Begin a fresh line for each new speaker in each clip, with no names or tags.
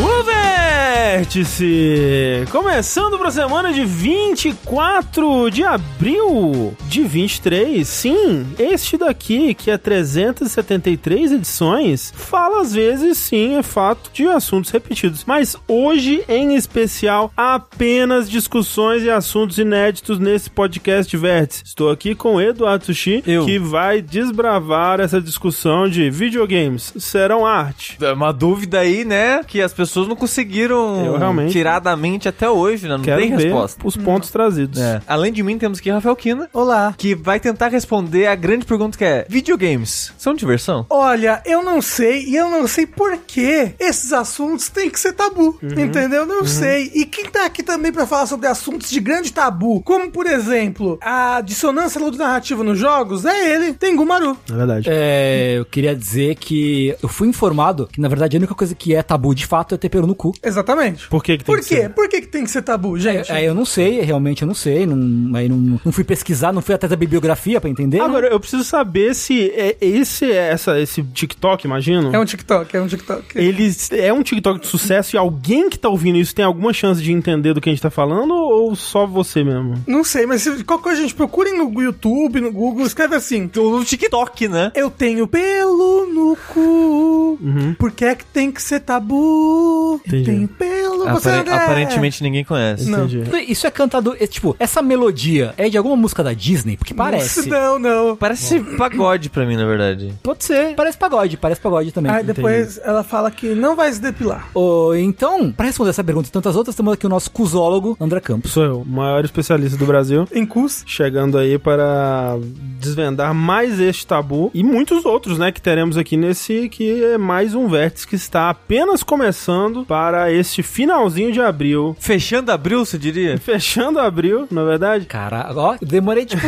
O Vértice! Começando pra semana de 24 de abril de 23. Sim, este daqui, que é 373 edições, fala às vezes, sim, é fato, de assuntos repetidos. Mas hoje, em especial, apenas discussões e assuntos inéditos nesse podcast Vértice. Estou aqui com o Eduardo Sushi,
Eu.
que vai desbravar essa discussão de videogames serão arte.
É uma dúvida aí, né? Que as pessoas não conseguiram
Eu realmente-
tirar da mente até hoje, né? Não
Quero
tem
ver
resposta.
os
Hum.
pontos trazidos.
É. Além de mim, temos aqui Rafael Kina. Olá. Que vai tentar responder a grande pergunta que é: videogames são diversão?
Olha, eu não sei e eu não sei por que esses assuntos têm que ser tabu,
Uhum.
entendeu? Não sei. E quem tá aqui também pra falar sobre assuntos de grande tabu, como por exemplo, a dissonância ludo-narrativa nos jogos, é ele, Tengu Maru.
É verdade.
É, eu queria dizer que eu fui informado que, na verdade, a única coisa que é tabu de fato é ter pelo no cu.
Exatamente.
Por que que tem
por
que
quê?
ser?
Por que, que tem que ser tabu, gente?
É, eu não sei, realmente eu não sei. Não, aí não, não fui pesquisar, não fui atrás da bibliografia pra entender.
Agora, eu preciso saber se é esse, essa, esse TikTok, imagino.
É um TikTok, é um TikTok.
Ele é um TikTok de sucesso e alguém que tá ouvindo isso tem alguma chance de entender do que a gente tá falando ou só você mesmo?
Não sei, mas se, qualquer coisa, gente, procurem no YouTube, no Google, escreve assim.
No TikTok, né?
Eu tenho pelo no cu. Por que é que tem que ser tabu?
Uhum. Entendi.
Eu tenho pelo. Você
Apare-
não é.
Aparentemente ningue ninguém conhece.
Não.
Entendi.
não. Isso é cantado. é, tipo, essa melodia é de alguma música da Disney? Porque parece.
é. Não, não.
Parece pagode pra mim, na verdade.
Pode ser. Parece pagode, parece pagode também.
Aí depois ela fala que não vai se depilar.
Ô, então, pra responder essa pergunta e tantas outras, temos aqui o nosso cusólogo, André Campos.
Sou eu, o maior especialista do Brasil.
Em cus.
Chegando aí para desvendar mais este tabu e muitos outros, né, que teremos aqui nesse que é mais um vértice que está apenas começando para este finalzinho de abril.
Fechando abril, você diria?
Fechando abril, na verdade.
Cara, ó, eu demorei, tipo,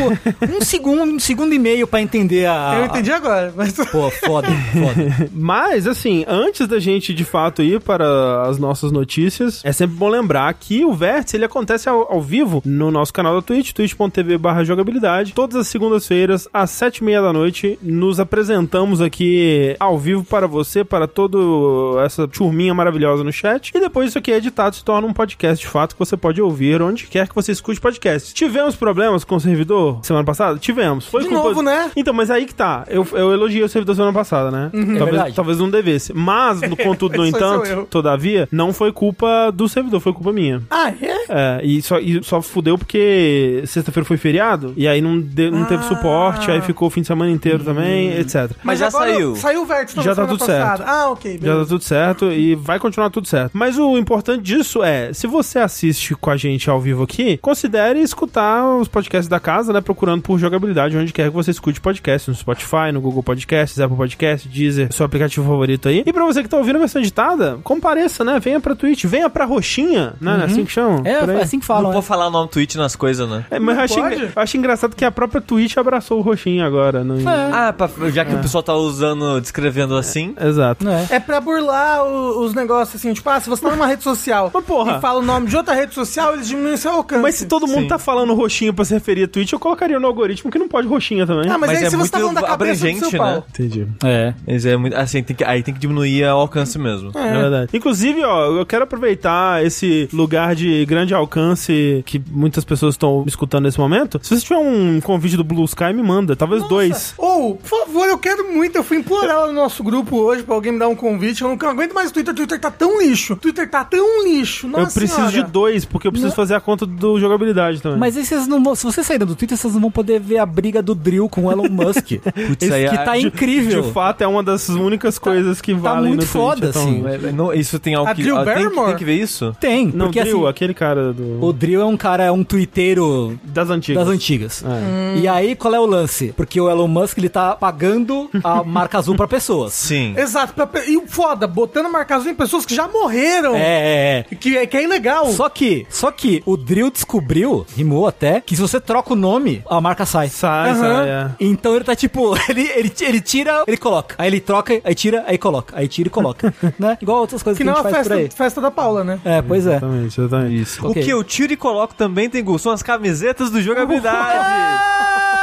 um segundo, um segundo e meio pra entender a.
Ah.
Eu entendi agora, mas.
Pô, foda, foda.
Mas, assim, antes da gente de fato ir para as nossas notícias, é sempre bom lembrar que o Vértice ele acontece ao, ao vivo no nosso canal da Twitch, twitch.tv jogabilidade. Todas as segundas-feiras, às sete e meia da noite, nos apresentamos aqui ao vivo para você, para toda essa turminha maravilhosa no chat. E depois isso aqui é editado, se torna um podcast de fato que você pode ouvir onde quer que você escute podcast. Tivemos problemas com o servidor semana passada? Tivemos. Foi
De
culpa-
novo, né?
Então, mas aí que tá. Eu, eu elogiei o servidor semana passada, né? talvez,
verdade.
talvez não devesse. Mas, no contudo, no
Só sou
entanto,
eu.
todavia, não foi culpa do servidor, foi culpa minha.
Ah, é?
É, e só, e só fudeu porque sexta-feira foi feriado, e aí não, de- não teve
Ah.
suporte, aí ficou o fim de semana inteiro também, etc.
Mas já
agora
saiu.
Saiu o vértice na
Já tá
semana
tudo certo.
passada. Ah, ok.
Já
Beleza.
tá tudo certo e vai continuar tudo certo. Mas o importante disso é, se você assiste com a gente ao vivo aqui, considere escutar os podcasts da casa, né? Procurando por jogabilidade onde quer que você escute podcast, no Spotify, no Google Podcasts, Apple Podcast, Deezer, seu aplicativo favorito aí. E pra você que tá ouvindo a versão editada, compareça, né? Venha pra Twitch, venha pra Roxinha, né? É assim que chama?
É,
Por aí.
é assim que
Não
falam.
vou falar o nome do Twitch nas coisas, né?
É, mas eu acho,
pode?
engra- eu acho engraçado que a própria Twitch abraçou o Roxinha agora. né? No...
É.
Ah, pra- já que o pessoal tá usando, descrevendo assim.
Exato.
né?
É pra burlar o- os negócios assim, tipo, ah, se você tá numa rede social
Mas porra.
e fala o nome de outra rede social, eles diminuem seu alcance.
Mas se todo mundo
Sim.
tá falando roxinha pra se referir a Twitch, eu colocaria no algoritmo que não pode roxinha também.
Ah, mas,
Mas
aí
é
se você tá
muito
falando da cabeça do seu
abrangente,
pau.
né?
Entendi.
É.
Mas é muito- assim, tem que- aí tem que diminuir o alcance mesmo.
É. verdade. Inclusive, ó, eu quero aproveitar esse lugar de grande alcance que muitas pessoas estão escutando nesse momento. Se você tiver um convite do Blue Sky, me manda. Talvez dois.
Ou, por favor, eu quero muito. Eu fui implorar lá no nosso grupo hoje pra alguém me dar um convite. Eu não aguento mais o Twitter. O Twitter tá tão lixo. O Twitter tá tão lixo. Nossa
eu preciso
senhora.
de dois, porque eu preciso fazer a conta do jogabilidade também.
Mas aí vocês não vão. Se vocês saírem do Twitter, vocês não vão poder ver a briga do Drill com o Elon Musk.
Putz,
Isso
aí
que
a-
tá
de-
incrível.
De fato, é uma das únicas coisas que
tá
valem
muito
no Twitch,
foda,
então-
assim.
É, é, não, isso tem algo
A
que,
Drew
ah, tem que-
Barrymore?
tem que ver isso?
Tem,
Não,
porque
Drill,
assim.
aquele cara do...
O Drill é um cara, é um twitteiro
das antigas.
das antigas.
É.
E aí, qual é o lance? Porque o Elon Musk, ele tá pagando a marca azul pra pessoas.
Sim.
Exato. pra pe- E foda, botando marca azul em pessoas que já morreram.
É, é, é.
Que, é- que é ilegal.
Só que, só que o Drill descobriu, rimou até, que se você troca o nome, a marca sai.
Sai, sai, é.
Então ele tá tipo, ele, ele, ele tira, ele coloca. Aí ele troca, aí tira, aí coloca. Aí tira e coloca. né? Igual outras coisas
que
que,
não
a
é
gente
a
faz por aí.
festa, festa da Paula, né?
É, pois é.
Exatamente, exatamente. Isso.
O que eu tiro e coloco também tem gosto. São as camisetas do jogabilidade.
Ah,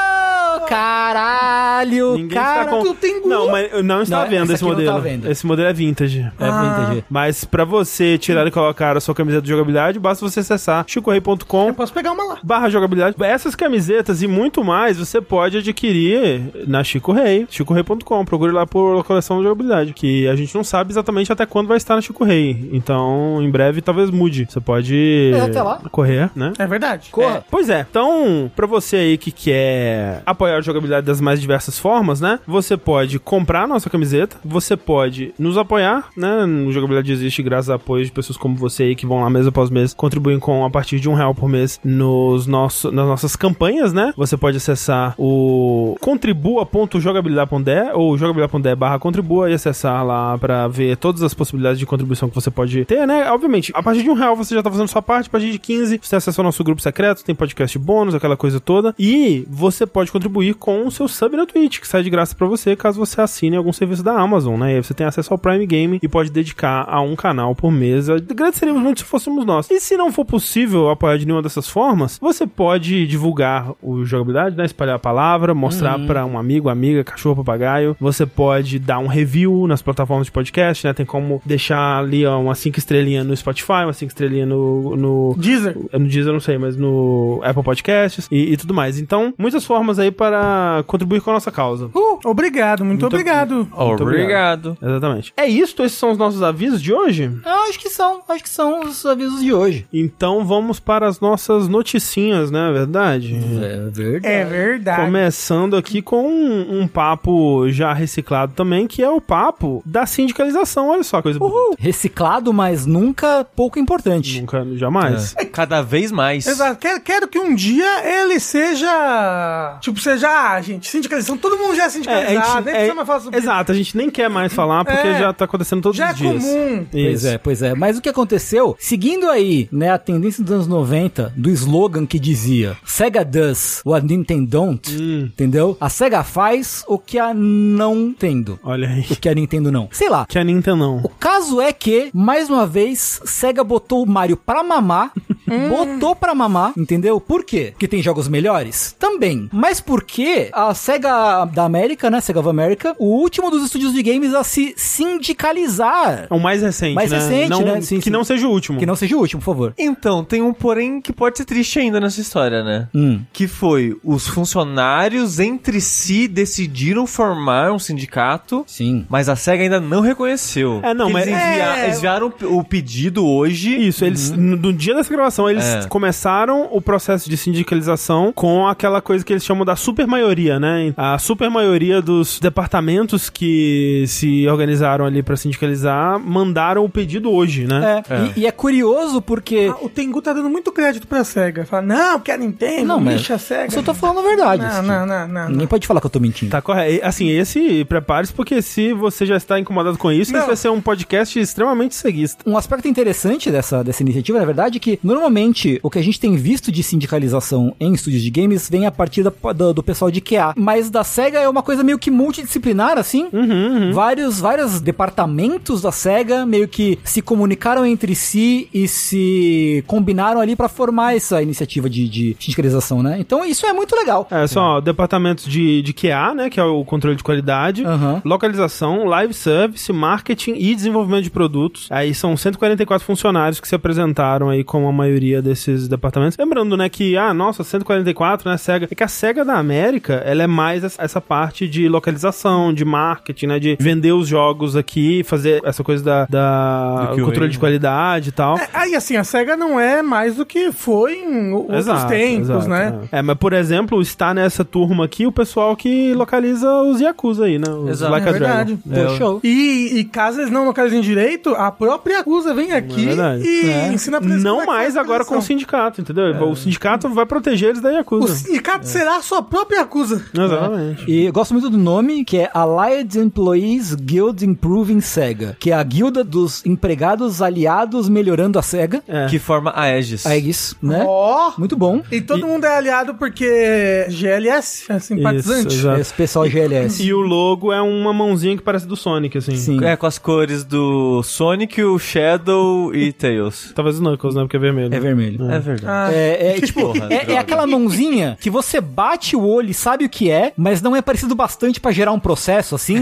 Caralho,
Ninguém
cara.
está com...
tu tem Gu.
Não, mas não está
um- Não,
à venda esse
essa aqui não
modelo.
tá à venda.
Esse modelo é vintage.
É vintage.
Mas pra você tirar e colocar a sua camiseta de jogabilidade, basta você acessar chicorei.com
Eu posso pegar uma lá.
barra jogabilidade. Essas camisetas e muito mais você pode adquirir na Chico Rei, chicorei.com. Procure lá por coleção de jogabilidade, que a gente não sabe exatamente até quando vai estar na Chico Rei. Então, em breve, talvez mude. Você pode
É, até lá.
correr, né?
É verdade.
Corra.
Pois é, então, pra você aí que quer apoiar a jogabilidade das mais diversas formas, né? Você pode comprar a nossa camiseta, você pode nos apoiar, né? O Jogabilidade existe graças a apoio de pessoas como você aí que vão lá mês após mês, contribuem com a partir de um real por mês nos nosso, nas nossas campanhas, né? Você pode acessar o contribua.jogabilidade.de ou jogabilidade.de barra contribua e acessar lá pra ver todas as possibilidades de contribuição que você pode ter, né? Obviamente, a partir de um real você já tá fazendo sua parte, a partir de 15 você acessa o nosso grupo secreto, tem podcast bônus, aquela coisa toda. E você pode contribuir com o seu sub na Twitch, que sai de graça pra você caso você assine algum serviço da Amazon, né? E aí você tem acesso ao Prime Game e pode dedicar a um canal por mês. Agradeceríamos muito se fôssemos nós. E se não for possível apoiar de nenhuma dessas formas, você pode divulgar o jogabilidade, né? Espalhar a palavra, mostrar pra um amigo, amiga, cachorro, papagaio. Você pode dar um review nas plataformas de podcast, né? Tem como deixar ali ó, uma 5 estrelinha no Spotify, uma 5 estrelinha no, no
É. Deezer.
eu não diz, eu não sei, mas no Apple Podcasts e, e tudo mais. Então, muitas formas aí para contribuir com a nossa causa.
Uh, obrigado, muito, obrigado.
Muito obrigado.
Obrigado.
Exatamente. É isso, esses são os nossos avisos de hoje.
Eu acho que são, acho que são os avisos de hoje.
Então vamos para as nossas noticinhas, né? Verdade?
É verdade.
É verdade.
Começando aqui com um, um papo já reciclado também, que é o papo da sindicalização. Olha só, coisa bonita.
Reciclado, mas nunca pouco importante.
Nunca, jamais.
É.
É, Cada vez mais.
Exato. Quero, quero que um dia ele seja. Tipo, seja. Ah, gente, sindicalização. Todo mundo já
É,
é
a
sindicalizado.
gente-
nem
é,
precisa mais falar sobre
Exato, a gente nem quer mais falar porque
É.
já tá acontecendo todos
isso. Já é
os dias.
comum.
Pois
Isso.
é, pois é. Mas o que aconteceu, seguindo aí, né, a tendência dos anos 90, do slogan que dizia Sega does what Nintendo don't, entendeu? A Sega faz o que a não tendo,
Olha aí.
o que a Nintendo não. Sei lá.
Que é a Nintendo não.
O caso é que, mais uma vez, Sega botou o Mario pra mamar, botou pra mamar, entendeu? Por quê? Porque tem jogos melhores? Também. Mas porque a Sega da América, né, Sega of America, o último dos estúdios de games a se sindicalizar.
É o mais recente,
Mais
né?
recente,
Não-
né? Sim,
que
sim.
não seja o último.
Que não seja o último, por favor.
Então, tem um porém que pode ser triste ainda nessa história, né?
Hum.
Que foi, os funcionários entre si decidiram formar um sindicato,
Sim.
mas a SEGA ainda não reconheceu.
É, não,
Porque
mas-
Eles envia-
É.
enviaram o pedido hoje.
Isso, eles, no, no dia dessa gravação, eles
É.
começaram o processo de sindicalização com aquela coisa que eles chamam da supermaioria, né? A supermaioria dos departamentos que se organizaram ali pra sindicalizar mandaram o pedido hoje, né?
É, E, e é curioso porque.
Ah, o Tengu tá dando muito crédito pra SEGA. Fala, não, porque a Nintendo
Não,
não,
mas-
lixa a SEGA.
Só tô falando a verdade.
Não,
assim.
Steve.
não, não, não.
Ninguém
não.
pode falar que eu tô mentindo.
Tá correto. E, Assim, esse, prepare-se, porque se você já está incomodado com isso,
Não.
esse vai ser um podcast extremamente ceguista.
Um aspecto interessante dessa, dessa iniciativa, na verdade, é que normalmente o que a gente tem visto de sindicalização em estúdios de games vem a partir da- do, do pessoal de QA. Mas da SEGA é uma coisa meio que multidisciplinar, assim. Vários, vários departamentos da SEGA meio que se comunicaram entre si e se combinaram ali pra formar essa iniciativa de, de sindicalização, né? Então isso é muito legal.
É, só departamentos de, de QA, né? Que é o controle de qualidade,
Aham.
localização, live service, marketing e desenvolvimento de produtos. Aí são 144 funcionários que se apresentaram aí como a maioria desses departamentos. Lembrando, né, que, ah, nossa, 144, né, SEGA. É que a SEGA da América, ela é mais essa- essa parte de localização, de marketing, né? De vender os jogos aqui, fazer essa coisa da, da
Do QA,
controle de
né?
qualidade e tal.
É, Aí, assim, a SEGA não é mais do que foi em o- outros tempos,
exato,
né?
É. É, mas por exemplo, está nessa turma aqui o pessoal que localiza os Yakuza aí, né? Os
Exato.
Like
É
a Dragon.
verdade.
Pô, show.
E, e caso eles não localizem direito, a própria acusa vem aqui
verdade.
e
É.
ensina pra eles como
Não
é que faz
mais
a
agora com o
localização.
sindicato, entendeu? O sindicato vai proteger eles da
O
Yakuza. É.
sindicato será a sua própria acusa.
Exatamente.
E eu gosto muito do nome, que é Allied Employees Guild Improving SEGA, que é a guilda dos empregados aliados melhorando a SEGA.
É.
Que forma a Aegis.
A Aegis, né?
Ó!
Muito bom.
E todo mundo é aliado porque GLS é simpatizante.
Isso, exato.
Esse pessoal GLS.
E o logo é uma mãozinha que parece do Sonic, assim.
Sim.
É, com as cores do Sonic, o Shadow e Tails.
Talvez o Knuckles, né? Porque é vermelho.
É vermelho.
É verdade.
Ah,
É, é, tipo,
Porra,
é, é
droga.
aquela mãozinha que você bate o olho e sabe o que é, mas não é parecido bastante pra gerar um processo, assim,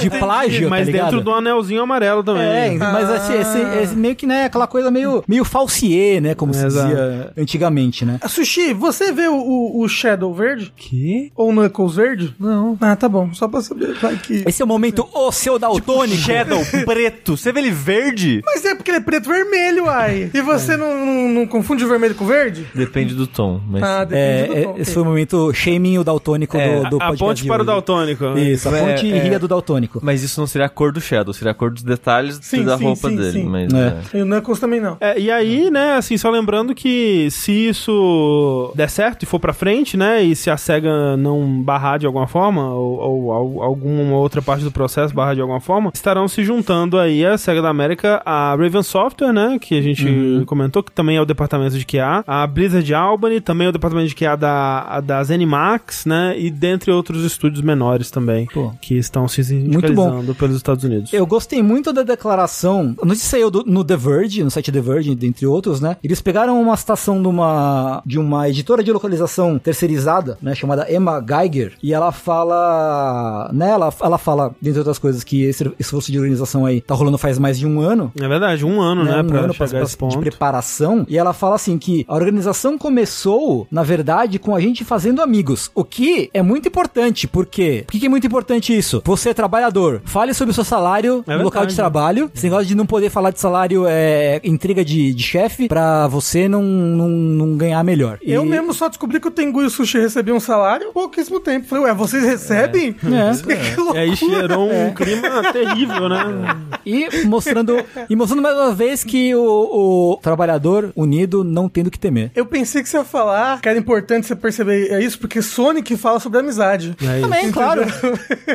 de plágio,
Ah, Mas
tá ligado?
dentro do anelzinho amarelo também.
É, mas esse, esse- esse meio que, né, aquela coisa meio, meio falsier, né, como se
Exato.
dizia antigamente, né?
Ah, Sushi, você vê o, o- o Shadow Verde?
Que?
Ou o Knuckles Verde? Não. Ah, tá bom. Só pra saber. Vai que...
Esse é o momento, ô, seu daltônico!
Tipo, Shadow preto. Você vê ele verde?
Mas é porque ele é preto e vermelho, ai. E você não, não- não confunde o vermelho com o verde?
Depende do tom, mas.
Ah,
É,
depende
é,
do tom.
esse foi o momento shaming o daltônico
É,
do, do
a
podcast
ponte
de
para o
hoje.
daltônico. né?
Isso, a
É,
ponte e
é.
ria do daltônico.
Mas isso não seria a cor do Shadow, seria a cor dos detalhes
Sim,
da
sim,
roupa
sim,
dele.
sim.
Mas,
É.
é.
E o Knuckles também não.
É, e aí, né, assim, só lembrando que se isso der certo e for pra frente, né, e se a SEGA não barrar de alguma forma, ou, ou al- alguma outra parte do processo barrar de alguma forma, estarão se juntando aí a SEGA da América, a Raven Software, né, que a gente
Uhum.
comentou, que também é o departamento de QA, a Blizzard Albany, também é o departamento de QA da, a- da Zenimax, né, e dentre outros estúdios menores também,
Pô.
que estão se
Muito bom.
sindicalizando pelos Estados Unidos.
Eu gostei muito da declaração. Não sei se saiu do- no The Verge, no site The Verge, dentre outros, né? Eles pegaram uma citação de uma, de uma editora de localização terceirizada, né? Chamada Emma Geiger. E ela fala. Né? Ela, ela fala, dentre outras coisas, que esse esforço de organização aí tá rolando faz mais de um ano.
É verdade, um ano, né,
um
pra
ano pra-
chegar a
pra-
esse ponto.
de preparação. E ela fala assim que a organização começou, na verdade, com a gente fazendo amigos. O que é muito importante, porque... Por que que é muito importante isso? Você é trabalhador, fale sobre o seu salário
É
no local
verdade.
de trabalho. Esse negócio de não poder falar de salário é intriga de, de chefe pra você não, não, não ganhar melhor. E-
Eu mesmo só descobri que o Tengu e o Sushi recebiam um salário há pouquíssimo tempo. Falei, ué, vocês recebem?
É.
Que
E
loucura.
aí gerou um clima terrível, né?
E mostrando, e mostrando mais uma vez que o, o trabalhador unido não tem do que temer.
Eu pensei que você ia falar que era importante você perceber é isso, porque Sonic fala sobre amizade.
É isso.
Também, claro.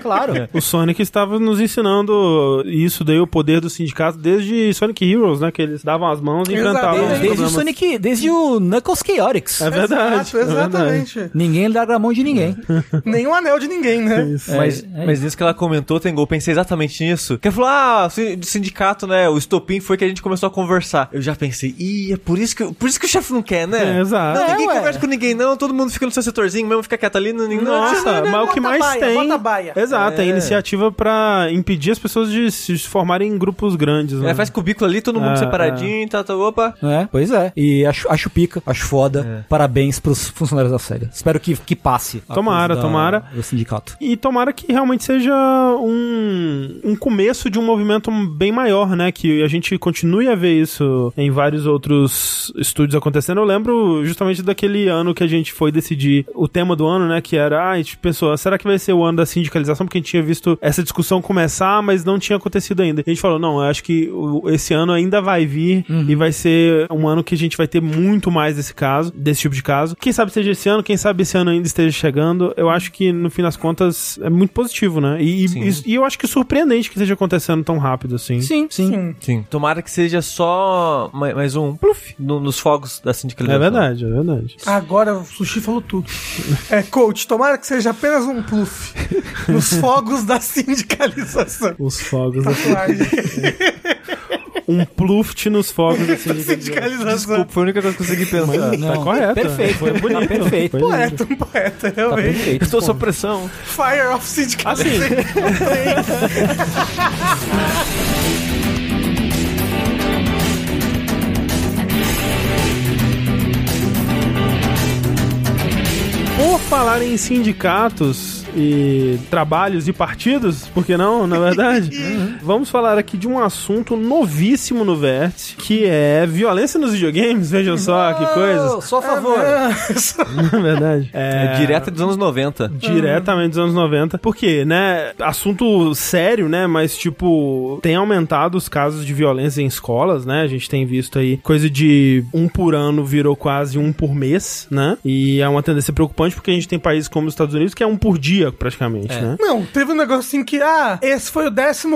claro.
É. O Sonic estava nos ensinando isso daí, o poder do sindicato, desde Sonic Heroes, né? Que eles davam as mãos e
Exato,
enfrentavam os
Desde, desde o
problemas.
Sonic, desde o Knuckles Chaotix.
É verdade.
Exato, exatamente.
Ninguém larga a mão de ninguém.
Nenhum anel de ninguém, né?
Mas, mas nisso que ela comentou, Tengu, eu pensei exatamente nisso. Que ela falou, ah, si- do sindicato, né? O estopim foi que a gente começou a conversar. Eu já pensei, ih, é por isso que, por isso que o chefe não quer, né?
É, exato.
Não, ninguém
É, ué.
conversa com ninguém, não. Todo mundo fica no seu setorzinho mesmo, fica quieto ali. Não, ninguém-
Nossa,
não,
Ah, mas o que
bota
mais
baia,
tem.
bota baia.
Exato, é iniciativa pra impedir as pessoas de se formarem em grupos grandes, né?
É, faz cubículo ali, todo mundo
É,
separadinho, tá, tá, opa.
É, pois é. E acho, acho pica, acho foda. Parabéns pros funcionários da série. Espero que, que passe. a
Tomara,
coisa da-
tomara.
Do sindicato.
E tomara que realmente seja um, um começo de um movimento bem maior, né? Que a gente continue a ver isso em vários outros estúdios acontecendo. Eu lembro justamente daquele ano que a gente foi decidir o tema do ano, né? Que era, ah, a gente pensou, será que vai ser o ano da sindicalização? Porque a gente tinha visto essa discussão começar, mas não tinha acontecido ainda. E a gente falou, não, eu acho que o- esse ano ainda vai vir
Uhum.
e vai ser um ano que a gente vai ter muito mais desse caso, desse tipo de caso. Quem sabe seja esse ano, quem sabe esse ano ainda esteja chegando. Eu acho que, no fim das contas, é muito positivo, né? E, e, isso- e eu acho que é surpreendente que esteja acontecendo tão rápido assim.
Sim, sim.
Sim. Tomara que seja só ma- mais um pluf no- nos fogos da
É
sindicalização.
verdade, é verdade.
Agora o Sushi falou tudo. É, coach, tomara que seja apenas um pluf nos fogos da sindicalização.
Os fogos.
Tá.
da-
Claro,
um pluft nos fogos da
Tá
sindicalização.
sindicalização.
Desculpa, foi a única coisa que eu consegui pensar.
Tá
Não,
correto.
Perfeito.
Foi bonito.
Tá perfeito.
Foi lindo.
Poeta, um poeta,
Tá
realmente.
perfeito.
é. Estou
pô.
sob pressão.
Fire of sindicalização.
Assim, Por falar em sindicatos e trabalhos e partidos, por que não, na verdade? Vamos falar aqui de um assunto novíssimo no Vértice, que é violência nos videogames, vejam só que coisa.
Só a favor.
É, né? Na verdade.
É, direto dos anos 90.
Diretamente dos anos 90. Porque, né? Assunto sério, né? Mas, tipo, tem aumentado os casos de violência em escolas, né? A gente tem visto aí coisa de um por ano virou quase um por mês, né? E é uma tendência preocupante porque a gente tem países como os Estados Unidos que é um por dia dia, praticamente, né?
Não, teve um negócio assim que, ah, esse foi o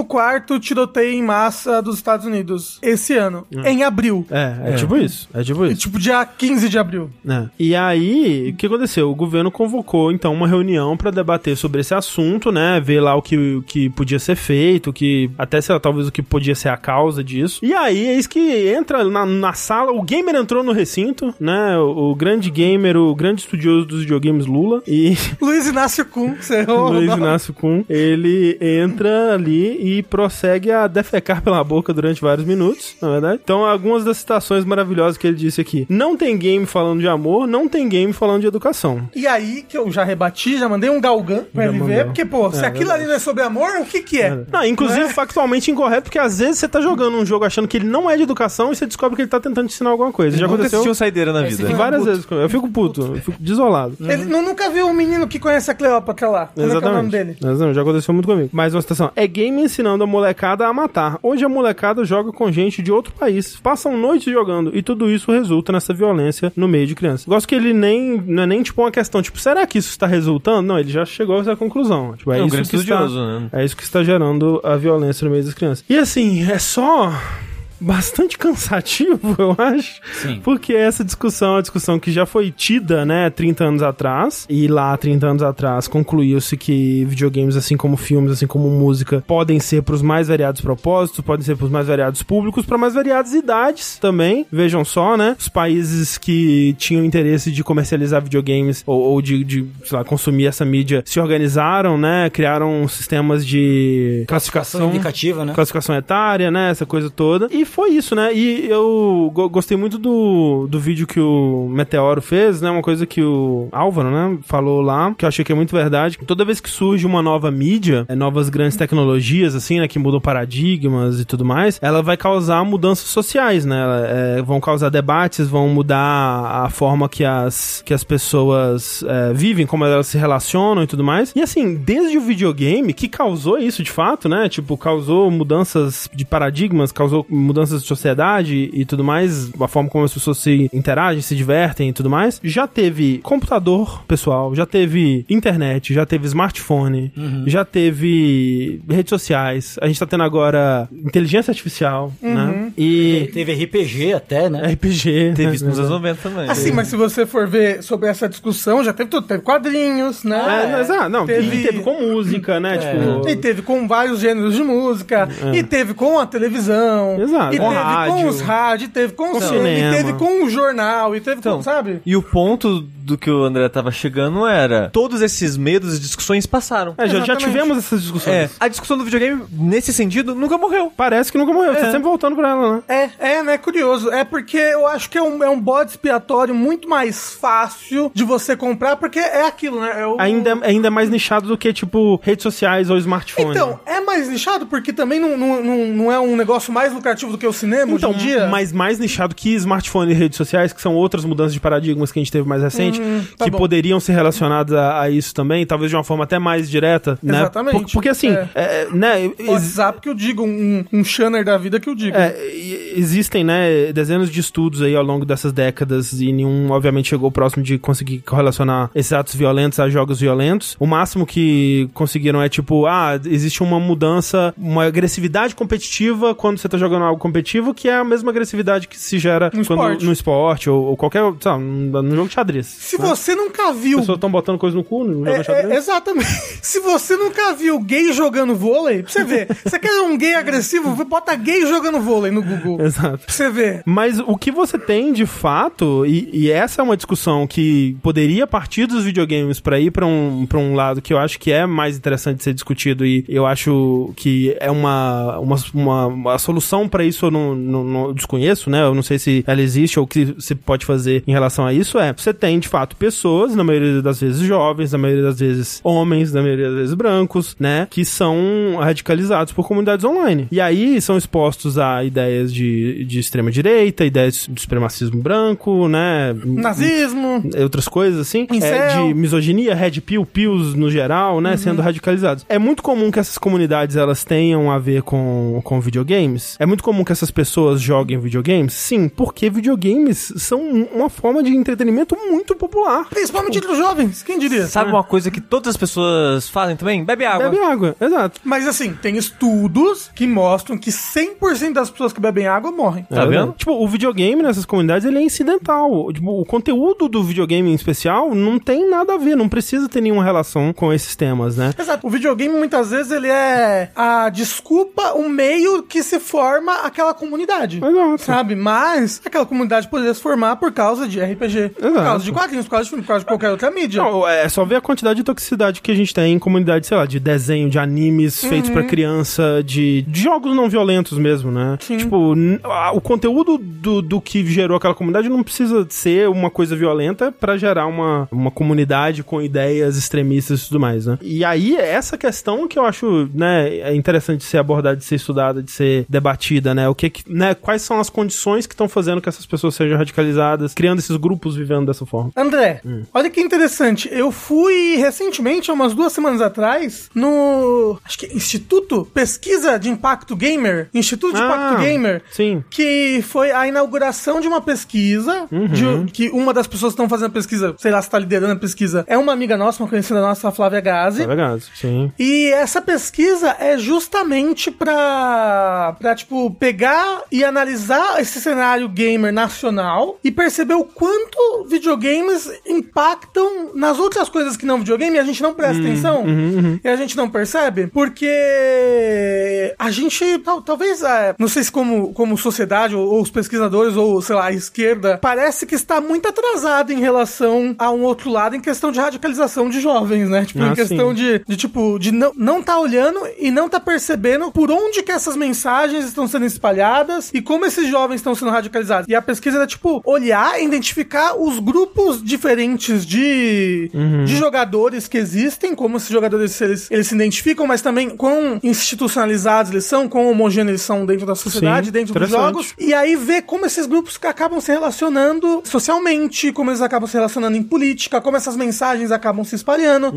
14 tiroteio em massa dos Estados Unidos esse ano, em abril.
É, é, tipo isso. Hum. É tipo
E,
isso.
Tipo, dia 15 de abril.
né? E aí, o que aconteceu? O governo convocou, então, uma reunião pra debater sobre esse assunto, né? Ver lá o que, o que podia ser feito, o que até sei lá, talvez o que podia ser a causa disso. E aí, eis que entra na, na sala, o gamer entrou no recinto, né? O, o grande gamer, o grande estudioso dos videogames Lula. E
Luiz Inácio Kuhn, você errou.
Luiz
não.
Inácio Kuhn, ele entra ali e prossegue a defecar pela boca durante vários minutos, na verdade. Então, algumas das citações maravilhosas que ele disse aqui. Não tem game falando de amor, não tem game falando de educação.
E aí, que eu já rebati, já mandei um galgan pra
Já
MV,
mandou.
porque, pô, se aquilo ali não é sobre amor, o que que é?
Não, Ah, inclusive factualmente incorreto, porque às vezes você tá jogando um jogo achando que ele não é de educação e você descobre que ele tá tentando te ensinar alguma coisa. Já
Nunca
aconteceu
assistiu saideira na vida.
sim.
várias
puto.
vezes. comigo. Eu fico puto, eu fico desolado.
Ele não, nunca viu um menino que conhece a Cleópatra lá. Como é que é o nome
É. Exatamente.
dele?
Exatamente, já aconteceu muito comigo. Mais uma citação. É game ensinando a molecada a matar. Hoje a molecada joga com gente de outro país. Passam noites jogando. E tudo isso resulta nessa violência no meio de crianças. Gosto que ele nem. Não é nem tipo uma questão, tipo, será que isso está resultando? Não, ele já chegou a essa conclusão. Tipo, é,
É um
isso
grande
que está-
estudioso, né?
É isso que está gerando a violência no meio das crianças. E assim, é só. Bastante cansativo, eu acho.
Sim.
Porque essa discussão é uma discussão que já foi tida, né, 30 anos atrás. E lá, 30 anos atrás, concluiu-se que videogames, assim como filmes, assim como música, podem ser para os mais variados propósitos, podem ser para os mais variados públicos, para mais variadas idades também. Vejam só, né? Os países que tinham interesse de comercializar videogames ou, ou de, de, sei lá, consumir essa mídia se organizaram, né? Criaram sistemas de
Classificação
classificação
indicativa, né?
classificação etária, né? Essa coisa toda. E foi isso, né? E eu go- gostei muito do, do vídeo que o Meteoro fez, né? Uma coisa que o Álvaro, né? Falou lá, que eu achei que é muito verdade. Toda vez que surge uma nova mídia, é, novas grandes tecnologias, assim, né? Que mudam paradigmas e tudo mais, ela vai causar mudanças sociais, né? Ela, é, vão causar debates, vão mudar a forma que as, que as pessoas é, vivem, como elas se relacionam e tudo mais. E assim, desde o videogame, que causou isso de fato, né? Tipo, causou mudanças de paradigmas, causou mudanças de sociedade e tudo mais, a forma como as pessoas se interagem, se divertem e tudo mais. Já teve computador pessoal, já teve internet, já teve smartphone,
Uhum.
já teve redes sociais. A gente tá tendo agora inteligência artificial, né? E
Teve RPG até, né?
RPG.
Uhum. Teve
né?
isso nos anos 90 também.
Assim, mas se você for ver sobre essa discussão, já teve tudo. Teve quadrinhos, né?
É, mas, ah, não,
Teve-
e teve com música,
É.
né? Tipo,
E teve com vários gêneros de música, e teve com a televisão,
É. Exato.
e
Com
teve com
rádio.
os rádios, e teve com, o
Então.
cinema,
Cinema.
e teve com o jornal, e teve com,
Então.
sabe?
E o ponto do que o André tava chegando era: todos esses medos e discussões passaram.
É, já, já
Exatamente.
tivemos essas
É,
discussões.
a discussão do videogame, nesse sentido, nunca morreu.
Parece que nunca morreu, você tá sempre voltando pra ela, né?
É, é, né? Curioso. É porque eu acho que é um, é um bode expiatório muito mais fácil de você comprar, porque é aquilo, né? É o-
Ainda, ainda mais nichado do que, tipo, redes sociais ou smartphone. né?
Então, é mais nichado porque também não, não, não, não é um negócio mais lucrativo do que o cinema
Então,
hoje em dia.
mas mais nichado que smartphone e redes sociais, que são outras mudanças de paradigmas que a gente teve mais recente,
tá
que
bom.
poderiam ser relacionadas a, a isso também, talvez de uma forma até mais direta, né?
Exatamente.
Por- porque assim,
É.
é, né, ex-
WhatsApp que eu digo, um, um Shanner da vida que eu digo.
É, e- existem, né, dezenas de estudos aí ao longo dessas décadas e nenhum, obviamente, chegou próximo de conseguir correlacionar esses atos violentos a jogos violentos. O máximo que conseguiram é tipo, ah, existe uma mudança, uma agressividade competitiva quando você tá jogando algo competitivo, que é a mesma agressividade que se gera
No
quando-
esporte.
no esporte ou, ou qualquer, sabe, no jogo de xadrez.
Se você nunca viu
As pessoas estão botando coisa no cu no jogo
É,
de xadrez.
é, exatamente. Se você nunca viu gay jogando vôlei, pra você ver. Você quer um gay agressivo? Bota gay jogando vôlei no Google.
Exato.
Pra você ver.
Mas o que você tem de fato, e, e essa é uma discussão que poderia partir dos videogames pra ir pra um, pra um lado que eu acho que é mais interessante de ser discutido e eu acho que é uma, uma, uma, uma solução pra isso eu não, não, não desconheço, né? Eu não sei se ela existe ou o que se pode fazer em relação a isso. É, você tem de fato pessoas, na maioria das vezes jovens, na maioria das vezes homens, na maioria das vezes brancos, né? Que são radicalizados por comunidades online. E aí são expostos a ideias de de, de extrema-direita, ideias de supremacismo branco, né?
Nazismo.
É, outras coisas assim,
Incel.
é, de misoginia, red pill, pills no geral, né, sendo radicalizados. É muito comum que essas comunidades elas tenham a ver com, com videogames. É muito comum que essas pessoas joguem videogames, sim, porque videogames são um- uma forma de entretenimento muito popular.
Principalmente entre os jovens, quem diria?
Sabe uma coisa que todas as pessoas fazem também? Bebe água.
Bebe água, exato.
Mas assim, tem estudos que mostram que 100% das pessoas que bebem água morrem.
Tá
É,
vendo?
né? Tipo, o videogame nessas comunidades ele é incidental. Tipo, o conteúdo do videogame em especial não tem nada a ver, não precisa ter nenhuma relação com esses temas, né?
Exato. O videogame muitas vezes ele é a desculpa, o meio que se forma aquela comunidade.
Exato.
Sabe? Mas aquela comunidade poderia se formar por causa de RPG, por
Exato.
causa de quadrinhos, por causa de filme, por causa de qualquer outra mídia.
Não, é só ver a quantidade de toxicidade que a gente tem em comunidade, sei lá, de desenho, de animes feitos pra criança, de, de jogos não violentos mesmo, né? Tipo, n- a- o conteúdo do, do que gerou aquela comunidade não precisa ser uma coisa violenta pra gerar uma, uma comunidade com ideias extremistas e tudo mais, né? E aí, essa questão que eu acho, né, é interessante de ser abordada, de ser estudada, de ser debatida, né? O que, que né, quais são as condições que estão fazendo que essas pessoas sejam radicalizadas, criando esses grupos vivendo dessa forma?
André,
Hum.
olha que interessante. Eu fui recentemente, há umas duas semanas atrás, no. Acho que é Instituto Pesquisa de Impacto Gamer. Instituto tipo de
Ah,
Impacto Gamer.
sim.
Que foi a inauguração de uma pesquisa. de- um, que uma das pessoas que estão fazendo a pesquisa, sei lá se está liderando a pesquisa, é uma amiga nossa, uma conhecida nossa, a Flávia Gazi.
É verdade, sim.
E essa pesquisa é justamente pra, pra, tipo, pegar e analisar esse cenário gamer nacional e perceber o quanto videogames impactam nas outras coisas que não videogame e a gente não
Uhum,
presta atenção e a gente não percebe, porque a gente, tal- talvez, é, não sei se como, como sociedade ou, ou os pesquisadores ou, sei lá, a esquerda, parece que está muito atrasado em relação a um outro lado em questão de radicalização de jovens, né? Tipo,
Ah,
em questão
sim.
de, de, tipo, de não, não tá olhando e não tá percebendo por onde que essas mensagens estão sendo espalhadas e como esses jovens estão sendo radicalizados. E a pesquisa era, tipo, olhar, identificar os grupos diferentes de,
Uhum.
de jogadores que existem, como esses jogadores eles, eles se identificam, mas também quão institucionalizados eles são, quão homogêneos eles são dentro da sociedade,
Sim,
dentro dos
interessante.
jogos. E aí ver como esses grupos acabam se relacionando socialmente, como eles acabam se relacionando em política, como essas mensagens acabam se espalhando.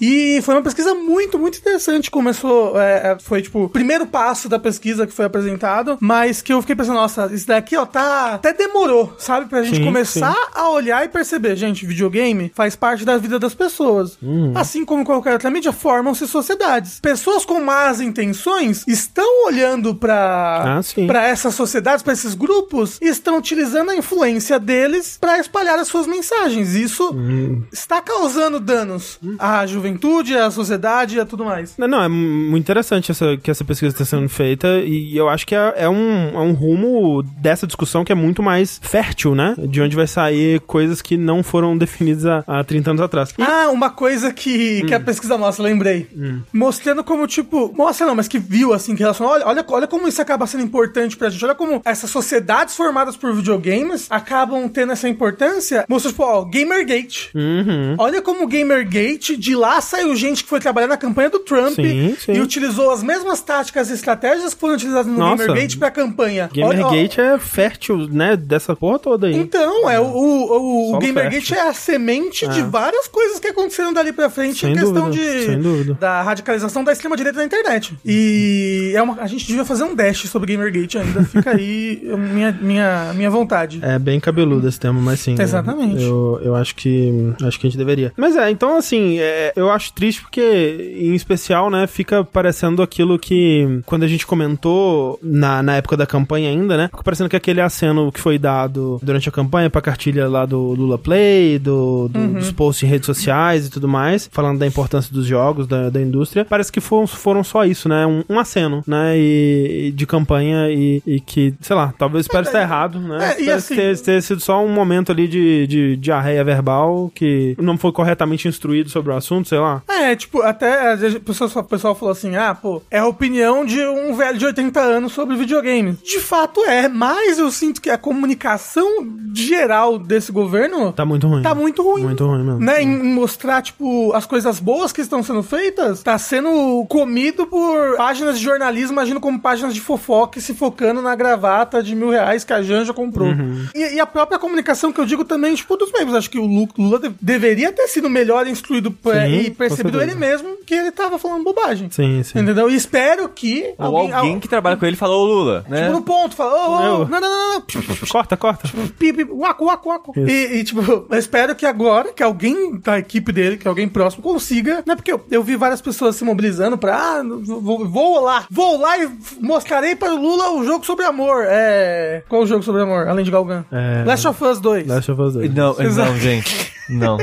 E foi uma pesquisa muito, muito interessante. Começou, é, é, foi tipo o primeiro passo da pesquisa que foi apresentado, mas que eu fiquei pensando, nossa, isso daqui, ó, tá. Até demorou, sabe? Pra gente
Sim,
começar a olhar e perceber, gente, videogame faz parte da vida das pessoas.
Uhum.
Assim como qualquer outra mídia, formam-se sociedades. Pessoas com más intenções estão olhando pra,
Ah, sim.
pra essas sociedades, pra esses grupos, e estão utilizando a influência deles pra espalhar as suas mensagens. Isso
Uhum.
está causando danos à juventude, à sociedade e a tudo mais.
Não, não, é mu- muito interessante essa, que essa pesquisa está sendo feita e eu acho que é, é um, é um rumo dessa discussão que é muito mais fértil, né? De onde vai sair coisas que não foram definidas há, há 30 anos atrás. E- Hum.
Ah, uma coisa que, que a pesquisa mostra, lembrei. Mostrando como, tipo, mostra não, mas que viu, assim, que relação. Olha, olha, olha como isso acaba sendo importante pra gente. Olha como essas sociedades formadas por videogames acabam tendo essa importância. Mostra, tipo, ó, Gamergate.
Uhum.
Olha como o Gamergate, de lá saiu gente que foi trabalhar na campanha do Trump
Sim, sim.
e utilizou as mesmas táticas e estratégias que foram utilizadas no
Nossa.
Gamergate pra campanha. Olha, ó,
Gamergate é fértil, né? Dessa porra toda aí.
então, é, o, o, o,
Solo
Gamergate é a semente de várias coisas que aconteceram dali pra frente
Sem
em questão
dúvida,
de
sem dúvida.
da radicalização da extrema-direita na internet. E é uma- a gente devia fazer um dash sobre Gamergate ainda. Fica aí a minha, minha, minha vontade.
É bem cabeludo esse tema, mas sim.
Exatamente.
Eu, eu acho que acho que a gente deveria. Mas é, então assim, é, eu acho triste porque, em especial, né, fica parecendo aquilo que quando a gente comentou na, na época da campanha ainda, né, fica parecendo que aquele aceno que foi dado durante a campanha pra cartilha lá do Lula Play, do,
Uhum.
do- dos posts em redes sociais e tudo mais, falando da importância dos jogos, da, da indústria, parece que foram, foram só isso, né, um, um aceno, né, e, e de campanha e, e que, sei lá, talvez parece estar errado, né,
É, e
Parece
assim-
ter, ter sido só um momento ali de, de diarreia verbal que não foi corretamente instruído sobre o assunto, sei lá.
É, tipo, até às vezes o pessoal, o pessoal falou assim: ah, pô, é a opinião de um velho de 80 anos sobre videogame. De fato é, mas eu sinto que a comunicação de geral desse governo
Tá muito ruim.
tá muito ruim.
Muito ruim mesmo.
Né? Em em mostrar, tipo, as coisas boas que estão sendo feitas, tá sendo comido por páginas de jornalismo, imagino como páginas de fofoca e se focando na gravata de mil reais que a Janja comprou.
Uhum.
E, e a própria comunicação que eu digo também, tipo, dos membros. Acho que o Lu- Lula de- deveria ter sido melhor instruído por-
Sim,
e percebido
com
ele
certeza.
mesmo que ele tava falando bobagem.
Sim, sim.
Entendeu? E espero que
Ou alguém,
al-
que trabalha com ele falou, ô Lula, né?
tipo, no ponto, fala, ô, ô, ô,
Eu-
não, não, não, não,
Corta, corta.
Tipo, pi, pi, uaco, uaco, uaco.
Isso.
E, e, tipo, eu espero que agora, que alguém da equipe dele, que alguém próximo, consiga, né? Porque eu, eu vi várias pessoas se mobilizando pra, ah, vou, vou lá, vou lá e mostrarei para o Lula o jogo sobre amor. É... Qual o jogo sobre amor, além de Galgan?
É.
Last of Us 2.
Last of Us 2.
Não,
Exato.
não, gente. Não.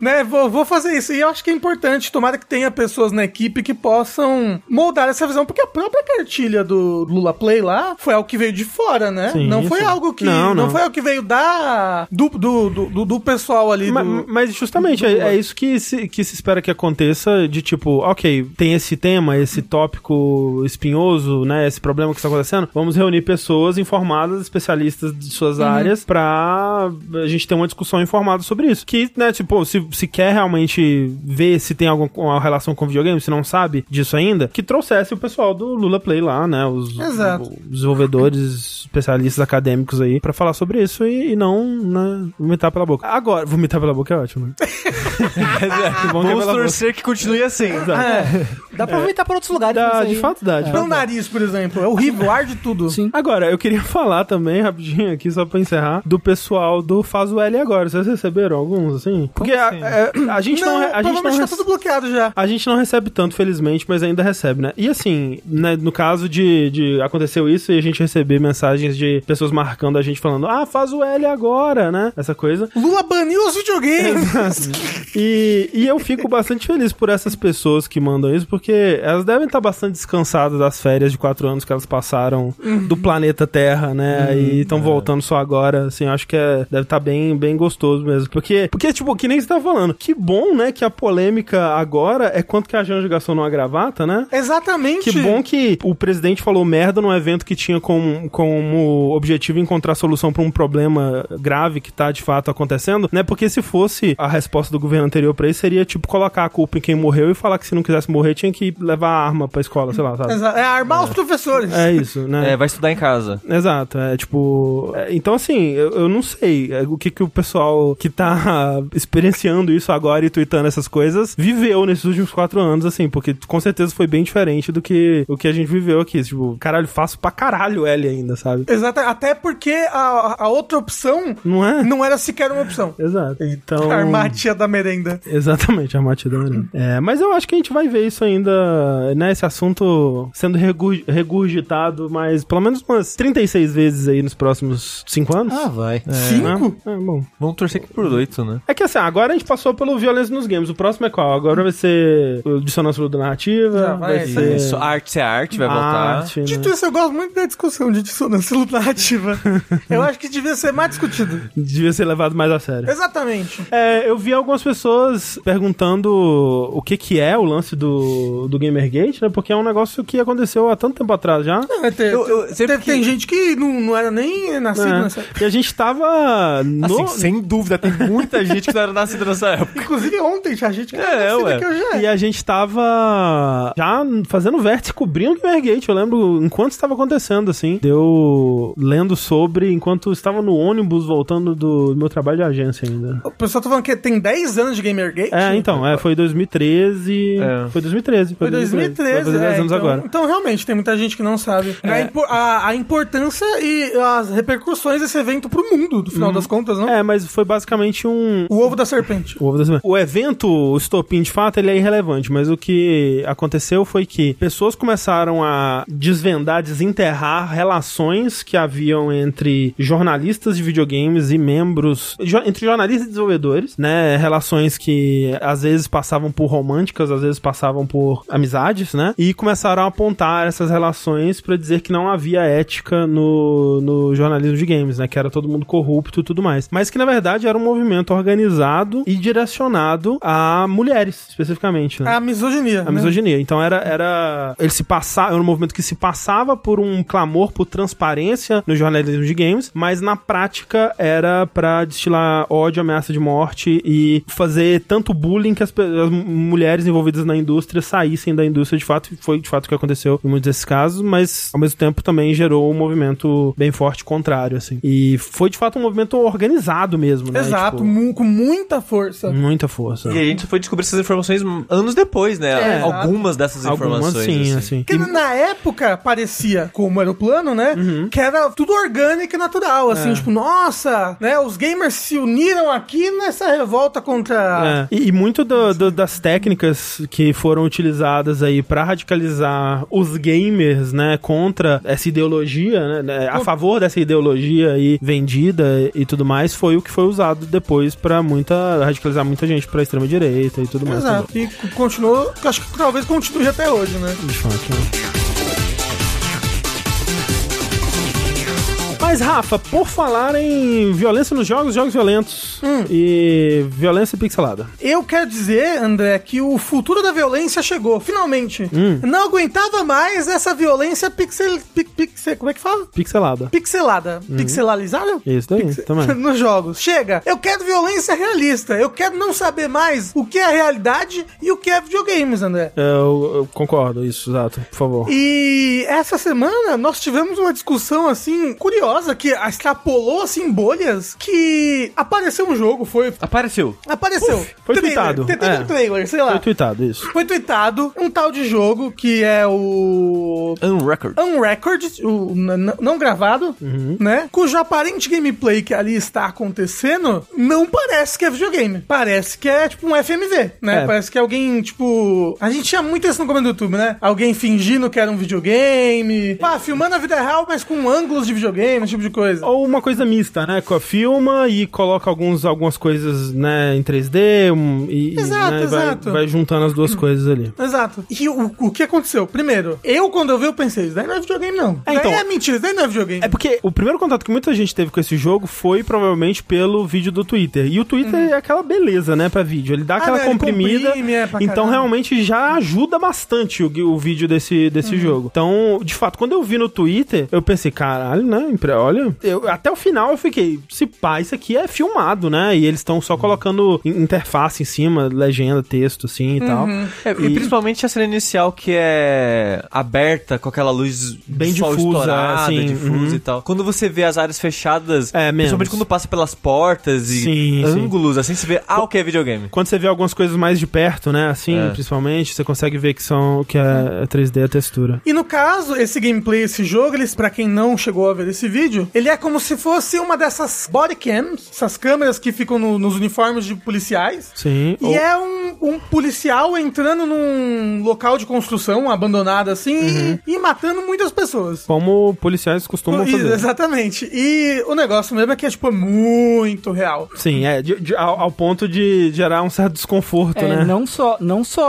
né, vou, vou fazer isso. E eu acho que é importante, tomara que tenha pessoas na equipe que possam moldar essa visão, porque a própria cartilha do Lula Play lá foi algo que veio de fora, né?
Sim,
não foi
sim.
algo que. Não,
Não, não.
foi algo que veio da. do, do, do, do- do pessoal ali.
Ma-
do-
Mas, justamente, é, é isso que se, que se espera que aconteça, de tipo, ok, tem esse tema, esse tópico espinhoso, né, esse problema que está acontecendo, vamos reunir pessoas informadas, especialistas de suas áreas, pra a gente ter uma discussão informada sobre isso. Que, né, tipo, se, se quer realmente ver se tem alguma uma relação com videogame, se não sabe disso ainda, que trouxesse o pessoal do Lula Play lá, né, os,
Exato.
os desenvolvedores, especialistas acadêmicos aí, pra falar sobre isso e, e não, né, vomitar pela boca. Agora, vomitar pela boca é ótimo, né? Que bom que né? é
Vamos
pela boca.
torcer que continue assim.
Dá pra aproveitar pra outros lugares. com
É. Dá,
é isso aí.
É, de fato dá, de
Pelo
fato dá.
nariz, por exemplo. É horrível, arde tudo.
Sim.
Agora, eu queria falar também, rapidinho aqui, só pra encerrar, do pessoal do Faz o L agora. Vocês receberam alguns, assim? Porque a, é, a gente não...
Não,
re- a gente não
provavelmente tá
rece-
tudo bloqueado já.
A gente não recebe tanto, felizmente, mas ainda recebe, né? E assim, né, no caso de, de aconteceu isso e a gente receber mensagens de pessoas marcando a gente falando, ah, faz o L agora, né? Essa coisa.
Lula baniu os videogames.
E, e eu fico bastante feliz por essas pessoas que mandam isso, porque elas devem estar bastante descansadas das férias de quatro anos que elas passaram do planeta Terra, né? e estão voltando só agora, assim, eu acho que é- deve estar bem, bem gostoso mesmo. Porque, porque, tipo, que nem você tá falando, que bom, né, que a polêmica agora é quanto que a Janja gastou numa gravata, né?
Exatamente.
Que bom que o presidente falou merda num evento que tinha como, como objetivo encontrar solução pra um problema grave que tá de fato acontecendo, né? Porque se fosse a resposta do governo anterior pra isso, seria tipo colocar a culpa em quem morreu e falar que se não quisesse morrer tinha que levar a arma pra escola, sei lá, sabe?
Exa- É armar os professores.
É isso, né?
É, vai estudar em casa.
Exato, é tipo. é, então, assim, eu, eu não sei é, o que, que o pessoal que tá experienciando isso agora e tweetando essas coisas viveu nesses últimos quatro anos, assim, porque com certeza foi bem diferente do que o que a gente viveu aqui. Tipo, caralho, faço pra caralho L ainda, sabe?
Exato. Até porque a, a outra opção
Não é?
não era sequer uma opção.
Exato. Então.
Armar a tia da merenda.
Exatamente, a matidão, né? É, mas eu acho que a gente vai ver isso ainda, né? Esse assunto sendo regur- regurgitado mais, pelo menos umas 36 vezes aí nos próximos cinco anos.
Ah, vai.
Cinco?
É, né? é bom.
Vamos torcer que por oito, né?
É que assim, agora a gente passou pelo violência nos games. O próximo é qual? Agora vai ser o dissonância ludo-narrativa.
Já vai,
vai,
é
ser
Isso, arte é arte, vai voltar.
arte, né?
Dito isso, eu gosto muito da discussão de dissonância lunativa. eu acho que devia ser mais discutido.
Devia ser levado mais a sério.
Exatamente.
É, eu vi algumas pessoas perguntando o que que é o lance do, do Gamergate, né? Porque é um negócio que aconteceu há tanto tempo atrás já. né?
Não, é ter-
Eu- eu-
ter-
sempre
teve- Tem
que-
gente que É. não, não era nem nascido
né?
nessa
E a gente tava no...
Assim, sem dúvida, tem muita gente que não era nascida nessa época.
Inclusive ontem tinha gente que não
É,
era nascida
ué.
que eu já
E
era.
a gente tava já fazendo vértice, cobrindo o Gamergate. Eu lembro enquanto estava acontecendo, assim. Deu lendo sobre, enquanto estava no ônibus voltando do meu trabalho de agência ainda.
O pessoal tá falando que tem 10 anos de Gamergate?
É, então, é, foi 2013.
É.
Foi 2013.
Foi 2013,
Foi 10
é,
anos
então,
agora.
Então, realmente, tem muita gente que não sabe. A, impo- a- a importância e as repercussões desse evento pro mundo, no final das contas, não?
É, mas foi basicamente um.
O ovo da serpente.
O, ovo da semana. O evento, o estopim, de fato, ele é irrelevante, mas o que aconteceu foi que pessoas começaram a desvendar, desenterrar relações que haviam entre jornalistas de videogames e membros, jo- entre jornalistas e desenvolvedores, né? Relações que às vezes passavam por românticas, às vezes passavam por amizades, né? E começaram a apontar essas relações pra dizer que não havia ética no, no jornalismo de games, né? Que era todo mundo corrupto e tudo mais. Mas que na verdade era um movimento organizado e direcionado a mulheres, especificamente, né?
A misoginia.
A
né?
misoginia. Então era, era. Ele se passava. Era um movimento que se passava por um clamor por transparência transparência no jornalismo de games, mas na prática era pra destilar ódio, ameaça de morte e fazer tanto bullying que as, pe- as mu- mulheres envolvidas na indústria saíssem da indústria de fato, e foi de fato o que aconteceu em muitos desses casos, mas ao mesmo tempo também gerou um movimento bem forte contrário, assim. E foi de fato um movimento organizado mesmo, né?
Exato,
Tipo, Uhum.
mu- com muita força.
muita força.
E a gente foi descobrir essas informações anos depois, né?
É,
Algumas dessas
Algumas
informações.
sim, assim.
Porque na época parecia, como era o plano, né?
Uhum.
Que era tudo orgânico e natural. Assim,
É.
tipo, nossa, né? Os gamers se uniram aqui nessa revolta contra.
É. E, e muito do- do- das técnicas que foram utilizadas aí pra radicalizar os gamers, né, contra essa ideologia, né, né, a favor dessa ideologia aí vendida e tudo mais, foi o que foi usado depois pra muita radicalizar muita gente pra extrema direita e tudo mais. também.
Exato. E c- continuou, que acho que talvez continue até hoje, né?
De fato, né. Mas, Rafa, por falar em violência nos jogos, jogos violentos e violência pixelada.
Eu quero dizer, André, que o futuro da violência chegou, finalmente.
Hum.
Não aguentava mais essa violência pixel. pi- pixel como é que fala?
Pixelada.
Pixelada.
Uhum.
Pixelalizada?
Isso daí, também.
nos jogos. Chega! Eu quero violência realista. Eu quero não saber mais o que é realidade e o que é videogames, André.
Eu, eu concordo, isso, exato, por favor.
E essa semana nós tivemos uma discussão assim curiosa que extrapolou assim bolhas que apareceu um jogo, foi
Apareceu.
apareceu.
foi
Trailer.
tweetado,
Teve
é.
um trailer, sei
Foi
lá.
tweetado, isso.
Foi tweetado um tal de jogo que é o
On Um record.
Unrecord, um o, n- n- não gravado,
Uhum.
né? Cujo aparente gameplay que ali está acontecendo não parece que é videogame. Parece que é tipo um FMV, né?
É.
Parece que alguém, tipo. A gente tinha muito isso no começo do YouTube, né? Alguém fingindo que era um videogame. Pá, filmando a vida real, mas com ângulos de videogame, esse tipo de coisa.
Ou uma coisa mista, né? Com a filma e coloca alguns, algumas coisas, né, em 3D um, e, e,
Exato,
né, e vai-
exato.
Vai, juntando as duas coisas ali.
Exato. E o, o que aconteceu? Primeiro, eu quando eu vi, eu pensei, isso daí não é videogame, não.
É,
Isso
então-
daí é mentira, isso daí não é videogame.
É porque o primeiro contato que muita gente teve com esse jogo foi provavelmente pelo vídeo do Twitter. E o Twitter é aquela beleza, né, pra vídeo. Ele dá aquela
né, Uhum. ele
comprimida.
comprime, é, pra
então
caramba.
realmente já ajuda bastante o, o vídeo desse,
Uhum.
desse jogo. Então, de fato, quando eu vi no Twitter, eu pensei, caralho, né? impre- Olha, eu- até o final eu fiquei, se pá, isso aqui é filmado, né? E eles estão só colocando in- interface em cima, legenda, texto, assim e tal.
Uhum.
É, e, principalmente a cena inicial que é aberta com aquela luz
Bem
do sol
difusa,
estourada,
assim,
difusa
uhum.
e tal. Quando você vê as áreas fechadas,
É, menos.
principalmente quando passa pelas portas
Sim,
e
sim.
ângulos, assim, você vê, ah, o que é videogame?
Quando você vê algumas coisas mais de perto, né? Assim,
É.
principalmente, você consegue ver que são que é 3D a textura.
E no caso, esse gameplay, esse jogo, eles, pra quem não chegou a ver esse vídeo, ele é como se fosse uma dessas body cams, essas câmeras que ficam no- nos uniformes de policiais.
Sim.
E é um, um policial entrando num local de construção abandonado assim e, e matando muitas pessoas.
Uhum. Como policiais costumam
Isso,
fazer.
exatamente. E o negócio mesmo é que é, tipo, muito real.
Sim, é, de- de- ao, ao ponto de gerar um certo desconforto,
É,
né?
não só, não só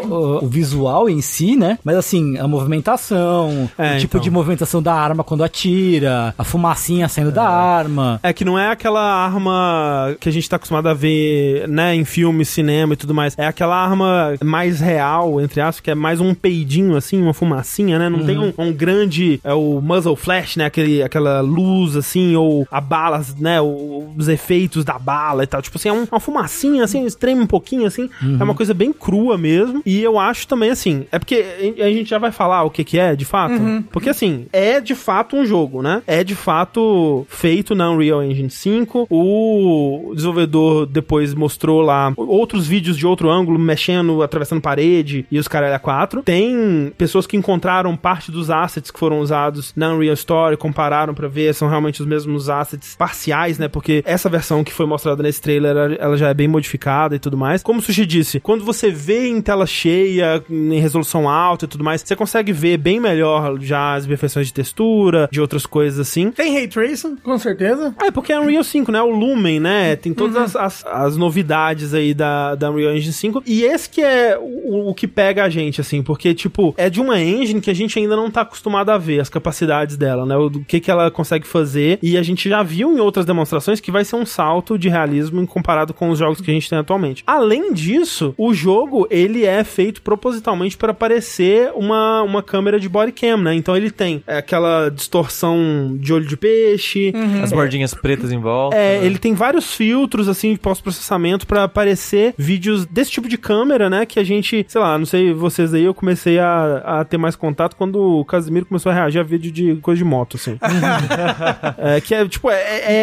ó, o visual em si, né? Mas assim, a movimentação,
É,
o tipo
então.
de movimentação da arma quando atira, a fumacinha saindo da arma.
É que não é aquela arma que a gente tá acostumado a ver, né, em filme, cinema e tudo mais. É aquela arma mais real, entre aspas, que é mais um peidinho, assim, uma fumacinha, né? Não tem um, um grande, é o muzzle flash, né, aquele, aquela luz, assim, ou a bala, né, o- os efeitos da bala e tal. Tipo assim, é um- uma fumacinha, assim, treme um pouquinho, assim. É uma coisa bem crua mesmo. E eu acho também, assim, é porque a gente já vai falar o que que é, de fato. Porque, assim, é de fato um jogo, né? É de fato feito na Unreal Engine 5. O desenvolvedor depois mostrou lá outros vídeos de outro ângulo, mexendo, atravessando parede e os caralho a quatro. Tem pessoas que encontraram parte dos assets que foram usados na Unreal Story, compararam pra ver, são realmente os mesmos assets parciais, né? Porque essa versão que foi mostrada nesse trailer, ela- ela já é bem modificada e tudo mais. Como o Sushi disse, quando você vê em tela cheia, em resolução alta e tudo mais, você consegue ver bem melhor já as imperfeições de textura, de outras coisas assim.
Tem ray tracing, com certeza.
Ah, é porque é Unreal 5, né? O Lumen, né? Tem todas as, as, as novidades aí da, da Unreal Engine 5. E esse que é o, o que pega a gente, assim, porque, tipo, é de uma engine que a gente ainda não tá acostumado a ver. As capacidades dela, né? O do que, que ela consegue fazer. E a gente já viu em outras demonstrações que vai ser um salto de realismo em comparado com os jogos que a gente tem atualmente. Além disso, o jogo ele é feito propositalmente para parecer uma, uma câmera de body cam, né? Então ele tem é, aquela distorção de olho de peixe,
As bordinhas pretas em volta.
é, ele tem vários filtros, assim, de pós-processamento pra aparecer vídeos desse tipo de câmera, né? Que a gente, sei lá, não sei vocês aí, eu comecei a, a ter mais contato quando o Casimiro começou a reagir a vídeo de coisa de moto, assim. É, que é, tipo, é,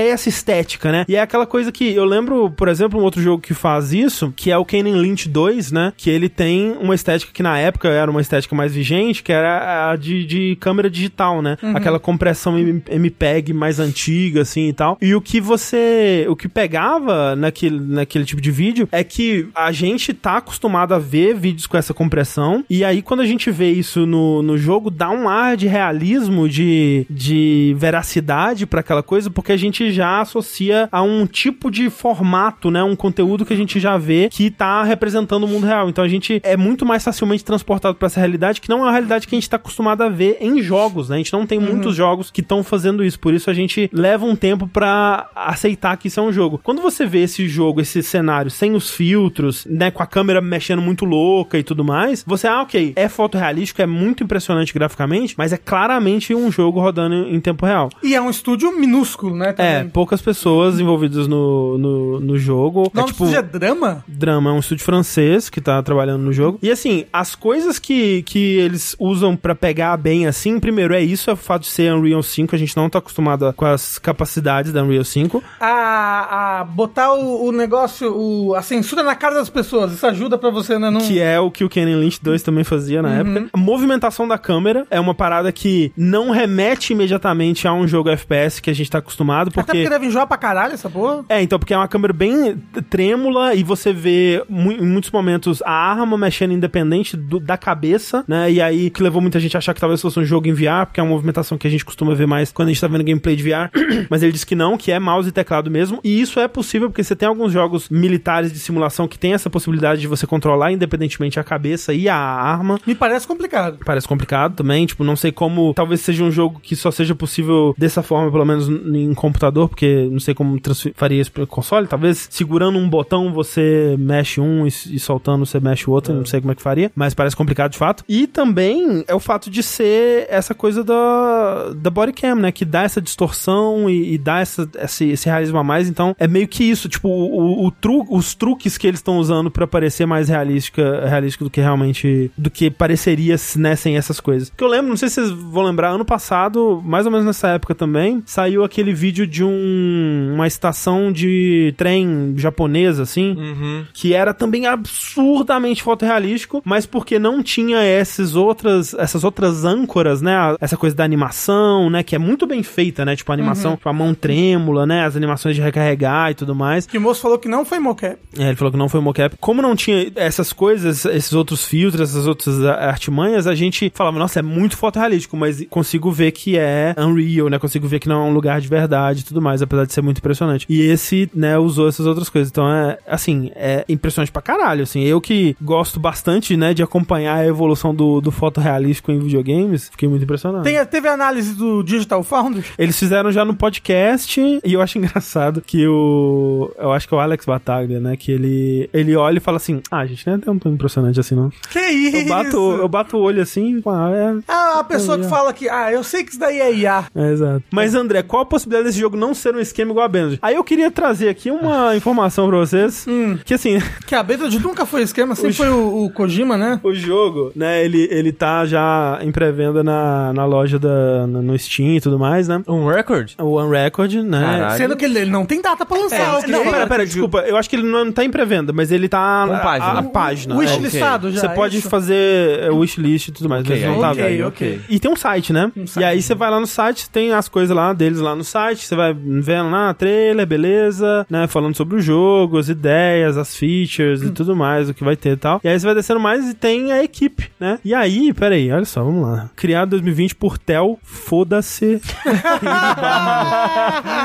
é essa estética, né? E é aquela coisa que eu lembro, por exemplo, um outro jogo que faz isso, que é o Kenan Lynch 2, né? Que ele tem uma estética que na época era uma estética mais vigente, que era a de, de câmera digital, né? Aquela compressão M- MPEG mais antiga, assim e tal. E o que você. O que pegava naquele, naquele tipo de vídeo é que a gente tá acostumado a ver vídeos com essa compressão, e aí quando a gente vê isso no, no jogo, dá um ar de realismo, de, de veracidade pra aquela coisa, porque a gente já associa a um tipo de formato, né? Um conteúdo que a gente já vê que tá representando o mundo real. Então a gente é muito mais facilmente transportado pra essa realidade, que não é a realidade que a gente tá acostumado a ver em jogos, né? A gente não tem muitos jogos que estão fazendo isso, por isso a gente leva um tempo pra aceitar que isso é um jogo. Quando você vê esse jogo, esse cenário sem os filtros, né, com a câmera mexendo muito louca e tudo mais, você, ah, ok, é fotorrealístico, é muito impressionante graficamente, mas é claramente um jogo rodando em em tempo real.
E é um estúdio minúsculo, né?
É,
também.
poucas pessoas envolvidas no, no, no jogo.
O nome
é,
do
tipo,
estúdio é Drama?
Drama é um estúdio francês que tá trabalhando no jogo. E assim, as coisas que, que eles usam pra pegar bem assim, primeiro é isso, é o fato de ser Unreal 5, a gente não tá acostumado com as capacidades da Unreal 5.
A, a botar o, o negócio, o- a censura na cara das pessoas. Isso ajuda pra você, né? Não...
Que é o que o Kenan Lynch 2 também fazia
Uhum.
na época. A movimentação da câmera é uma parada que não remete imediatamente a um jogo FPS que a gente tá acostumado,
Até porque deve enjoar pra caralho essa porra.
É, então, porque é uma câmera bem trêmula e você vê mu- em muitos momentos a arma mexendo independente do- da cabeça, né? E aí que levou muita gente a achar que talvez fosse um jogo em VR, porque é uma movimentação que a gente costuma ver mais quando a gente tá vendo gameplay de VR. Mas ele disse que não, que é mouse e teclado mesmo. E isso é possível porque você tem alguns jogos militares de simulação que tem essa possibilidade de você controlar independentemente a cabeça e a arma.
Me parece complicado.
Parece complicado também, tipo, não sei como. Talvez seja um jogo que só seja possível dessa forma, pelo menos n- em computador, porque não sei como transfer- faria isso pro console. Talvez segurando um botão você mexe um e, s- e soltando você mexe o outro, não sei como é que faria, mas parece complicado de fato. E também é o fato de ser essa coisa da, da body cam, né? Que dá essa distorção e, e dá essa, esse, esse realismo a mais. Então é meio que isso, tipo, o, o tru- os truques que eles estão usando pra parecer mais realística, realístico do que realmente, do que pareceria, né, sem essas coisas. Porque eu lembro, não sei se vocês vão lembrar, ano passado, mais ou menos nessa época também, saiu aquele vídeo de um, uma estação de trem japonesa, assim, que era também absurdamente fotorrealístico, mas porque não tinha esses outras, essas outras âncoras, né? A- Essa coisa da animação, né? Que é muito bem feita, né? Tipo, a animação com a mão trêmula, né? As animações de recarregar e tudo mais.
Que o moço falou que não foi mocap.
É, ele falou que não foi mocap. Como não tinha essas coisas, esses outros filtros, essas outras a- artimanhas, a gente falava, nossa, é muito fotorrealístico, mas consigo ver que é Unreal, né? Consigo ver que não é um lugar de verdade e tudo mais, apesar de ser muito impressionante. E esse, né, usou essas outras coisas. Então, é, assim, é impressionante pra caralho, assim. Eu que gosto bastante, né, de acompanhar a evolução do, do fotorrealístico em videogames, fiquei muito impressionado.
Tem, teve análise do Digital Foundry?
Eles fizeram já no podcast, e eu acho engraçado que o. Eu acho que é o Alex Bataglia, né? Que ele, ele olha e fala assim: Ah, gente, não é tão impressionante assim, não.
Que isso?
Eu bato, eu bato o olho assim, pá, é.
Ah, a pessoa que fala que, ah, eu sei que isso daí é IA.
É, exato. Mas, André, qual a possibilidade desse jogo não ser um esquema igual a Benji? Aí eu queria trazer aqui uma informação pra vocês. Que assim,
Hum, Que a Bethesda nunca foi esquema, sempre foi o, o Kojima, né?
o jogo, né, ele, ele tá já em pré-venda na, na loja da, no no Steam e tudo mais, né?
Um record?
O Unrecord, né?
Caralho.
Sendo que ele, ele não tem data pra lançar. ok?
É, Não, pera, pera, desculpa. Eu acho que ele não tá em pré-venda, mas ele tá
Com
na
página.
A, a página.
O
é.
Wishlistado já.
Você pode
isso.
fazer é, wishlist e tudo mais, mas
Ok,
não
aí-
tá
ok,
velho.
ok.
E tem um site, né?
site.
e aí você vai lá no site, tem as coisas lá deles lá no site, você vai vendo lá, trailer, beleza, né? Falando sobre o jogo, as ideias, as features
Hum.
e tudo mais, o que vai ter e tal. E aí você vai descendo mais e tem a equipe, né? E aí, peraí, olha só, vamos lá. Criado em 2020 por Tel, foda-se.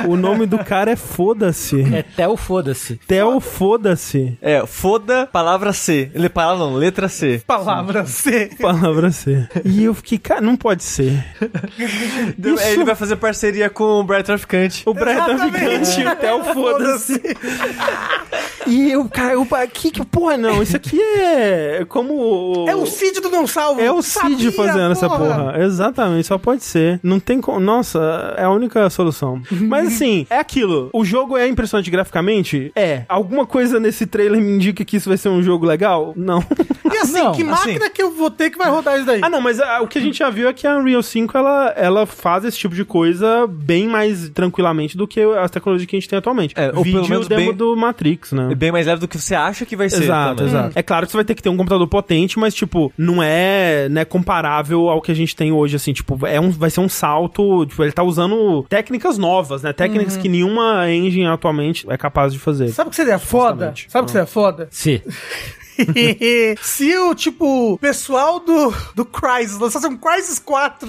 o nome do cara é foda-se.
É Theo, foda-se.
Theo, foda-se.
É, foda, palavra C. Ele palavra não, letra C.
Palavra C.
Palavra C. E eu fiquei, cara, não pode ser. Isso.
Ele vai fazer parceria com o Brian Traficante.
O Brian
Exatamente.
Traficante e o Theo, foda-se. E eu, cara, eu, ah, que, que porra, não, isso aqui é como...
É o Cid do Não Salvo.
É o
Sabia,
Cid fazendo essa porra. Exatamente, só pode ser. Não tem como. Nossa, é a única solução. Mas assim, é aquilo. O jogo é impressionante graficamente? É. Alguma coisa nesse trailer me indica que isso vai ser um jogo legal? Não.
E assim,
Não,
que máquina que eu vou ter que vai rodar isso daí?
ah, não, mas ah, o que a gente já viu é que a Unreal 5 ela, ela faz esse tipo de coisa bem mais tranquilamente do que as tecnologias que a gente tem atualmente.
É, ou pelo
Vídeo
menos
demo
bem-
do Matrix, né?
É bem mais leve do que você acha que vai ser.
Exato,
também.
exato. É claro que você vai ter que ter um computador potente, mas, tipo, não é né, comparável ao que a gente tem hoje, assim, tipo, é um, vai ser um salto, tipo, ele tá usando técnicas novas, né, técnicas que nenhuma engine atualmente é capaz de fazer.
Sabe o que seria foda?
Justamente.
Sabe o que seria foda?
Se.
Se o, tipo, pessoal do, do Crysis lançasse um Crysis 4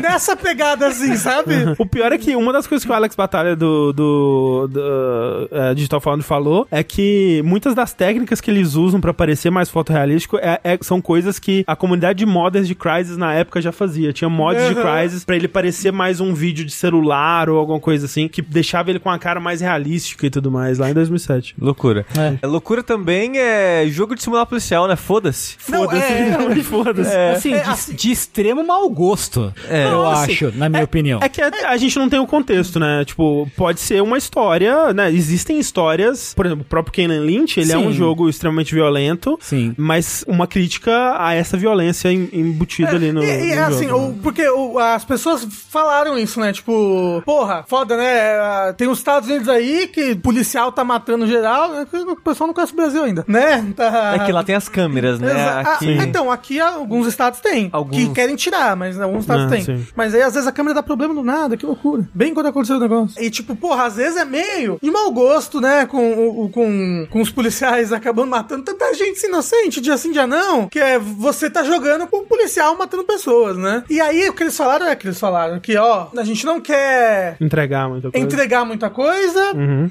nessa pegada assim, sabe?
O pior é que uma das coisas que o Alex Batalha do, do, do, eh, Digital Foundry falou é que muitas das técnicas que eles usam pra parecer mais fotorrealístico é- é- são coisas que a comunidade de modders de Crysis na época já fazia. Tinha mods de
Aham.
Crysis pra ele parecer mais um vídeo de celular ou alguma coisa assim, que deixava ele com a cara mais realística e tudo mais, lá em 2007.
Loucura.
É.
É, Loucura também é jogo de simular policial, né? Foda-se.
Foda-se,
é-
não, foda-se.
Assim, É. de, de extremo mau gosto, eu
Não, assim,
acho, na minha opinião.
É que a, a gente não tem o contexto, né? Tipo, pode ser uma história, né? Existem histórias, por exemplo, o próprio Kenan Lynch, ele é
Sim.
um jogo extremamente violento,
Sim.
mas uma crítica a essa violência em- embutida ali no,
E, e,
no
assim,
jogo. né?
o- porque o- as pessoas falaram isso, né? Tipo, porra, foda, né? Ah, Tem os Estados Unidos aí que policial tá matando geral, né? Que o pessoal não conhece o Brasil ainda, né? Tá-
É que lá tem as câmeras, né?
Exa- ah,
Aqui.
então, aqui alguns estados têm.
Alguns.
Que querem tirar, mas alguns estados
Ah,
têm.
sim.
Mas aí, às vezes, a câmera dá problema do nada, que loucura. Bem quando aconteceu o negócio. E, tipo, porra, às vezes é meio de mau gosto, né? Com, o- o- com, com os policiais acabando matando tanta gente inocente, dia sim, dia não. Que é você tá jogando com um policial matando pessoas, né? E aí, o que eles falaram é que eles falaram que, ó, a gente não quer
Entregar muita coisa.
entregar muita coisa,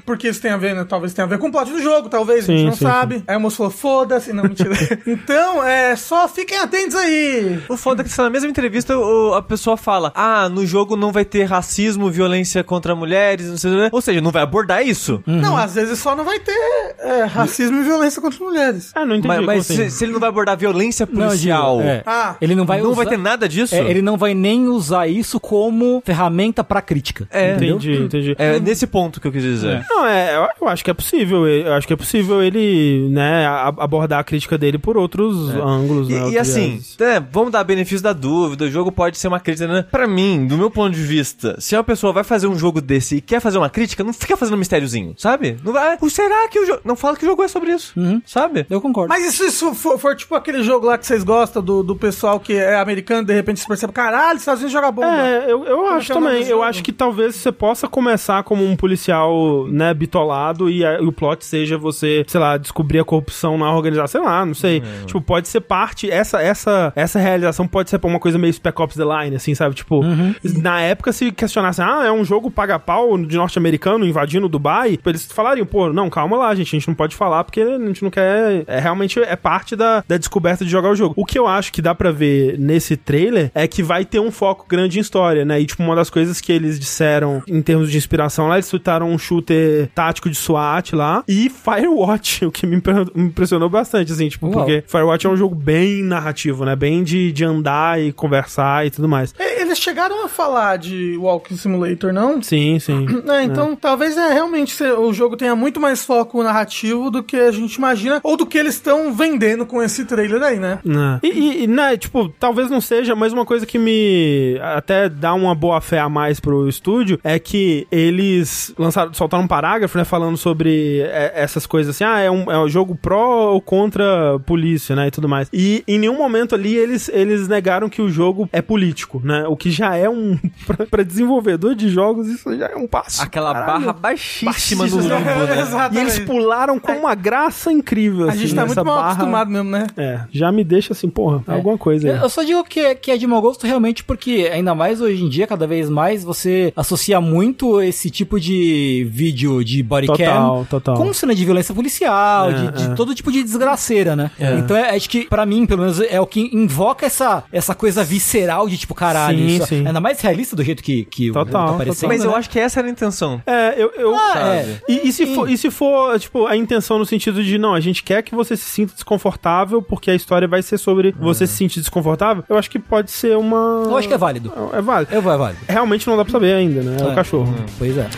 porque isso tem a ver, né? Talvez tenha a ver com o plot do jogo, talvez, a gente
Uhum. Sim,
não
sim,
sabe. Aí o moço falou, foda-se, não, mentira. então, é, só fiquem atentos aí.
O foda é que na mesma entrevista o- a pessoa fala: Ah, no jogo não vai ter racismo, violência contra mulheres, não sei o que. Ou seja, não vai abordar isso.
Uhum.
Não, às vezes só não vai ter é, racismo e violência contra mulheres.
Ah, não entendi.
Mas,
como
mas
assim?
se, se ele não vai abordar violência
Não, eu digo,
policial,
é.
Ah,
ele não vai
não
usar-
vai ter nada disso?
É, ele não vai nem usar isso como ferramenta pra crítica.
É.
entendeu?
Entendi, entendi.
É nesse ponto que eu quis dizer.
Não, é, eu- eu acho que é possível. Eu acho que é possível ele, né, a- abordar a crítica dele por outros ângulos,
É. E,
né?
e
outros
assim,
viés.
né, vamos dar benefício da dúvida, o jogo pode ser uma crítica, né? Pra mim, do meu ponto de vista, se uma pessoa vai fazer um jogo desse e quer fazer uma crítica, não fica fazendo mistériozinho, sabe? Não vai, "Ah, será que o jogo... Não fala que o jogo é sobre isso, sabe?
Uhum. Eu concordo.
Mas e se isso for, for tipo aquele jogo lá que vocês gostam do, do pessoal que é americano, de repente se percebe, caralho, Estados Unidos joga bomba.
É, eu, eu acho
que é o nome
também.
do
Eu
jogo?
acho que talvez você possa começar como um policial, né, bitolado e, a- e o plot seja você, sei lá, descobrir a corrupção na organização, sei lá, não sei.
É.
Tipo, pode ser parte, essa essa essa realização pode ser uma coisa meio Spec Ops The Line, assim, sabe? Tipo,
Uhum.
na época se questionasse, ah, é um jogo paga-pau de norte-americano invadindo Dubai, tipo, eles falariam, pô, não, calma lá, gente, a gente não pode falar porque a gente não quer, é realmente é parte da, da descoberta de jogar o jogo. O que eu acho que dá pra ver nesse trailer é que vai ter um foco grande em história, né? E, tipo, uma das coisas que eles disseram em termos de inspiração lá, eles citaram um shooter tático de SWAT lá e Firewatch, o que me impre- me impressionou bastante, assim, tipo,
Uau.
porque Firewatch é um jogo bem narrativo, né? Bem de, de andar e conversar e tudo mais.
E- Eles chegaram a falar de Walking Simulator, não?
Sim, sim.
É, então talvez é realmente se- o jogo tenha muito mais foco narrativo do que a gente imagina, ou do que eles estão vendendo com esse trailer aí, né?
Né. E, e- e, né, tipo, talvez não seja, mas uma coisa que me até dá uma boa fé a mais pro estúdio é que eles lançaram, soltaram um parágrafo, né, falando sobre é, essas coisas assim, ah, é um, é um jogo pró ou contra polícia, né, e tudo mais. E em nenhum momento ali eles, eles negaram que o jogo é político, né, o que já é um, pra, pra desenvolvedor de jogos, isso já é um passo.
Aquela
caralho.
barra baixíssima, no
Baixíssima.
limbo, né?
E eles
Exatamente.
pularam com uma graça incrível,
É.
assim,
a gente tá muito
nessa
mal
barra.
acostumado mesmo, né?
É, já me deixa assim, porra, alguma coisa aí.
É. Eu só digo que, que é de mau gosto realmente porque, ainda mais hoje em dia, cada vez mais, você associa muito esse tipo de vídeo de body
Total,
cam
total.
com cena de violência policial,
É,
de, de
é.
todo tipo de desgraceira, né?
É.
Então é, acho que, pra mim, pelo menos, é o que invoca essa, essa coisa visceral de tipo, caralho,
Sim,
isso
sim.
é ainda mais realista do jeito que, que
Total,
o mundo tá
total.
aparecendo.
Mas
né?
eu acho que essa era a intenção.
É, eu. eu
Ah,
sabe?
é.
E, e se
Sim.
for, e se for, tipo, a intenção no sentido de, não, a gente quer que você se sinta desconfortável, porque a história vai ser sobre
Uhum.
você se sentir desconfortável, eu acho que pode ser uma.
Eu acho que é válido.
É válido.
Eu vou, é válido.
Realmente não dá pra saber ainda, né? É, o
É.
cachorro.
Uhum.
Pois é.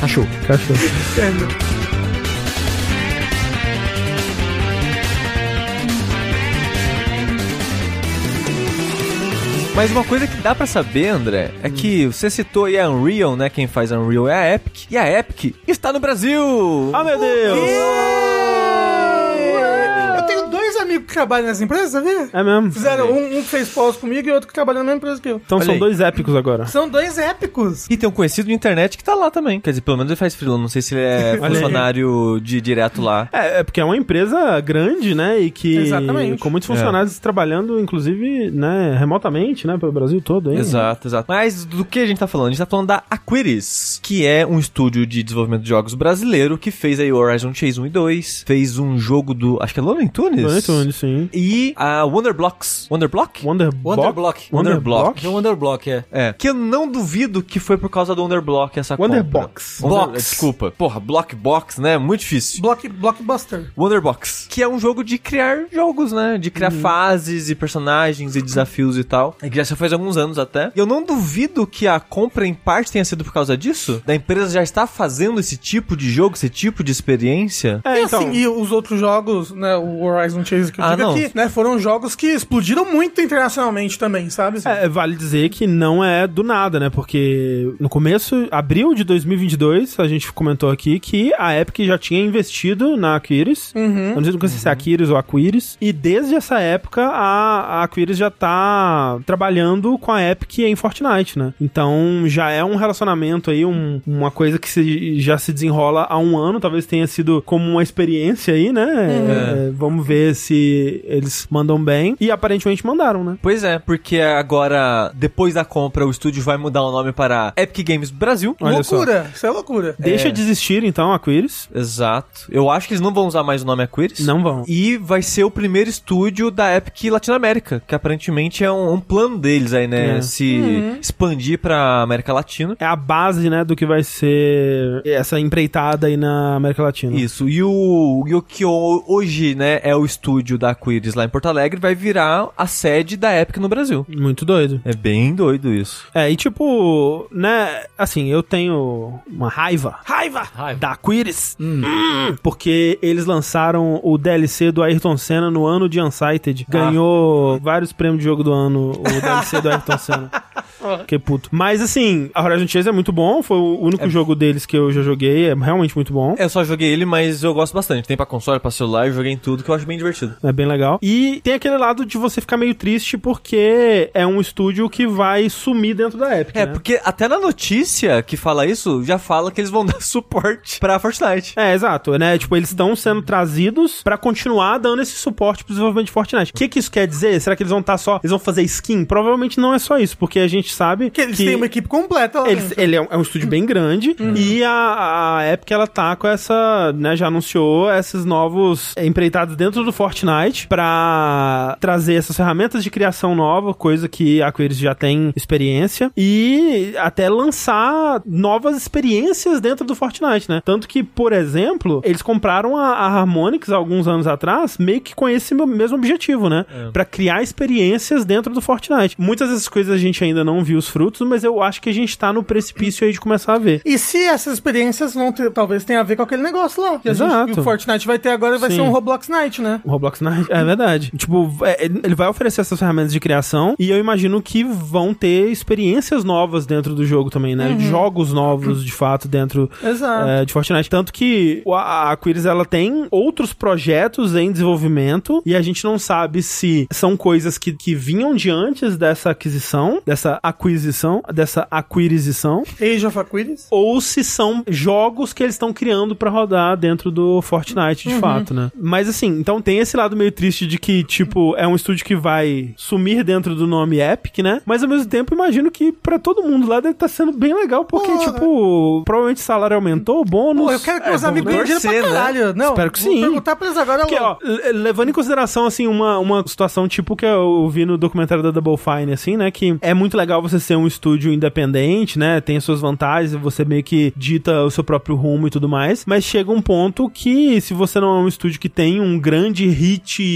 Cachorro.
Cachorro.
Mas uma coisa que dá pra saber, André, é
Hum.
que você citou aí a Unreal, né? Quem faz Unreal é a Epic. E a Epic está no Brasil!
Ah, meu Deus!
Eu tenho dois amigos que trabalham nessa empresa, sabia?
É mesmo.
Fizeram um, um que fez pós comigo e outro que trabalha na mesma empresa que eu.
Então
Olha
são
aí.
dois épicos agora.
São dois épicos.
E tem um conhecido de internet que tá lá também. Quer dizer, pelo menos ele faz freelance. Não sei se ele é
aí.
funcionário de direto lá.
É, é porque é uma empresa grande, né? E que.
Exatamente.
Com
É.
muitos funcionários trabalhando, inclusive, né, remotamente, né? Pelo Brasil todo, hein?
Exato, exato. Mas do que a gente tá falando? A gente tá falando da Aquiris, que é um estúdio de desenvolvimento de jogos brasileiro que fez aí Horizon Chase 1 e 2, fez um jogo do. Acho que é Looney Tunes?
Exato. sim.
E a Wonderblocks. Wonderblock?
Wonderblock.
Wonderblock.
Wonderblock.
É um Underblock, é.
É. Que eu não duvido que foi por causa do Wonderblock essa
Wonderbox.
compra. Wonder-
Box.
Desculpa. Porra, Blockbox, né? Muito difícil.
Block, blockbuster.
Wonderbox, que é um jogo de criar jogos, né? De
Uhum.
criar fases e personagens e desafios e tal. É que já se faz alguns anos até. E eu não duvido que a compra em parte tenha sido por causa disso. Da empresa já está fazendo esse tipo de jogo, esse tipo de experiência.
É,
e
então.
assim, e os outros jogos, né, o Horizon Chase que eu
Ah,
digo
não.
aqui, né, foram jogos que explodiram muito internacionalmente também, sabe?
É, vale dizer que não é do nada, né? Porque no começo, abril de 2022, a gente comentou aqui que a Epic já tinha investido na Aquiris. Eu não sei nunca sei se é Aquiris ou Aquiris. E desde essa época, a, a Aquiris já tá trabalhando com a Epic em Fortnite, né? Então já é um relacionamento aí, um- uma coisa que se- já se desenrola há um ano. Talvez tenha sido como uma experiência aí, né? É, vamos ver se eles mandam bem. E aparentemente mandaram, né?
Pois é, porque agora, depois da compra, o estúdio vai mudar o nome para Epic Games Brasil.
Olha só.
loucura, isso é loucura.
Deixa de existir, então, a Quiris.
Exato. Eu acho que eles não vão usar mais o nome Aquiris.
Não vão.
E vai ser o primeiro estúdio da Epic Latinoamérica, que aparentemente é um, um plano deles aí, né?
É.
Se expandir pra América Latina.
É a base, né, do que vai ser essa empreitada aí na América Latina.
Isso, e o, e o que o- hoje, né, é o estúdio da Aquiris lá em Porto Alegre, vai virar a sede da Epic no Brasil.
Muito doido.
É bem doido isso.
É, e tipo, né, assim, eu tenho uma raiva. Raiva!
Raiva.
Da Quiris. Hum, Porque eles lançaram o DLC do Ayrton Senna no ano de Unsighted. Ganhou vários prêmios de jogo do ano, o DLC do Ayrton Senna. Que puto. Mas assim, a Horizon Chase é muito bom, foi o único jogo deles que eu já joguei, é realmente muito bom.
Eu só joguei ele, mas eu gosto bastante. Tem pra console, pra celular, eu joguei em tudo, que eu acho bem divertido.
É bem legal. E tem aquele lado de você ficar meio triste porque é um estúdio que vai sumir dentro da Epic.
É,
né?
porque até na notícia que fala isso, já fala que eles vão dar suporte pra Fortnite.
É, exato, né? Tipo, eles estão sendo trazidos pra continuar dando esse suporte pro desenvolvimento de Fortnite. O que que isso quer dizer? Será que eles vão estar só... Eles vão fazer skin? Provavelmente não é só isso, porque a gente sabe
Porque eles têm uma equipe completa lá.
Eles-
dentro.
ele é um, é um estúdio bem grande e a, a Epic ela tá com essa, né, já anunciou esses novos empreitados dentro do Fortnite pra trazer essas ferramentas de criação nova, coisa que a Quiris já tem experiência e até lançar novas experiências dentro do Fortnite, né? Tanto que, por exemplo, eles compraram a, a Harmonix alguns anos atrás, meio que com esse mesmo objetivo, né? Pra criar experiências dentro do Fortnite. Muitas dessas coisas a gente ainda não viu os frutos, mas eu acho que a gente tá no precipício aí de começar a ver.
E se essas experiências vão ter, talvez tenha a ver com aquele negócio lá. Que a gente-
Exato.
que o Fortnite vai ter agora vai
Sim.
ser um Roblox Night, né?
O Roblox Night, é verdade. Tipo, é, ele vai oferecer essas ferramentas de criação e eu imagino que vão ter experiências novas dentro do jogo também, né? Jogos novos, de fato, dentro
Exato.
é, de Fortnite. Tanto que o- a a Quiris ela tem outros projetos em desenvolvimento e a gente não sabe se são coisas que, que vinham de antes dessa aquisição, dessa aquisição, dessa aquirizição,
Age of Aquiles.
ou se são jogos que eles estão criando pra rodar dentro do Fortnite, de
Uhum.
fato, né? Mas assim, então tem esse lado meio triste de que, tipo, é um estúdio que vai sumir dentro do nome Epic, né? Mas ao mesmo tempo, imagino que pra todo mundo lá deve estar sendo bem legal, porque,
Pô,
tipo, provavelmente o salário aumentou, o bônus.
Pô, eu quero que meus
é,
amigos
vamos
ganhem dinheiro pra
torcer, né?
caralho. Não,
Espero que
vou
sim.
perguntar pra eles agora.
Porque,
logo.
ó, le- levando em consideração, assim, uma, uma situação tipo que eu vi no documentário da Double Fine, assim, né? Que é muito legal você ser um estúdio independente, né? Tem as suas vantagens, você meio que dita o seu próprio rumo e tudo mais. Mas chega um ponto que, se você não é um estúdio que tem um grande hit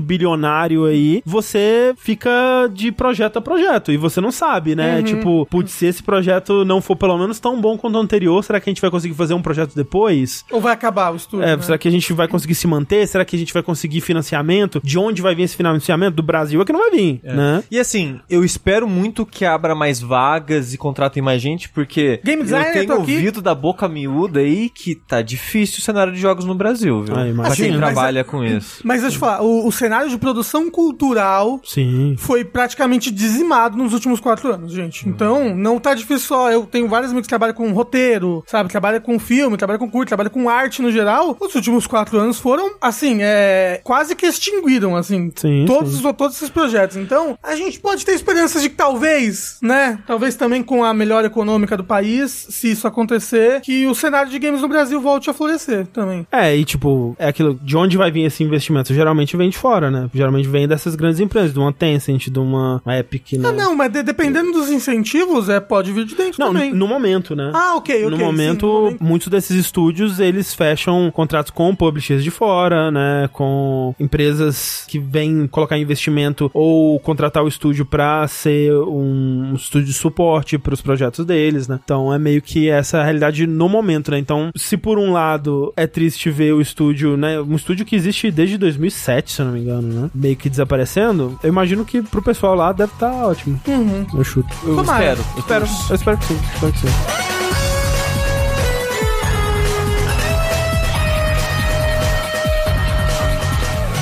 multibilionário aí, você fica de projeto a projeto. E você não sabe, né? Tipo, putz, se esse projeto não for pelo menos tão bom quanto o anterior, será que a gente vai conseguir fazer um projeto depois?
Ou vai acabar o estúdio?
É,
né?
será que a gente vai conseguir se manter? Será que a gente vai conseguir financiamento? De onde vai vir esse financiamento? Do Brasil é que não vai vir, né?
E assim, eu espero muito que abra mais vagas e contratem mais gente, porque
Game designer,
eu tenho
tô aqui.
ouvido da boca miúda aí que tá difícil o cenário de jogos no Brasil, viu?
Ah,
pra
imagino.
quem
Mas-
trabalha com
é-
isso.
Mas deixa eu te falar, o, o cenário de produção cultural
Sim.
foi praticamente dizimado nos últimos quatro anos, gente.
Uhum.
Então, não tá difícil só. Eu tenho vários amigos que trabalham com roteiro, sabe? Trabalham com filme, trabalham com curto, trabalham com arte no geral. Os últimos quatro anos foram, assim, é, quase que extinguiram, assim.
Sim,
todos,
sim.
os- todos esses projetos. Então, a gente pode ter esperanças de que talvez, né? Talvez também com a melhora econômica do país, se isso acontecer, que o cenário de games no Brasil volte a florescer também.
É, e tipo, é aquilo, de onde vai vir esse investimento? Geralmente vem de fora, né? Geralmente vem dessas grandes empresas, de uma Tencent, de uma Epic, né?
Ah, não, mas de- dependendo dos incentivos, é, pode vir de dentro
Não,
também.
no momento, né?
Ah, ok, ok.
no,
sim,
momento, muitos desses estúdios, eles fecham contratos com publishers de fora, né? Com empresas que vêm colocar investimento ou contratar o estúdio pra ser um estúdio de suporte pros projetos deles, né? Então é meio que essa a realidade no momento, né? Então, se por um lado é triste ver o estúdio, né? Um estúdio que existe desde 2007, se eu não me engano, né? Meio que desaparecendo, eu imagino que pro pessoal lá deve estar ótimo.
Uhum.
Eu chuto.
Eu
Tomara.
espero. eu
Espero, eu espero que sim, espero que sim.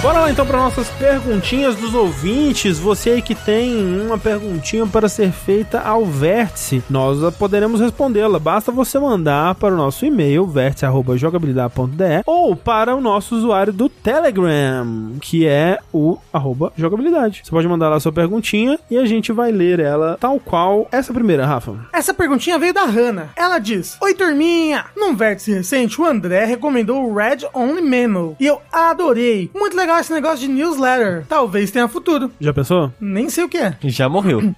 Bora lá então para nossas perguntinhas dos ouvintes. Você aí que tem uma perguntinha para ser feita ao Vértice, nós a poderemos respondê-la. Basta você mandar para o nosso e-mail vértice@jogabilidade.de ou para o nosso usuário do Telegram, que é o arroba jogabilidade. Você pode mandar lá a sua perguntinha e a gente vai ler ela tal qual essa primeira, Rafa.
Essa perguntinha veio da Hannah. Ela diz: Oi, turminha! Num vértice recente, o André recomendou o Red Only Memo. E eu adorei. Muito legal esse negócio de newsletter. Talvez tenha futuro.
Já pensou?
Nem sei o que é.
Já morreu.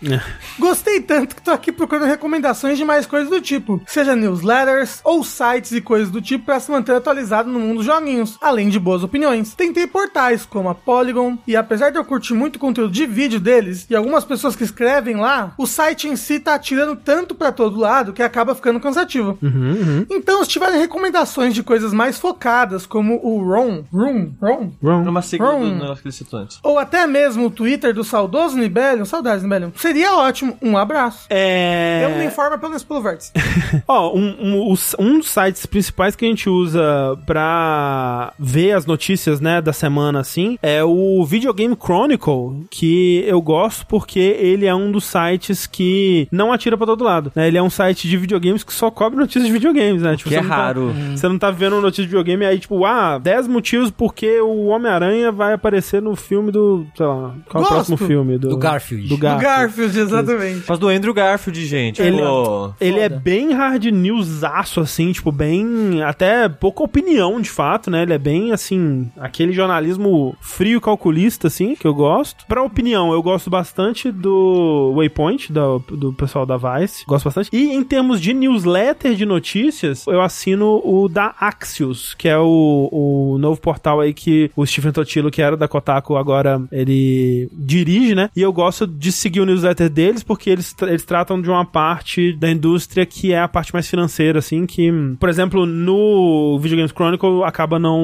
Gostei tanto que tô aqui procurando recomendações de mais coisas do tipo, seja newsletters ou sites e coisas do tipo para se manter atualizado no mundo dos joguinhos, além de boas opiniões. Tentei portais como a Polygon e apesar de eu curtir muito o conteúdo de vídeo deles e algumas pessoas que escrevem lá, o site em si tá atirando tanto para todo lado que acaba ficando cansativo. Então, se tiverem recomendações de coisas mais focadas como o ROM, ROM, ROM,
Wrong.
Numa sigla do
Hum.
negócio que ele citou antes.
ou até mesmo o Twitter do saudoso Nibelion, saudades Nibelion, seria ótimo. Um abraço.
É...
Eu me informo pelo menos pelo vértice.
Ó, um, um, os- um dos sites principais que a gente usa pra ver as notícias, né, da semana, assim, é o Videogame Chronicle, que eu gosto porque ele é um dos sites que não atira pra todo lado, né? Ele é um site de videogames que só cobre notícias de videogames, né? Tipo,
Que
você
é
não tá-
raro.
Você não tá vendo notícia de videogame aí, tipo, ah, 10 motivos porque o Homem-Aranha vai aparecer no filme do, sei lá, qual é o
Gosto.
próximo filme? Do,
Do Garfield.
Do
Do
Garfield.
Garfield, exatamente.
Faz do Andrew Garfield, gente.
Ele-
pô.
Ele é
Foda.
bem hard newsaço, assim, tipo, bem. Até pouca opinião, de fato, né? Ele é bem, assim, aquele jornalismo frio e calculista, assim, que eu gosto. Pra opinião, eu gosto bastante do Waypoint, da- do pessoal da Vice. Gosto bastante. E em termos de newsletter de notícias, eu assino o da Axios, que é o, o novo portal aí que o Stephen Totilo, que era da Kotaku, agora ele dirige, né? E eu gosto de seguir o newsletter deles, porque eles, eles tratam de uma parte parte da indústria que é a parte mais financeira, assim, que, por exemplo, no Video Games Chronicle acaba não,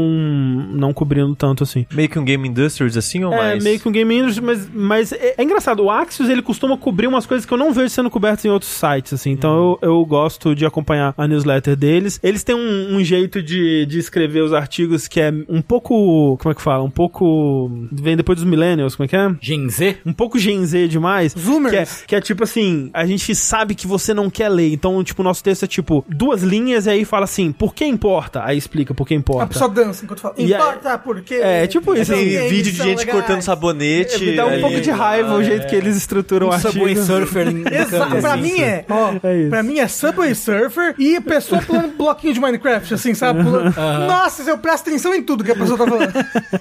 não cobrindo tanto, assim.
Meio que um Game Industries, assim, ou
É,
mais?
meio que um game industry, mas, mas é, é engraçado. O Axios, ele costuma cobrir umas coisas que eu não vejo sendo cobertas em outros sites, assim.
Hum.
Então eu, eu gosto de acompanhar a newsletter deles. Eles têm um, um jeito de, de escrever os artigos que é um pouco... Como é que fala? Um pouco... Vem depois dos millennials, como é que é?
Gen Z?
um pouco Gen Z demais.
Zoomers.
Que é, que é tipo assim, a gente sabe que você não quer ler. Então, tipo, o nosso texto é tipo duas linhas e aí fala assim, por que importa? Aí explica por que
A
importa.
pessoa dança enquanto fala.
E aí-
Importa porque.
É, tipo isso.
Esses
Tem
Tem
games
vídeo de
são
gente
legais.
cortando sabonete.
Me dá um
ali.
pouco
é.
de raiva o jeito que eles estruturam o artigo.
Subway Surfer. no
Exato,
canto,
pra
assim.
mim é. Ó,
É isso.
pra mim é Subway Surfer e pessoa pulando bloquinho de Minecraft, assim, sabe? Pulando. Nossa, eu presto atenção em tudo que a pessoa tá falando.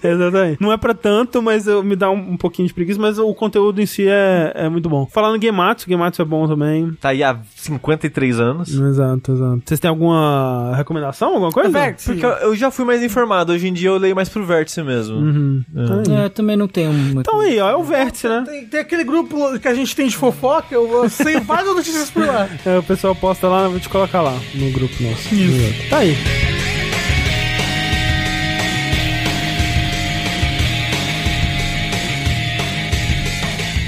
Exatamente. Não é pra tanto, mas eu, me dá um, um pouquinho de preguiça, mas o conteúdo em si é, é muito bom. Falando em Gematsu, Gematsu é bom também.
Tá aí há 53 anos.
Exato, exato. Vocês têm alguma recomendação, alguma coisa?
Vértice.
Porque eu, eu já fui mais informado. Hoje em dia eu leio mais pro vértice mesmo.
Uhum.
É, eu também não tenho muito.
Então aí, ó, é o vértice, né?
Tem, tem aquele grupo que a gente tem de fofoca, eu sei várias notícias por lá.
É, o pessoal posta lá, vou te colocar lá no grupo nosso. Isso. Tá aí.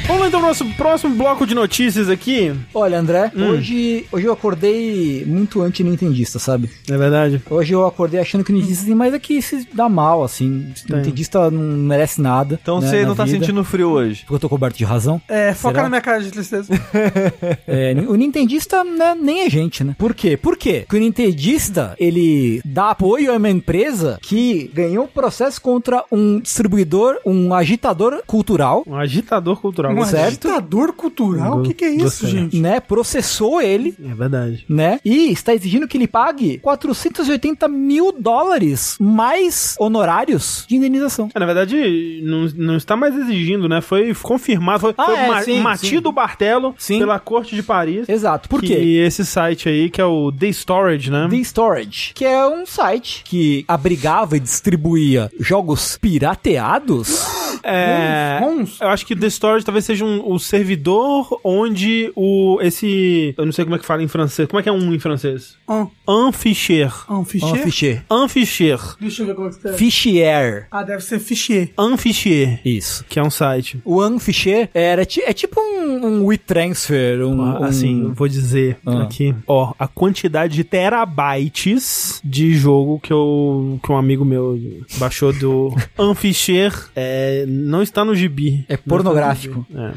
Vamos lá então pro nosso próximo bloco de notícias aqui.
Olha, André,
hum.
hoje, hoje eu acordei muito anti-nintendista, sabe?
É verdade.
Hoje eu acordei achando que o nintendista tem mais é que se dá mal, assim. O nintendista não merece nada.
Então
né,
você
na
não tá
vida.
sentindo frio hoje.
Porque eu tô coberto de razão.
É, foca
Será?
na minha cara de tristeza.
É, o nintendista né, nem é gente, né? Por quê? Por quê? Porque o nintendista, ele dá apoio a uma empresa que ganhou um processo contra um distribuidor, um agitador cultural,
Um agitador cultural.
Um
certo?
agitador cultural? O que, que é isso,
Gostei.
gente?
né? Processou ele
É verdade.
né? E está exigindo que ele pague 480 mil dólares mais honorários de indenização.
É, na verdade, não, não está mais exigindo, né? Foi confirmado, foi,
Ah,
foi
é,
ma-
sim,
batido o martelo
Sim.
pela Corte de Paris.
Exato. Por
que-
quê?
E esse site aí, que é o The Storage, né?
The Storage, que é um site que abrigava e distribuía jogos pirateados.
É,
Bons?
eu acho que The Storage talvez seja um, o servidor onde o esse, eu não sei como é que fala em francês. Como é que é um em francês?
Ah,
Un fichier.
ah, um
Ó,
fichier?
fichier.
Un fichier.
Deixa eu ver como é que tá.
Fichier.
Ah, deve ser fichier.
Un fichier,
Isso.
que é um site.
O Unfichier era ti- é tipo um, um WeTransfer, um, um-
Assim, eu vou dizer
Ah.
aqui, ó, a quantidade de terabytes de jogo que, eu, que um amigo meu baixou do Unfichier é, não está no gibi.
É pornográfico.
É.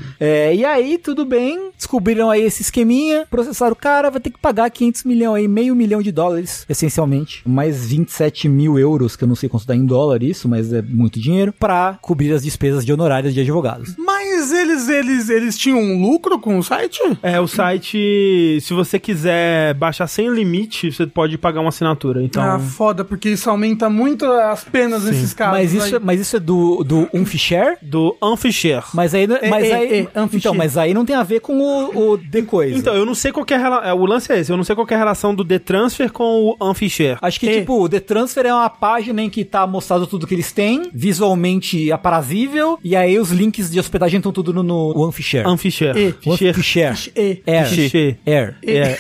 É, e aí, tudo bem, descobriram aí esse esqueminha, processaram o cara, vai ter que pagar 500 milhões aí, meio milhão de dólares, essencialmente, mais 27 mil euros, que eu não sei quanto dá em dólar isso, mas é muito dinheiro, pra cobrir as despesas de honorários de advogados.
Mas eles, eles, eles tinham um lucro com o site?
É, o site, se você quiser baixar sem limite, você pode pagar uma assinatura. Então,
Ah, foda, porque isso aumenta muito as penas nesses casos.
Mas isso, é-
aí.
mas isso é do, do Unficher?
do Unficher.
Mas aí, mas
é,
aí,
é, Unficher.
então, mas aí não tem a ver com o, o The Coisa.
Então, eu não sei qual que é a relação. O lance é esse, eu não sei qual que é a relação do The Transfer com o Unficher.
Acho que,
É.
tipo, o The Transfer é uma página em que tá mostrado tudo que eles têm, visualmente aprazível, e aí os links de hospedagem estão tudo no, no OneFisher.
Unficher.
E.
Ficher.
Unficher.
É.
Air.
Ficher.
Air.
É.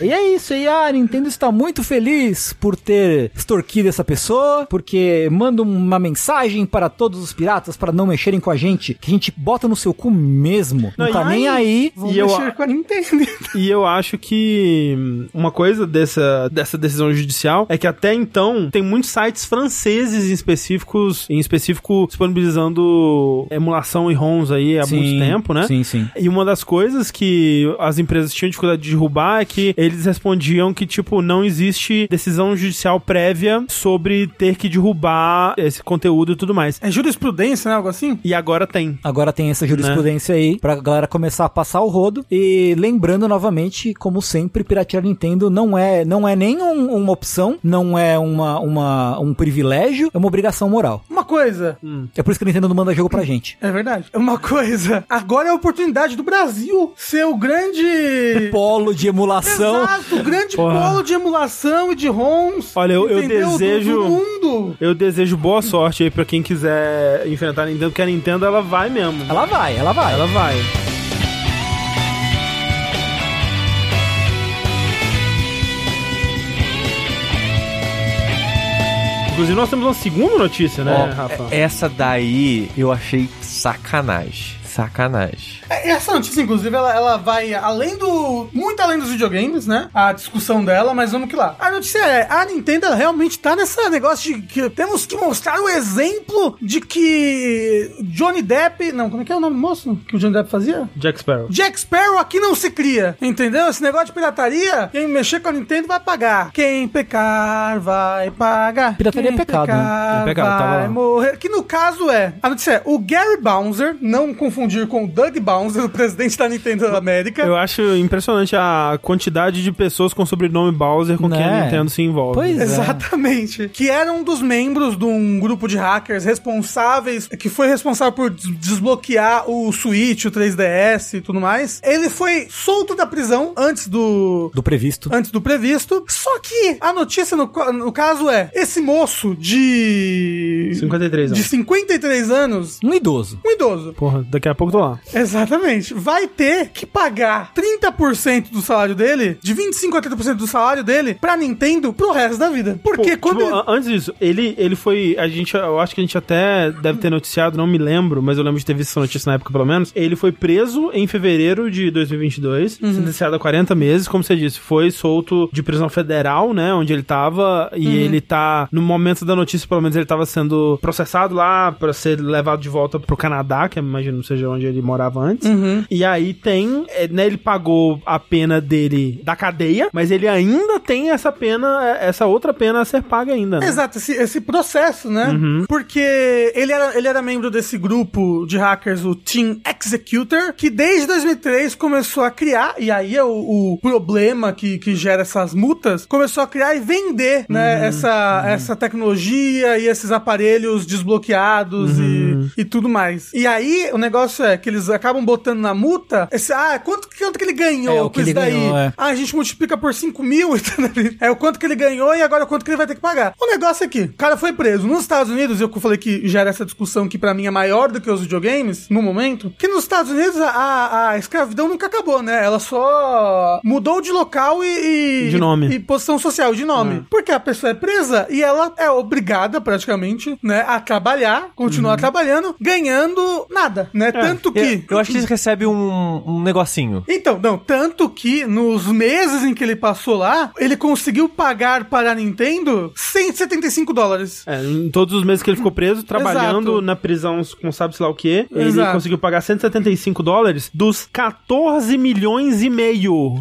E é isso, e a Nintendo está muito feliz por ter extorquido essa pessoa, porque manda uma mensagem para todos os piratas para não mexerem com a gente, que a gente bota no seu cu mesmo. Não,
Não,
tá
e-
nem aí.
Vão
E eu-
mexer com a Nintendo. então.
E eu acho que hum, uma coisa dessa, dessa decisão judicial é que até então tem muitos sites franceses em específicos, em específico disponibilizando emulação e ROMs aí há muito tempo, né?
Sim, sim.
E uma das coisas que as empresas tinham dificuldade de derrubar é que eles respondiam que, tipo, não existe decisão judicial prévia sobre ter que derrubar esse conteúdo e tudo mais.
É jurisprudência, né? Algo assim?
E agora tem.
Agora tem essa jurisprudência aí pra galera começar a passar o rodo. E lembrando novamente, como sempre, piratear Nintendo não é, não é nem um- uma opção, não é uma, uma, um privilégio, é uma obrigação moral.
Uma coisa.
Hum.
É por isso que a Nintendo não manda jogo pra gente.
É verdade. Uma coisa. Agora é a oportunidade do Brasil ser o grande.
Polo de emulação.
Exato, o grande
Porra.
polo de emulação e de ROMs.
Olha, eu- eu
entendeu? Do-
desejo-
Do, mundo.
Eu desejo boa sorte aí pra quem quiser enfrentar a Nintendo, porque a Nintendo ela vai mesmo.
Ela vai, ela vai.
Ela vai. Inclusive, nós temos uma segunda notícia, né,
Ó,
Rafa?
é- essa daí eu achei sacanagem. Sacanagem.
É, Essa notícia, inclusive, ela, ela vai além do. muito além dos videogames, né? A discussão dela, mas vamos que lá. A notícia é: a Nintendo ela realmente tá nessa negócio de que temos que mostrar o exemplo de que Johnny Depp. Não, como é que é o nome do moço que o Johnny Depp fazia?
Jack Sparrow.
Jack Sparrow aqui não se cria, entendeu? Esse negócio de pirataria, quem mexer com a Nintendo vai pagar. Quem pecar vai pagar.
Pirataria é
Quem
pecado, né?
pecar
É pecado, tava
vai
lá.
morrer. Que no caso é, a notícia é, o Gary Bowser, não confundir com o Doug Bowser, o presidente da Nintendo da América.
Eu acho impressionante a quantidade de pessoas com sobrenome Bowser com quem a
Né?
Nintendo se envolve.
Pois é.
Exatamente. Que era um dos membros de um grupo de hackers responsáveis, que foi responsável por des- desbloquear o Switch, o 3DS e tudo mais. Ele foi solto da prisão antes do,
Do previsto.
antes do previsto. Só que a notícia no, ca- no caso é: esse moço de.
53
de
anos.
53 anos,
Um idoso.
um idoso.
Porra, daqui a pouco tô lá.
Exatamente. Vai ter que pagar 30% do salário dele, de 25 a 30% do salário dele, pra Nintendo pro resto da vida. Porque
Pô,
quando.
tipo, a- antes disso, ele, ele foi. A gente, eu acho que a gente até deve ter noticiado, não me lembro, mas eu lembro de ter visto essa notícia na época, pelo menos. Ele foi preso em fevereiro de 2022,
Uhum.
sentenciado a 40 meses, como você disse, foi solto de prisão federal, né? Onde ele tava.
Uhum.
E ele tá. No momento da notícia, pelo menos, ele tava sendo processado lá pra ser levado de volta pro Canadá, que eu imagino seja onde ele morava antes. E aí tem, é, né, ele pagou a pena dele da cadeia, mas ele ainda tem essa pena, é, essa outra pena a ser paga ainda, né?
Exato, esse, esse processo, né?
Uhum.
Porque ele era, ele era membro desse grupo de hackers, o Team Executor, que desde 2003 começou a criar, e aí é o, o problema que, que gera essas multas, começou a criar e vender,
Uhum.
né? Essa, essa tecnologia e esses aparelhos desbloqueados
Uhum.
e, e tudo mais. E aí o negócio é que eles acabam botando na multa, esse, ah, quanto, quanto que ele ganhou
É, o
com
que
isso
ele
daí?
ganhou, é.
Ah, a gente multiplica por 5 mil, entendeu? é o quanto que ele ganhou e agora o quanto que ele vai ter que pagar. O negócio é que o cara foi preso nos Estados Unidos, eu falei que gera essa discussão que pra mim é maior do que os videogames, no momento, que nos Estados Unidos a, a escravidão nunca acabou, né? Ela só mudou de local e... e-
De nome.
E posição social, de nome. Porque a pessoa é presa e ela é obrigada, praticamente, né, a trabalhar, continuar trabalhando, ganhando nada, né? Tanto que...
Eu, eu acho que eles recebem um, um negocinho.
Então, não, tanto que nos meses em que ele passou lá, ele conseguiu pagar para a Nintendo 175 dólares.
É, em todos os meses que ele ficou preso, trabalhando
Exato.
na prisão com sabe-se lá o quê, ele
Exato.
conseguiu pagar 175 dólares dos 14 milhões e meio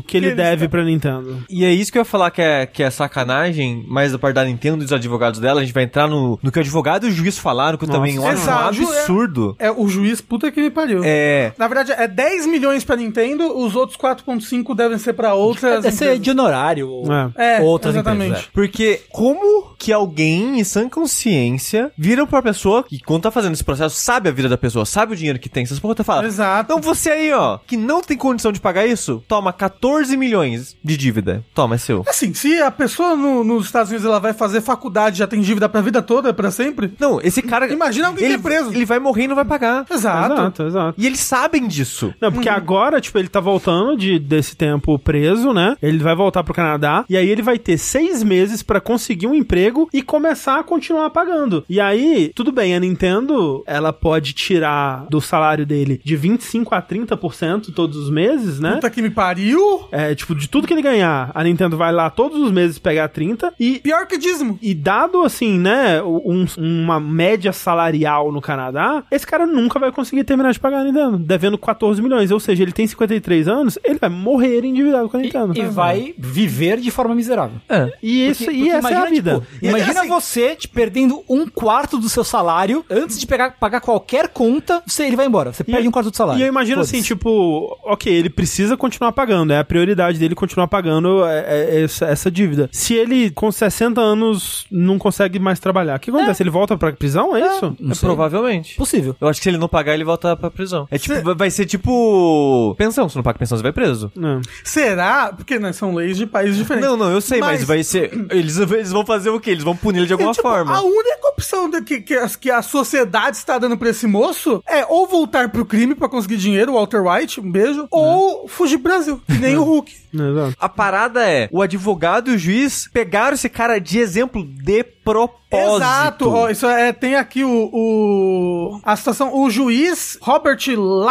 que ele,
Ele
deve
está-
pra Nintendo.
E é isso que eu ia falar que é, que é sacanagem, mas da parte da Nintendo e dos advogados dela, a gente vai entrar no, no que o advogado e o juiz falaram, que eu
Nossa.
também acho um
Exato, é.
absurdo.
É, o juiz, puta que me pariu.
É.
Na verdade, é 10 milhões para Nintendo, os outros 4,5 devem ser para outras.
Deve ser
empresas.
de honorário. Ou
É,
outras
exatamente.
empresas.
Porque como que alguém em sã consciência vira pra pessoa que, quando tá fazendo esse processo, sabe a vida da pessoa, sabe o dinheiro que tem, essas porra tá falando.
Exato.
Então você aí, ó, que não tem condição de pagar isso, toma 14 milhões de dívida. Toma, é seu.
Assim, se a pessoa no- nos Estados Unidos ela vai fazer faculdade, já tem dívida pra vida toda, pra sempre.
Não, esse cara.
Imagina alguém que
ele,
é preso.
Ele vai morrer e não vai pagar.
Exato.
Exato, exato.
E eles sabem disso.
Não, porque agora, tipo, ele tá voltando de, desse tempo preso, né? Ele vai voltar pro Canadá e aí ele vai ter seis meses pra conseguir um emprego e começar a continuar pagando. E aí, tudo bem, a Nintendo, ela pode tirar do salário dele de 25% a 30% todos os meses, né?
Puta que me pariu.
É, tipo, de tudo que ele ganhar, a Nintendo vai lá todos os meses pegar 30 e
Pior que dízimo.
e dado, assim, né, um- uma média salarial no Canadá, esse cara nunca vai conseguir terminar de pagar a Nintendo, devendo 14 milhões. Ou seja, ele tem 53 anos, ele vai morrer endividado com a Nintendo.
E vai viver de forma miserável.
É.
E, isso,
Porque-
e
porque
essa é a
imagina,
vida.
tipo, imagina
assim-
você te perdendo um quarto do seu salário antes de pegar, pagar qualquer conta, você, ele vai embora. Você perde um quarto do salário.
E eu imagino
Foda-se.
assim, tipo, ok, ele precisa continuar pagando, é a prioridade dele continuar pagando é, é, essa, essa dívida. Se ele com 60 anos não consegue mais trabalhar,
É.
o que acontece? Ele volta pra prisão, é, isso?
Não
É
sei.
provavelmente.
Possível.
Eu acho que se ele não pagar, ele volta pra prisão. É tipo, vai- vai ser tipo. Pensão. Se não paga pensão, você vai preso.
Não.
Será? Porque né, são leis de países diferentes.
Não, não, eu sei, mas,
Mas-
vai ser. Eles, eles vão fazer o quê? Eles vão punir ele de alguma
E, tipo,
forma.
A única opção de- que, que, as- que a sociedade está dando pra esse moço é ou voltar pro crime pra conseguir dinheiro, Walter White, um beijo, ou fugir pro Brasil, que nem o Hulk.
Exato.
A parada é, o advogado e o juiz pegaram esse cara de exemplo de propósito.
Exato, ó, isso é, tem aqui o, o- a situação, o juiz Robert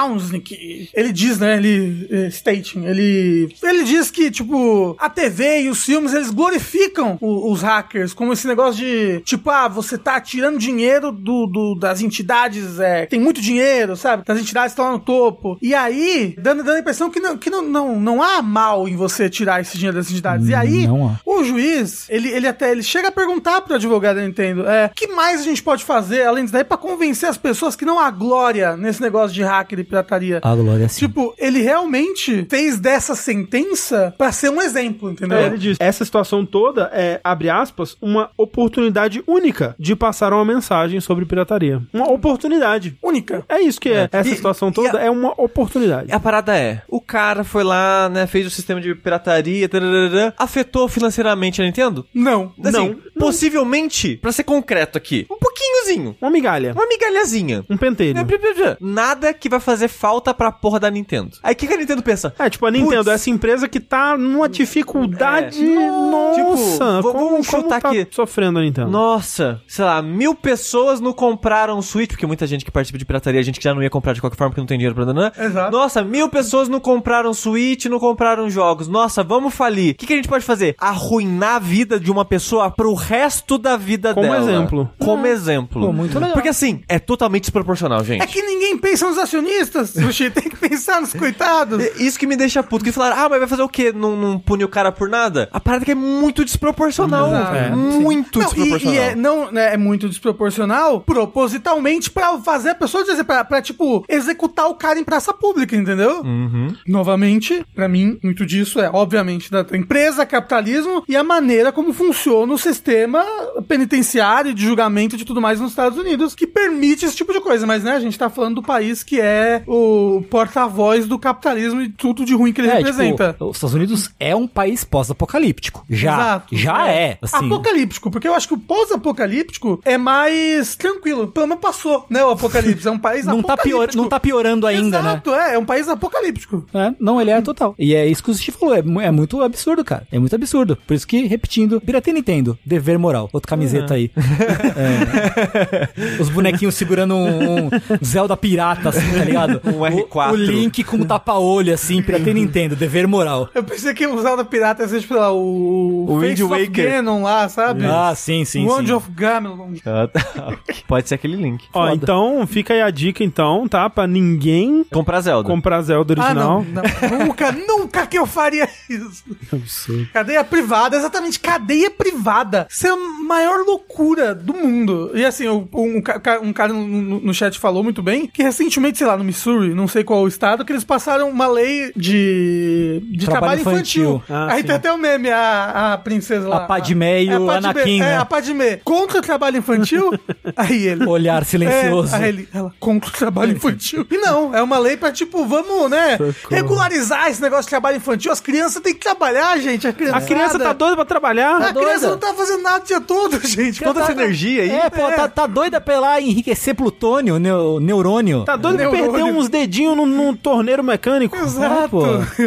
Lausnick, ele diz, né, ele, eh, stating, ele, ele diz que, tipo, a TV e os filmes, eles glorificam o- os hackers, como esse negócio de, tipo, ah, você tá tirando dinheiro do, do- das entidades, é, que tem muito dinheiro, sabe, das entidades que estão lá no topo, e aí, dando, dando a impressão que, não, que não, não, não há mal em você tirar esse dinheiro das entidades, e aí...
Não há.
O juiz, ele, ele até ele chega a perguntar pro advogado da Nintendo, é, que mais a gente pode fazer além disso daí pra convencer as pessoas que não há glória nesse negócio de hacker e pirataria?
A glória Ah, sim.
Tipo, ele realmente fez dessa sentença pra ser um exemplo, entendeu?
É, ele diz, essa situação toda é, abre aspas, uma oportunidade única de passar uma mensagem sobre pirataria. Uma oportunidade.
Única.
É isso que é. Essa
E-
situação toda
e
é uma oportunidade.
A parada é, o cara foi lá, né, fez o sistema de pirataria, tararara, afetou financeiramente a Nintendo?
Não.
Assim,
Não.
Possivelmente, pra ser concreto aqui, um pouquinhozinho,
Uma migalha.
uma migalhazinha.
Um pentelho.
É, blá, blá, blá. Nada que vai fazer falta pra porra da Nintendo. Aí o que, que a Nintendo pensa?
É, tipo, a Nintendo,
Putz. É.
essa empresa que tá numa dificuldade.
Tipo,
Nossa,
vamos
como, como
chutar
tá
aqui.
sofrendo a Nintendo.
Nossa, sei lá, mil pessoas não compraram o Switch, porque muita gente que participa de pirataria, gente que já não ia comprar de qualquer forma, porque não tem dinheiro pra danar.
Exato.
Nossa, mil pessoas não compraram Switch, não compraram jogos. Nossa, vamos falir. O que, que a gente pode fazer? Arruinar a vida de uma pessoa pro resto da vida
Como
dela.
exemplo.
Como exemplo.
Pô, muito legal.
Porque assim, é totalmente desproporcional, gente.
É que ninguém pensa nos acionistas, Sushi. Tem que pensar nos coitados.
É Isso que me deixa puto. Que falaram, ah, mas vai fazer o quê? Não, não pune o cara por nada? A parada que é muito desproporcional.
É,
muito
Não, e,
desproporcional.
e é, não, né, é muito desproporcional propositalmente pra fazer a pessoa dizer, pra, pra, tipo, executar o cara em praça pública, entendeu?
Uhum.
Novamente, pra mim, muito disso é, obviamente, da empresa, capitalismo e a maneira como funciona o sistema penitenciário de julgamento de tudo mais nos Estados Unidos, que permite esse tipo de coisa. Mas, né, a gente tá falando do país que é o porta-voz do capitalismo e tudo de ruim que ele
É,
representa.
tipo, os Estados Unidos é um país pós-apocalíptico. Já.
Exato.
Já é. assim.
Apocalíptico, porque eu acho que o pós-apocalíptico é mais tranquilo. Pelo menos passou, né? O apocalipse. É um país
Não tá, pior, não tá piorando ainda, né?
Exato, é. É um país apocalíptico.
É, não, ele é total. E é isso que o Sushi falou. É, mu- é muito absurdo, cara. É muito absurdo. Por isso que, repetindo, Pirata Nintendo, dever moral. Outra camiseta aí. É. Os bonequinhos segurando um, um Zelda pirata, assim, tá ligado?
Um R4.
O, o Link com um tapa-olho, assim, Pirata Nintendo, dever moral.
Eu pensei que usar da pirata ia ser, tipo, lá, o...
O Wind
Face of
Waker.
Ganon lá, sabe?
Ah, sim, sim,
Wand
sim.
of Gamelon.
Ah, tá. Pode ser aquele link.
Ó,
foda.
então fica aí a dica, então, tá? Pra ninguém
Comprar Zelda.
comprar Zelda
Ah,
original.
não, não. Nunca, nunca que eu faria isso.
Absurdo.
Cadeia privada, exatamente, cadeia privada. Isso é a maior loucura do mundo. E assim, o- um, ca- ca- um cara no, no- no chat falou muito bem que recentemente, sei lá, no Missouri, não sei qual o estado, que eles passaram uma lei de, de trabalho,
Trabalho
infantil.
infantil.
Ah,
Aí
sim.
tem até o meme, a, a princesa lá.
A Padmé e
É, a
o
Padmé,
Anakin,
É,
né?
a Padmé. Contra o trabalho infantil? Aí ele...
Olhar silencioso.
É, aí ele, ela contra o trabalho infantil. E não, é uma lei pra, tipo, vamos, né,
Socorro.
regularizar esse negócio de trabalho infantil. As crianças têm que trabalhar, gente. A criança,
A criança tá doida pra
A
trabalhar.
criança
doida.
não tá fazendo nada o dia todo, gente.
Toda essa
Tá-
É. energia aí.
É, pô, tá, tá doida pra ir lá enriquecer plutônio, neu- neurônio.
Tá doida pra perder
Neurônio.
uns dedinhos num, num torneiro mecânico. É,
Ah,
Exato.
pô.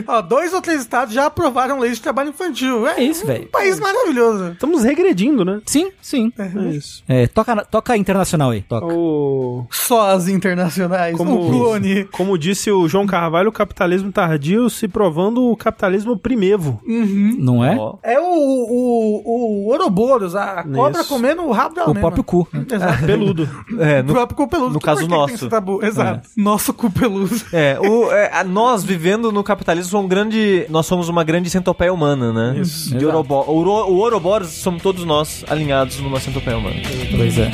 Ó, dois ou três estados já aprovaram leis de trabalho infantil. É,
É isso,
um
velho.
país maravilhoso.
Estamos regredindo, né?
Sim, sim.
É isso.
É, toca, na- toca internacional aí, toca.
O...
Só as internacionais.
Como-
o Um clone.
Como disse o João Carvalho, o capitalismo tardio se provando o capitalismo primevo.
Não é?
Ó.
É o, o, o Ouroboros, a cobra
Isso.
comendo o rabo dela
O
mesma.
próprio cu.
Exato.
Peludo.
É,
O
no-
próprio cu peludo.
no
Que-
caso
por que que tem
nosso.
esse tabu? Exato. Nosso cu peludo.
é, o- é, a- nós vivendo no capitalismo somos um grande. Nós somos uma grande centopeia humana, né? Isso.
Exato.
o, Ouro- o Ouroboros somos todos nós alinhados numa centopeia humana.
Pois é.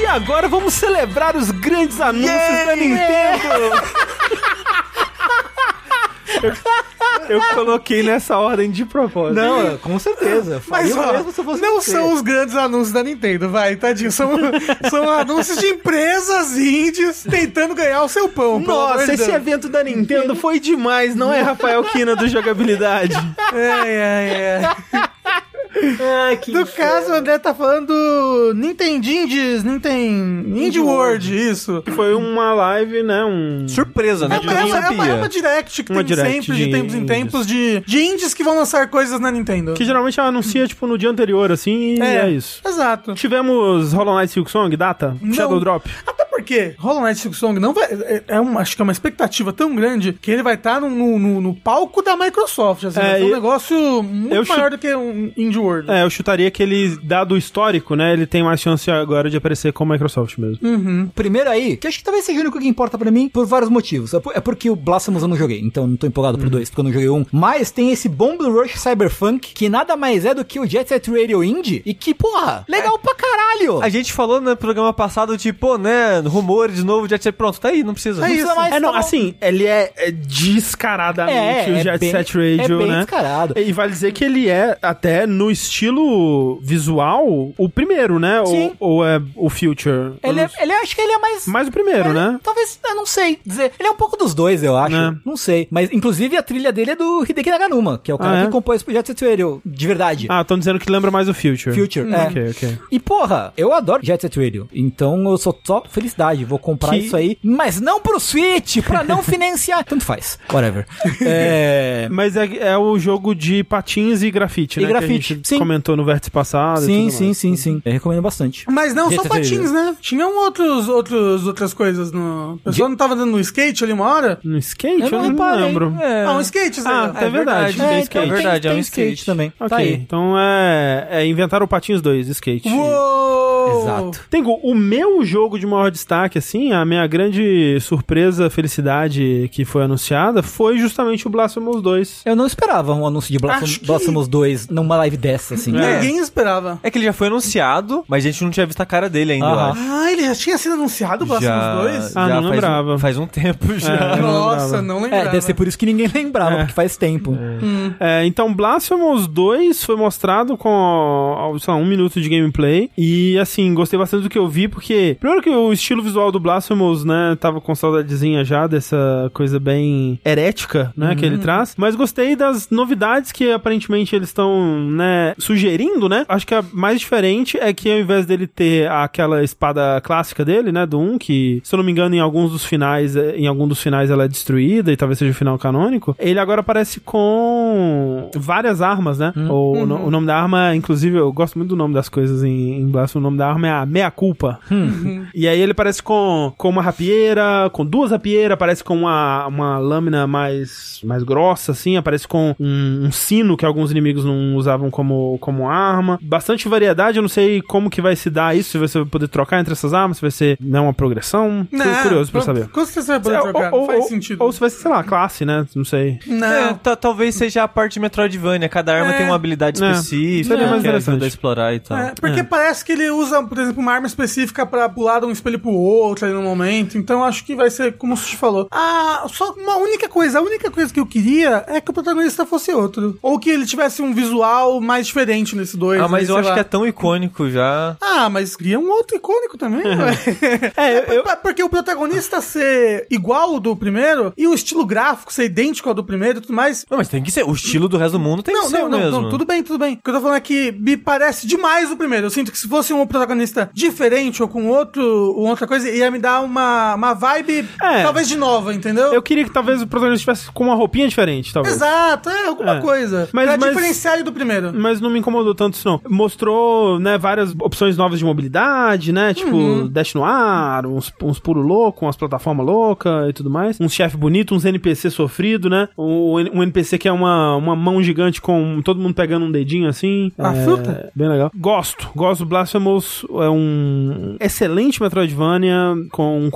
E agora vamos celebrar os grandes anúncios da Nintendo! Eu, eu coloquei nessa ordem de propósito.
é
Não, com certeza. Eu
Mas
faria o
ó,
mesmo se eu fosse
não
você.
são os grandes anúncios da Nintendo, vai, tadinho. São, são anúncios de empresas índias tentando ganhar o seu pão. pelo amor de
Nossa, esse
Deus.
evento da Nintendo foi demais, não é, Rafael Kina do Jogabilidade?
é. É, é,
Ai, que
No
inferno.
caso, o André tá falando Nintendindes, Nintendo Indie World, isso.
Foi uma live, né? Um...
Surpresa,
É
né?
uma, é,
Ninguém
uma, é, uma, é
sabia.
uma direct que
Uma
tem
direct
sempre, de,
de
tempos em
indies.
tempos, de, de indies que vão lançar coisas na Nintendo.
Que geralmente ela anuncia, tipo, no dia anterior, assim, e é, isso.
Exato.
Tivemos Hollow Knight Silk Song, data?
Não.
Shadow Drop?
Até porque Hollow Knight Silk Song não vai. É, é uma, acho que é uma expectativa tão grande que ele vai estar no, no- no- no palco da Microsoft. Assim,
É,
vai ser um
eu-
negócio
eu
muito
chu-
maior do que um Indie World.
É, eu chutaria que ele, dado o histórico, né, ele tem mais chance agora de aparecer com a Microsoft mesmo.
Primeiro aí, que acho que talvez seja o único que importa pra mim, por vários motivos. É por- É porque o Blasphemous eu não joguei, então eu não tô empolgado
Uhum.
pro 2, porque eu não joguei um. Mas tem esse Bomb Rush Cyberpunk, que nada mais é do que o Jet Set Radio Indie, e que, porra,
É.
legal pra caralho!
A gente falou no programa passado, tipo, pô, né, rumores de novo, já tinha... Pronto, tá aí, não precisa.
Não precisa mais,
é, não,
tá bom.
assim, ele é, é descaradamente
É,
o
é
Jet
bem-
Set Radio,
é bem
né?
descarado.
E vale dizer que ele é, até no estilo visual, o primeiro, né?
Sim.
Ou, ou é o Future? Eu
Ele
não
é, ele é- acho que ele é mais.
Mais o primeiro,
é,
né?
Talvez, eu não sei dizer. Ele é um pouco dos dois, eu acho.
Né.
Não sei. Mas, inclusive, a trilha dele é do Hideki Naganuma, que é o cara
Ah, é?
que compôs o Projeto Set Radio, de verdade.
Ah, estão dizendo que lembra mais o Future.
Future, é.
Hum, Ok, ok.
E porra, eu adoro Jet Set Radio, então eu sou só felicidade, vou comprar
Que-
isso aí, mas não pro Switch, pra não financiar, tanto faz, whatever. É...
Mas é, é o jogo de patins e grafite,
E
né? que a
grafite,
gente
sim.
comentou no vértice passado. e
Sim,
tudo
sim,
mais.
sim, sim, eu recomendo bastante.
Mas não só
Jet Set
patins, né? Tinham outros, outros, outras coisas no. O pessoal não tava dando no skate ali uma hora?
No skate?
Eu
Eu
não
não,
reparei,
lembro.
É.
Ah, um skate, Zé.
Ah, é,
É
verdade.
verdade.
tem
É,
skate.
então tem- verdade, é um skate.
também,
Ok,
tá aí.
então é, é inventar o Patins 2, skate.
Uou!
Exato.
Tengo, o meu jogo de maior destaque, assim, a minha grande surpresa, felicidade que foi anunciada, foi justamente o Blasphemous 2.
Eu não esperava um anúncio de
Acho
Blossom-
que-
Blossomos 2 numa live dessa, assim.
Ninguém esperava.
É que ele já foi anunciado, mas a gente não tinha visto a cara dele ainda, eu
Aham.
acho.
Ah, ele já tinha sido anunciado o Blasphemous 2?
Ah, não
faz um-
lembrava.
Faz um tempo já.
eu não
Nossa,
lembrava.
não
É,
lembrava.
deve ser por isso que ninguém lembrava,
É.
porque faz tempo.
É, então, Blasphemous 2 foi mostrado com, ó, sei lá, um minuto de gameplay. E, assim, gostei bastante do que eu vi, porque, primeiro que o estilo visual do Blasphemous, né, tava com saudadezinha já dessa coisa bem herética, né, que ele traz. Mas gostei das novidades que aparentemente eles estão, né, sugerindo, né. Acho que a mais diferente é que ao invés dele ter aquela espada clássica dele, né, do 1, que, se eu não me engano, em alguns dos finais, eh, em algum dos finais ela é destruída e talvez seja o final canônico, ele agora aparece com várias armas, né? O, o no- o nome da arma, inclusive, eu gosto muito do nome das coisas em, em Blasphemous, o nome da arma é a Meia Culpa. E aí ele aparece com, com uma rapieira, com duas rapieiras, aparece com uma, uma lâmina mais, mais grossa, assim, aparece com um, um sino que alguns inimigos não usavam como, como arma. Bastante variedade, eu não sei como que vai se dar isso, se você vai poder trocar entre essas armas, se vai ser não uma progressão. Tô
Não,
curioso pra
pronto.
saber.
Quanto que você vai poder trocar? Não faz sentido.
É, Ou se vai ser, sei lá, classe, né? Não sei.
É,
Não.
ta- talvez seja a parte Metroidvania. Cada arma
É.
tem uma habilidade
É.
específica
Seria mais
que ajuda
interessante.
a explorar e tal. Ah,
É, porque parece que ele usa, por exemplo, uma arma específica pra pular de um espelho pro outro ali no momento. Então acho que vai ser como o Sushi falou. Ah, só uma única coisa. A única coisa que eu queria é que o protagonista fosse outro. Ou que ele tivesse um visual mais diferente nesse dois.
Ah, mas
né,
eu
sei
acho
lá.
que é tão icônico já.
Ah, mas cria um outro icônico também, ué.
É, eu-
Pra- Porque o protagonista ser igual ao do primeiro e o estilo gráfico ser idêntico ao do primeiro e tudo mais,
Não, mas tem que ser. O estilo do resto do mundo tem que
Não,
ser
não,
o
não,
mesmo.
não, tudo bem, tudo bem. O que eu tô falando é que me parece demais o primeiro. Eu sinto que se fosse um protagonista diferente ou com outro, ou outra coisa, ia me dar uma, uma vibe
É.
talvez de nova, entendeu?
Eu queria que talvez o protagonista estivesse com uma roupinha diferente, talvez.
Exato, é alguma
É.
coisa.
Mas-
pra
mas-
diferenciar ele do primeiro.
Mas não me incomodou tanto isso, não. Mostrou, né, várias opções novas de mobilidade, né? Tipo,
Uhum.
dash no ar, uns, uns puro louco, umas plataformas loucas e tudo mais. Um chefe bonito, uns NPC sofrido, né? Um, um NPC que é uma, uma mão gigante com todo mundo pegando um dedinho assim.
Ah,
É,
fruta?
Bem legal. Gosto. Gosto do Blasphemous. É um excelente Metroidvania com um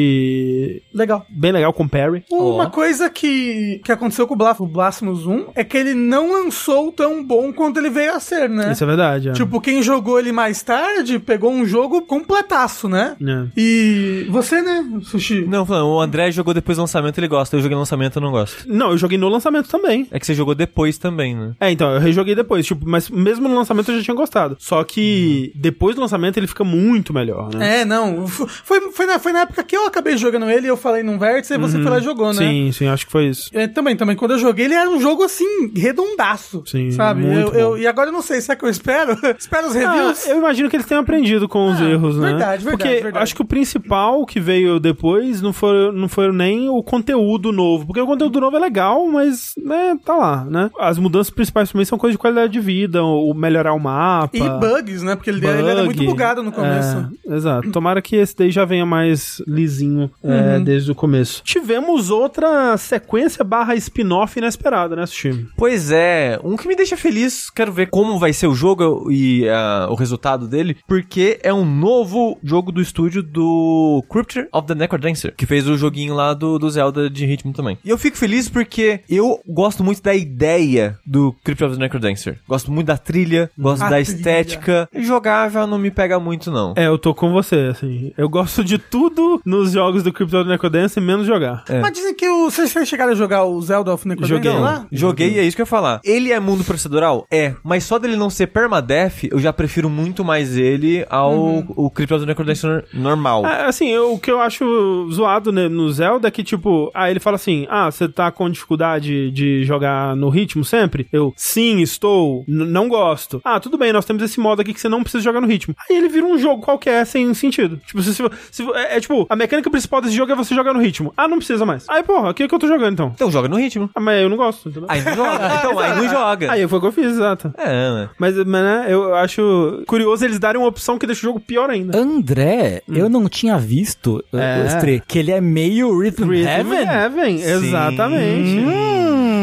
combate
Legal.
bem legal com parry.
Uma coisa que, que aconteceu com o Blas- o Blasphemous 1 é que ele não lançou tão bom quanto ele veio a ser, né?
Isso é verdade, é.
Tipo, quem jogou ele mais tarde pegou um jogo completaço, né?
É.
E você, né, Sushi?
Não, falando, o André jogou depois do lançamento, ele gosta. Eu joguei no lançamento, eu não gosto.
Não, eu joguei no lançamento também.
É que você jogou depois também, né?
Uhum.
É, então, eu rejoguei depois, tipo, mas mesmo no lançamento eu já tinha gostado. Só que depois depois do lançamento ele fica muito melhor, né?
É, não. f- Foi, foi, na, foi na época que eu acabei jogando ele, eu falei num vértice, e você foi lá e jogou, né?
Uhum. Sim, sim, acho que foi isso.
É, também, também. Quando eu joguei, ele era um jogo assim, redondaço.
Sim,
sabe?
muito
eu, eu-
bom.
e agora eu não sei, será que eu espero? espero os reviews?
Ah, eu imagino que eles tenham aprendido com os
Ah,
erros, né?
verdade, verdade,
Porque
verdade.
acho que o principal que veio depois não foi, não foi nem o conteúdo novo. Porque o conteúdo novo é legal, mas né, tá lá, né? As mudanças principais também são coisas de qualidade de vida, o melhorar o mapa.
E bugs, né? Porque ele, ele era muito
bug.
bugado no começo.
É, exato. Tomara que esse daí já venha mais lisinho
Uhum.
é, desde o começo. Tivemos outra sequência barra spin-off inesperada, né, time?
Pois é, um que me deixa feliz, quero ver como vai ser o jogo e ah, o resultado dele, porque é um novo jogo do estúdio do Cryptor of the Necrodancer, que fez o joguinho lá do, do Zelda de ritmo também. E eu fico feliz porque eu gosto muito da ideia do Cryptor of the Necrodancer. Gosto muito da trilha, gosto
A
da
trilha.
estética. Jogável não me pega muito, não.
É, eu tô com você, assim. Eu gosto de tudo nos jogos do Crypto Necodance, menos jogar.
É.
Mas dizem que o, vocês vocês chegaram a jogar o Zelda of Necrodancer
Joguei.
lá?
Joguei e é isso que eu ia falar. Ele é mundo procedural? É. Mas só dele não ser permadeath, eu já prefiro muito mais ele ao o Crypto do Necrodancer normal.
Uhum. Ah, Assim, eu- o que eu acho zoado né, no Zelda é que, tipo, ah, ele fala assim: ah, você tá com dificuldade de jogar no ritmo sempre? Eu, sim, estou, n- não gosto. Ah, tudo bem, nós temos esse modo aqui que você não precisa jogar no ritmo. Aí ele vira um jogo qualquer sem sentido. Tipo, se, se- se- é, é tipo, a mecânica principal desse jogo é você jogar no ritmo. Ah, não precisa mais. Aí, porra, o que, que eu tô jogando então?
Então joga no ritmo.
Ah, mas eu não gosto, entendeu?
Aí não joga. Então, aí não joga.
Aí foi o que eu fiz, exato.
É, né?
Mas, mas, né, eu acho curioso eles darem uma opção que deixa o jogo pior ainda.
André, eu não tinha visto uh,
Hum. É.
o Stray, que ele é meio Rhythm, Heaven.
Heaven, exatamente.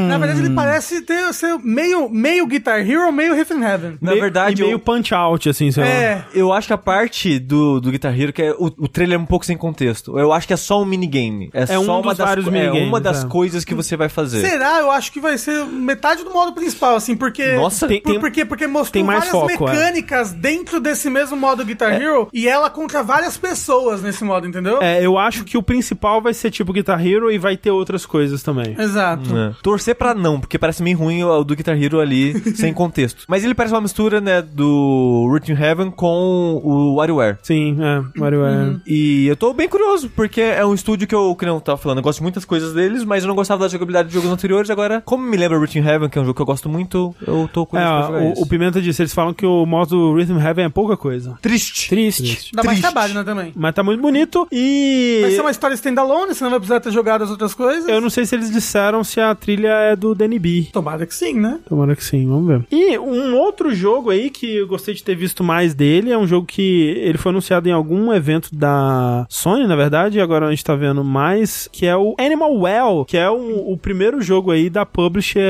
Na verdade,
Hum.
ele parece ter ser meio, meio Guitar Hero, meio Riff in Heaven.
Na
Meio- e
verdade, eu-
meio punch out, assim, sei lá.
É.
Eu acho que a parte do, do Guitar Hero, que é o, o trailer é um pouco sem contexto. Eu acho que é só um minigame. É, só
um
uma
dos
das,
vários
co- é
minigames,
uma das
é.
coisas que você vai fazer.
Será? Eu acho que vai ser metade do modo principal, assim, porque.
Nossa,
tem-
por,
tem-
por quê? Porque mostrou
tem mais
várias
foco, é.
mecânicas dentro desse mesmo modo Guitar Hero e ela contra várias pessoas nesse modo, entendeu?
É, eu acho que o principal vai ser tipo Guitar Hero e vai ter outras coisas também.
Exato.
É. Torcer pra não, porque parece meio ruim o o do Guitar Hero ali, sem contexto. Mas ele parece uma mistura, né, do Rhythm Heaven com o WarioWare.
Sim, é, WarioWare.
Uhum. E eu tô bem curioso, porque é um estúdio que eu, que não tava falando, eu gosto de muitas coisas deles, mas eu não gostava da jogabilidade de jogos anteriores. Agora, como me lembra Rhythm Heaven, que é um jogo que eu gosto muito, eu tô
É,
curioso pra jogar
o,
isso.
o Pimenta disse, eles falam que o modo Rhythm Heaven é pouca coisa.
Triste.
Triste.
Dá mais trabalho, né, também.
Mas tá muito bonito
Vai ser
e...
uma história standalone, você não vai precisar ter jogado as outras coisas.
Eu não sei se eles disseram se a trilha é do DNB.
Tomara que sim, né?
Tomara que sim, vamos ver. E um outro jogo aí que eu gostei de ter visto mais dele é um jogo que ele foi anunciado em algum evento da Sony, na verdade, e agora a gente tá vendo mais, que é o Animal Well, que é o, o primeiro jogo aí da publisher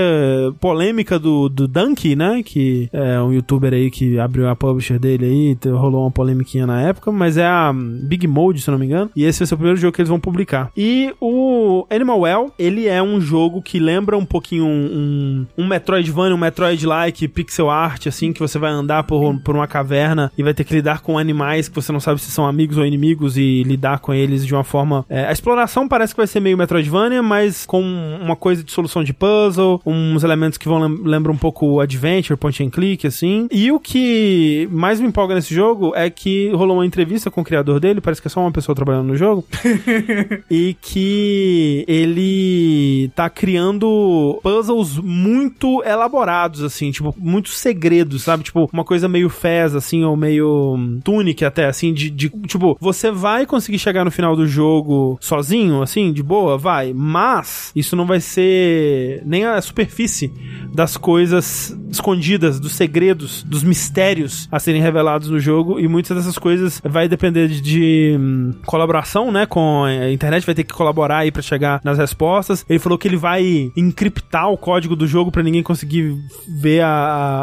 polêmica do, do Dunk, né? Que é um youtuber aí que abriu a publisher dele aí, te- rolou uma polêmiquinha na época, mas é a hum, Big Mode, se eu não me engano, e esse vai ser o primeiro jogo que eles vão publicar. E o Animal Well, ele é um jogo que lembra um pouquinho um, um, um Metroidvania, um Metroid-like, pixel art, assim, que você vai andar por, por uma caverna e vai ter que lidar com animais que você não sabe se são amigos ou inimigos e lidar com eles de uma forma... é, a exploração parece que vai ser meio Metroidvania, mas com uma coisa de solução de puzzle, uns elementos que vão lem- lembram um pouco o Adventure, Point and Click, assim. E o que mais me empolga nesse jogo é que rolou uma entrevista com o criador dele, parece que é só uma pessoa trabalhando no jogo, e que ele tá criando puzzles muito elaborados, assim, tipo, muitos segredos, sabe? Tipo, uma coisa meio Fez, assim, ou meio hum, Tunic até, assim, de, de- tipo, você vai conseguir chegar no final do jogo sozinho, assim, de boa, vai, mas isso não vai ser nem a superfície das coisas escondidas, dos segredos, dos mistérios a serem revelados no jogo, e muitas dessas coisas vai depender de, de, hum, colaboração, né, com a internet, vai ter que colaborar aí pra chegar nas respostas. Ele falou que ele vai encriptar o código do jogo pra ninguém conseguir ver a-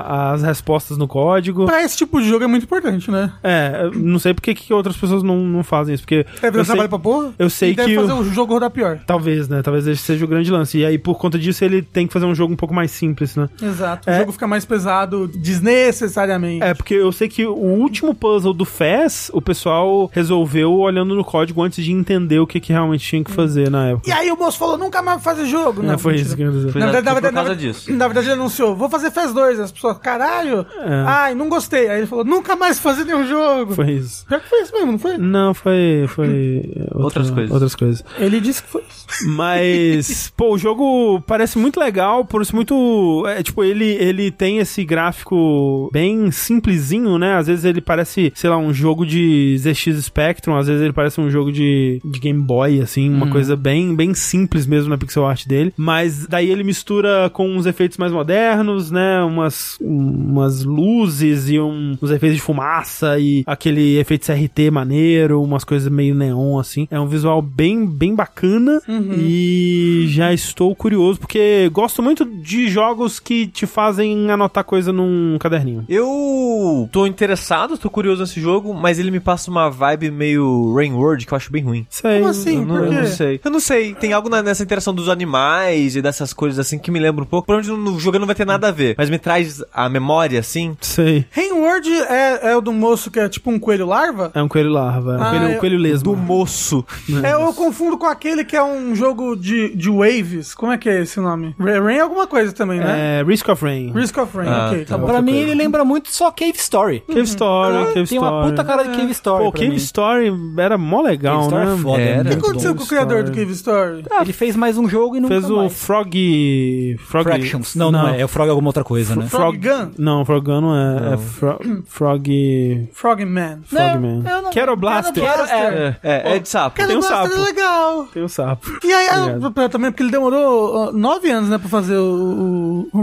a- as respostas no código.
Pra esse tipo de jogo é muito importante, né?
É, eu não sei porque que outras pessoas não, não fazem isso, porque
Deve dar
eu sei,
trabalho pra porra.
eu sei
e deve
que
fazer
o-
o jogo rodar pior.
talvez, né, talvez esse seja o grande lance. E aí, por conta disso, ele tem que fazer um jogo um pouco mais simples, né.
Exato.
É.
O jogo fica mais pesado desnecessariamente.
É, porque eu sei que o último puzzle do Fez, o pessoal resolveu olhando no código antes de entender o que, que realmente tinha que fazer na época.
E aí o moço falou, nunca mais vou fazer jogo.
É, foi isso que menos.
Foi
é.
Na
na-
verdade, na
foi por
verdade, na
causa
verdade-
disso.
na verdade, ele anunciou, vou fazer Fez 2. As pessoas, caralho, ai, não gostei. Aí ele falou, nunca mais fazer nenhum jogo.
É. Foi isso.
Pior que foi isso mesmo, não foi?
Não, foi. foi é, outra-
Outras coisas.
Outras coisas.
Ele disse que foi
É
isso.
Mas, pô, o jogo parece muito legal, parece muito. É, tipo, ele, ele tem esse gráfico bem simplesinho, né? Às vezes ele parece, sei lá, um jogo de ZX Spectrum, às vezes ele parece um jogo de, de Game Boy, assim, uma coisa bem, bem simples mesmo na pixel art dele. Mas daí ele mistura com uns efeitos mais modernos, né? Umas, um- umas luzes e um- uns efeitos de fumaça e aquele efeito CRT maneiro, umas coisas meio neon, assim. É um visual bem, bem bacana
Uhum.
e já estou curioso, porque gosto muito de jogos que te fazem anotar coisa num caderninho.
Eu tô interessado, tô curioso nesse jogo, mas ele me passa uma vibe meio Rain World que eu acho bem ruim.
Sei,
Como assim?
Eu não,
Por
eu
quê?
não sei. Eu não sei. Tem algo na- nessa interação dos animais e dessas coisas assim que me lembra um pouco. Provavelmente no jogo não vai ter nada a ver, mas me traz a memória assim.
Sei.
Rainward é, é o do moço que é tipo um coelho larva?
É um coelho larva, é um
Ah,
coelho,
eu-
coelho lesmo.
Do moço.
É, eu confundo com aquele que é um jogo de, de waves. Como é que é esse nome? Ra- Rain é alguma coisa também, né?
É, Risk of Rain.
Risk of Rain,
Ah,
ok.
tá.
Tá bom.
Pra mim, ele lembra muito só Cave Story.
Uhum.
Ah,
Cave Story,
Ah,
Cave
Tem
Story.
uma puta cara de Cave Story.
Pô,
pra
Cave
mim.
Story era mó legal,
Cave Story
né?
é foda,
Era. O que
é
O que
muito
aconteceu
bom.
com o criador do Cave Story?
Ele fez mais um jogo e nunca
Fez o
mais.
Frog. Frog.
Fractions. Não, não, é. É o Frog alguma outra coisa, né?
Frog Gun?
Não, Frog Gun não é. É Fro- Frog.
Frogman.
Frogman.
eu não-
Quero Blaster.
Quero- é.
É, é, é de sapo.
Tem um sapo.
é legal.
Tem o sapo.
E aí, ah,
Obrigado.
pra- também, porque ele demorou ó, nove anos, né, pra fazer o, o, o,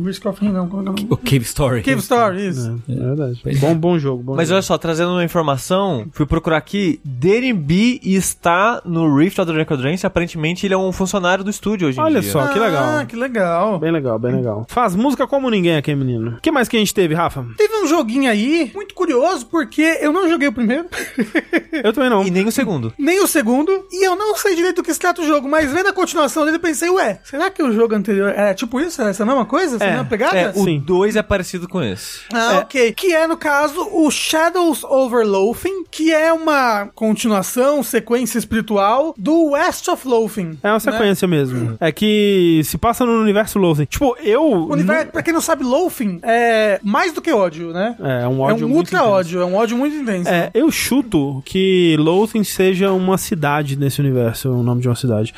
o Risk of Rain, não, como é que é o nome?
O Cave Story.
Cave Story, isso.
É, é verdade. Bom, bom jogo. Bom
Mas
jogo.
olha só, trazendo uma informação, fui procurar aqui, DNB está no Rift da Drunk Drance, aparentemente ele é um funcionário do estúdio hoje em
Olha
dia.
só, que
Ah,
legal.
que legal.
Bem legal,
Hum.
bem legal. Faz música como ninguém aqui, menino. O que mais que a gente teve, Rafa?
Teve um joguinho aí, muito curioso, porque eu não joguei o primeiro,
Eu também não.
E nem o segundo.
nem o segundo, e eu não sei direito do que se trata o jogo, mas vendo a continuação dele, eu pensei, ué, será que o jogo anterior era tipo isso? Era essa mesma coisa? Essa
É,
mesma pegada?
É, o
Sim.
2 é parecido com esse.
Ah, ok. Que é, no caso, o Shadows Over Loathing, que é uma continuação, sequência espiritual do West of Loathing.
É uma sequência mesmo. É que se passa no universo Loathing. Tipo, eu.
O universo, pra quem não sabe, Loafing é mais do que ódio, né?
nu- É um
É,
ódio
um
muito
ultra
intenso.
ódio, é um ódio muito intenso.
É, eu chuto que Lothing seja uma cidade nesse universo, o nome de uma cidade.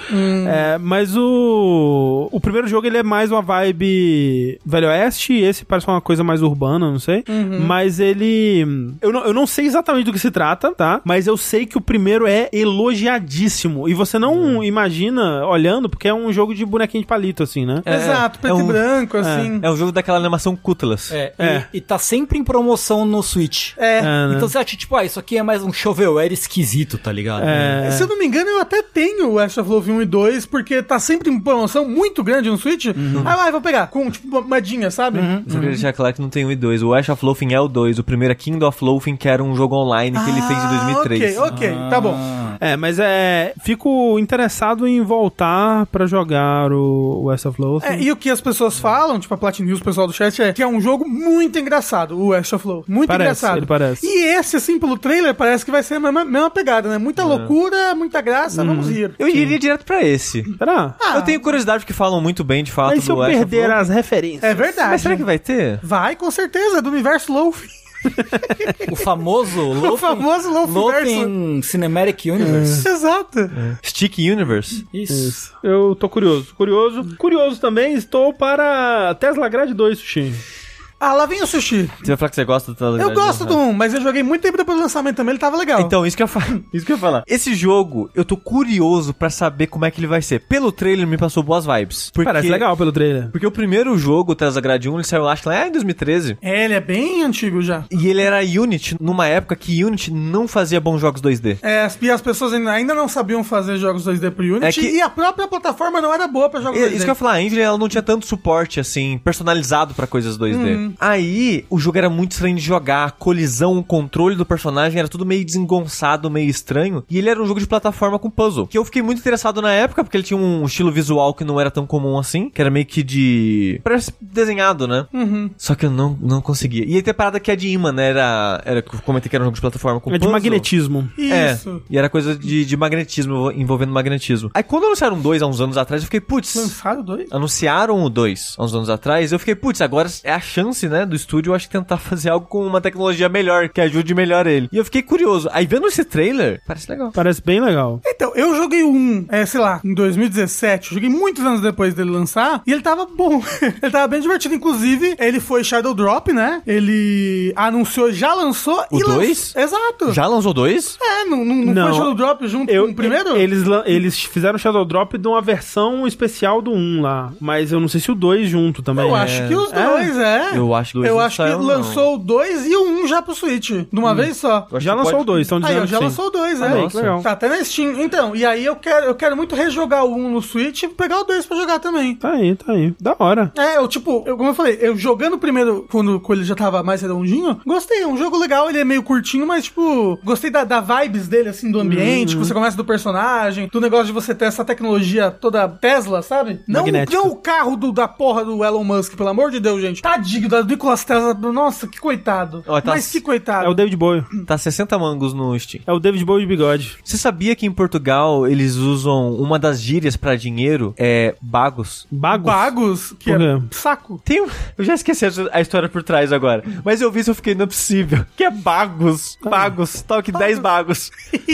É, mas o o primeiro jogo ele é mais uma vibe Velho Oeste, e esse parece uma coisa mais urbana, não sei. Mas ele. Eu não, eu não sei exatamente do que se trata, tá? Mas eu sei que o primeiro é elogiadíssimo. E você não imagina olhando, porque é um jogo de bonequinho de palito, assim, né?
É,
Exato,
é
preto e
um-
branco, assim.
É o jogo daquela animação Cutlass.
É,
É.
E, e tá sempre em promoção no Switch.
É.
É, né?
Então você acha, tipo, ah, isso aqui é mais um chovelware esquisito, tá ligado?
É.
Se eu não me engano, eu até tenho o West of Loathing 1 e 2, porque tá sempre em promoção muito grande no Switch. Aí vai, vou pegar, com tipo uma moedinha, sabe?
Só queria deixar claro que não tem um e dois. O Ash of Loafing é o dois. O primeiro é Kingdom of Loafing, que era um jogo online que ele fez em 2003.
Ah, Ok, ok, tá bom.
É, mas é. Fico interessado em voltar pra jogar o West of Loathing.
É, e o que as pessoas falam, tipo a Platinum News, o pessoal do chat, é que é um jogo muito engraçado, o Ash of Low. Muito
Parece,
engraçado.
ele parece.
E esse, assim, pelo trailer, parece que vai ser a mesma, mesma pegada, né?
É.
Muita loucura, muita graça, vamos
Uhum.
rir.
Eu iria direto pra esse.
Será?
Ah.
Eu tenho curiosidade porque falam muito bem, de fato,
Mas se
do
eu
Ash of
perder
Loafing.
as referências.
É verdade.
Mas será que vai ter?
Vai, com certeza, é do universo Low.
O famoso Lothing,
famoso Lothing
Cinematic
É.
Universe.
Exato.
Stick Universe?
Isso.
Eu tô curioso, curioso. Curioso também, estou para Tesla Grade 2, Sushi.
Ah, lá vem o sushi.
Você vai falar que você gosta do
Eu gosto do 1, mas eu joguei muito tempo depois do lançamento também, ele tava legal.
Então, isso que, eu fa... isso que eu ia falar. Esse jogo, eu tô curioso pra saber como é que ele vai ser. Pelo trailer, me passou boas vibes. Porque...
Parece legal pelo trailer.
Porque o primeiro jogo, o Tesla Grade 1, ele saiu, acho que lá em 2013.
É, ele é bem antigo já.
E ele era Unity, numa época que Unity não fazia bons jogos 2D.
É, as, e as pessoas ainda- ainda não sabiam fazer jogos 2D pro Unity
É que-
e a própria plataforma não era boa pra jogos
É,
2D.
Isso que eu ia falar, a Engine ela não tinha tanto suporte, assim, personalizado pra coisas 2D. Aí, o jogo era muito estranho de jogar. A colisão, o controle do personagem era tudo meio desengonçado, meio estranho. E ele era um jogo de plataforma com puzzle. Que eu fiquei muito interessado na época, porque ele tinha um estilo visual que não era tão comum assim. Que era meio que de... Parece desenhado, né? Só que eu não, não conseguia. E aí tem a parada que é de imã, né? Era... era eu comentei que era um jogo de plataforma com
É de
puzzle.
magnetismo.
Isso.
É, e era coisa de, de magnetismo, envolvendo magnetismo. Aí quando anunciaram dois há uns anos atrás, eu fiquei, putz,
Lançaram dois?
anunciaram o 2 há uns anos atrás, eu fiquei, putz, agora é a chance, né, do estúdio, eu acho que tentar fazer algo com uma tecnologia melhor, que ajude melhor ele. E eu fiquei curioso. Aí vendo esse trailer, parece legal.
Parece bem legal.
Então, eu joguei um, é, sei lá, em 2017. Eu joguei muitos anos depois dele lançar. E ele tava bom. ele tava bem divertido. Inclusive, ele foi Shadow Drop, né? Ele anunciou, já lançou.
O
e lan-
dois?
Exato.
Já lançou dois?
É, não, não, não
Não.
foi Shadow Drop junto
Eu, é,
com É, o primeiro?
Eles, lan- eles fizeram Shadow Drop de uma versão especial do 1 lá. Mas eu não sei se o 2 junto também.
Eu
É.
acho que os dois, é.
Eu acho que dois
Eu
não
acho que
saiu, não. Hum.
lançou o 2 e o 1 um já pro Switch, de uma vez só.
Eu acho
Já
que
lançou
pode-
o 2, estão
Aí,
dizendo
eu já
que sim.
lançou o 2, é.
Olha aí,
Ah, Nossa.
que legal.
Tá até na Steam. Então, e aí eu quero, eu quero muito rejogar o 1 no Switch e pegar o 2 pra jogar também.
Tá aí, tá aí. Da hora.
É, eu tipo, eu, como eu falei, eu jogando primeiro quando, quando ele já tava mais redondinho, gostei, é um jogo legal, ele é meio curtinho, mas tipo, gostei da, da vibes dele, assim, do ambiente,
Uhum.
que você começa do personagem, do negócio de você ter essa tecnologia toda Tesla, sabe? Não,
Magnética.
não o carro do, da porra do Elon Musk, pelo amor de Deus, gente. Tadinho da Nicolas Tesla, nossa, que coitado.
Ó, tá-
Mas que coitado.
É o David Bowie.
Tá 60 mangos no Steam.
É o David Bowie de bigode.
Você sabia que em Portugal eles usam uma das gírias pra dinheiro é bagos?
Bagos.
Bagos, que
Por
é
quê?
saco.
Tem um- Eu já esqueci a- a história por trás agora. Mas eu vi isso e eu fiquei, não é possível. Que é bagos. Bagos. Toque 10 bagos.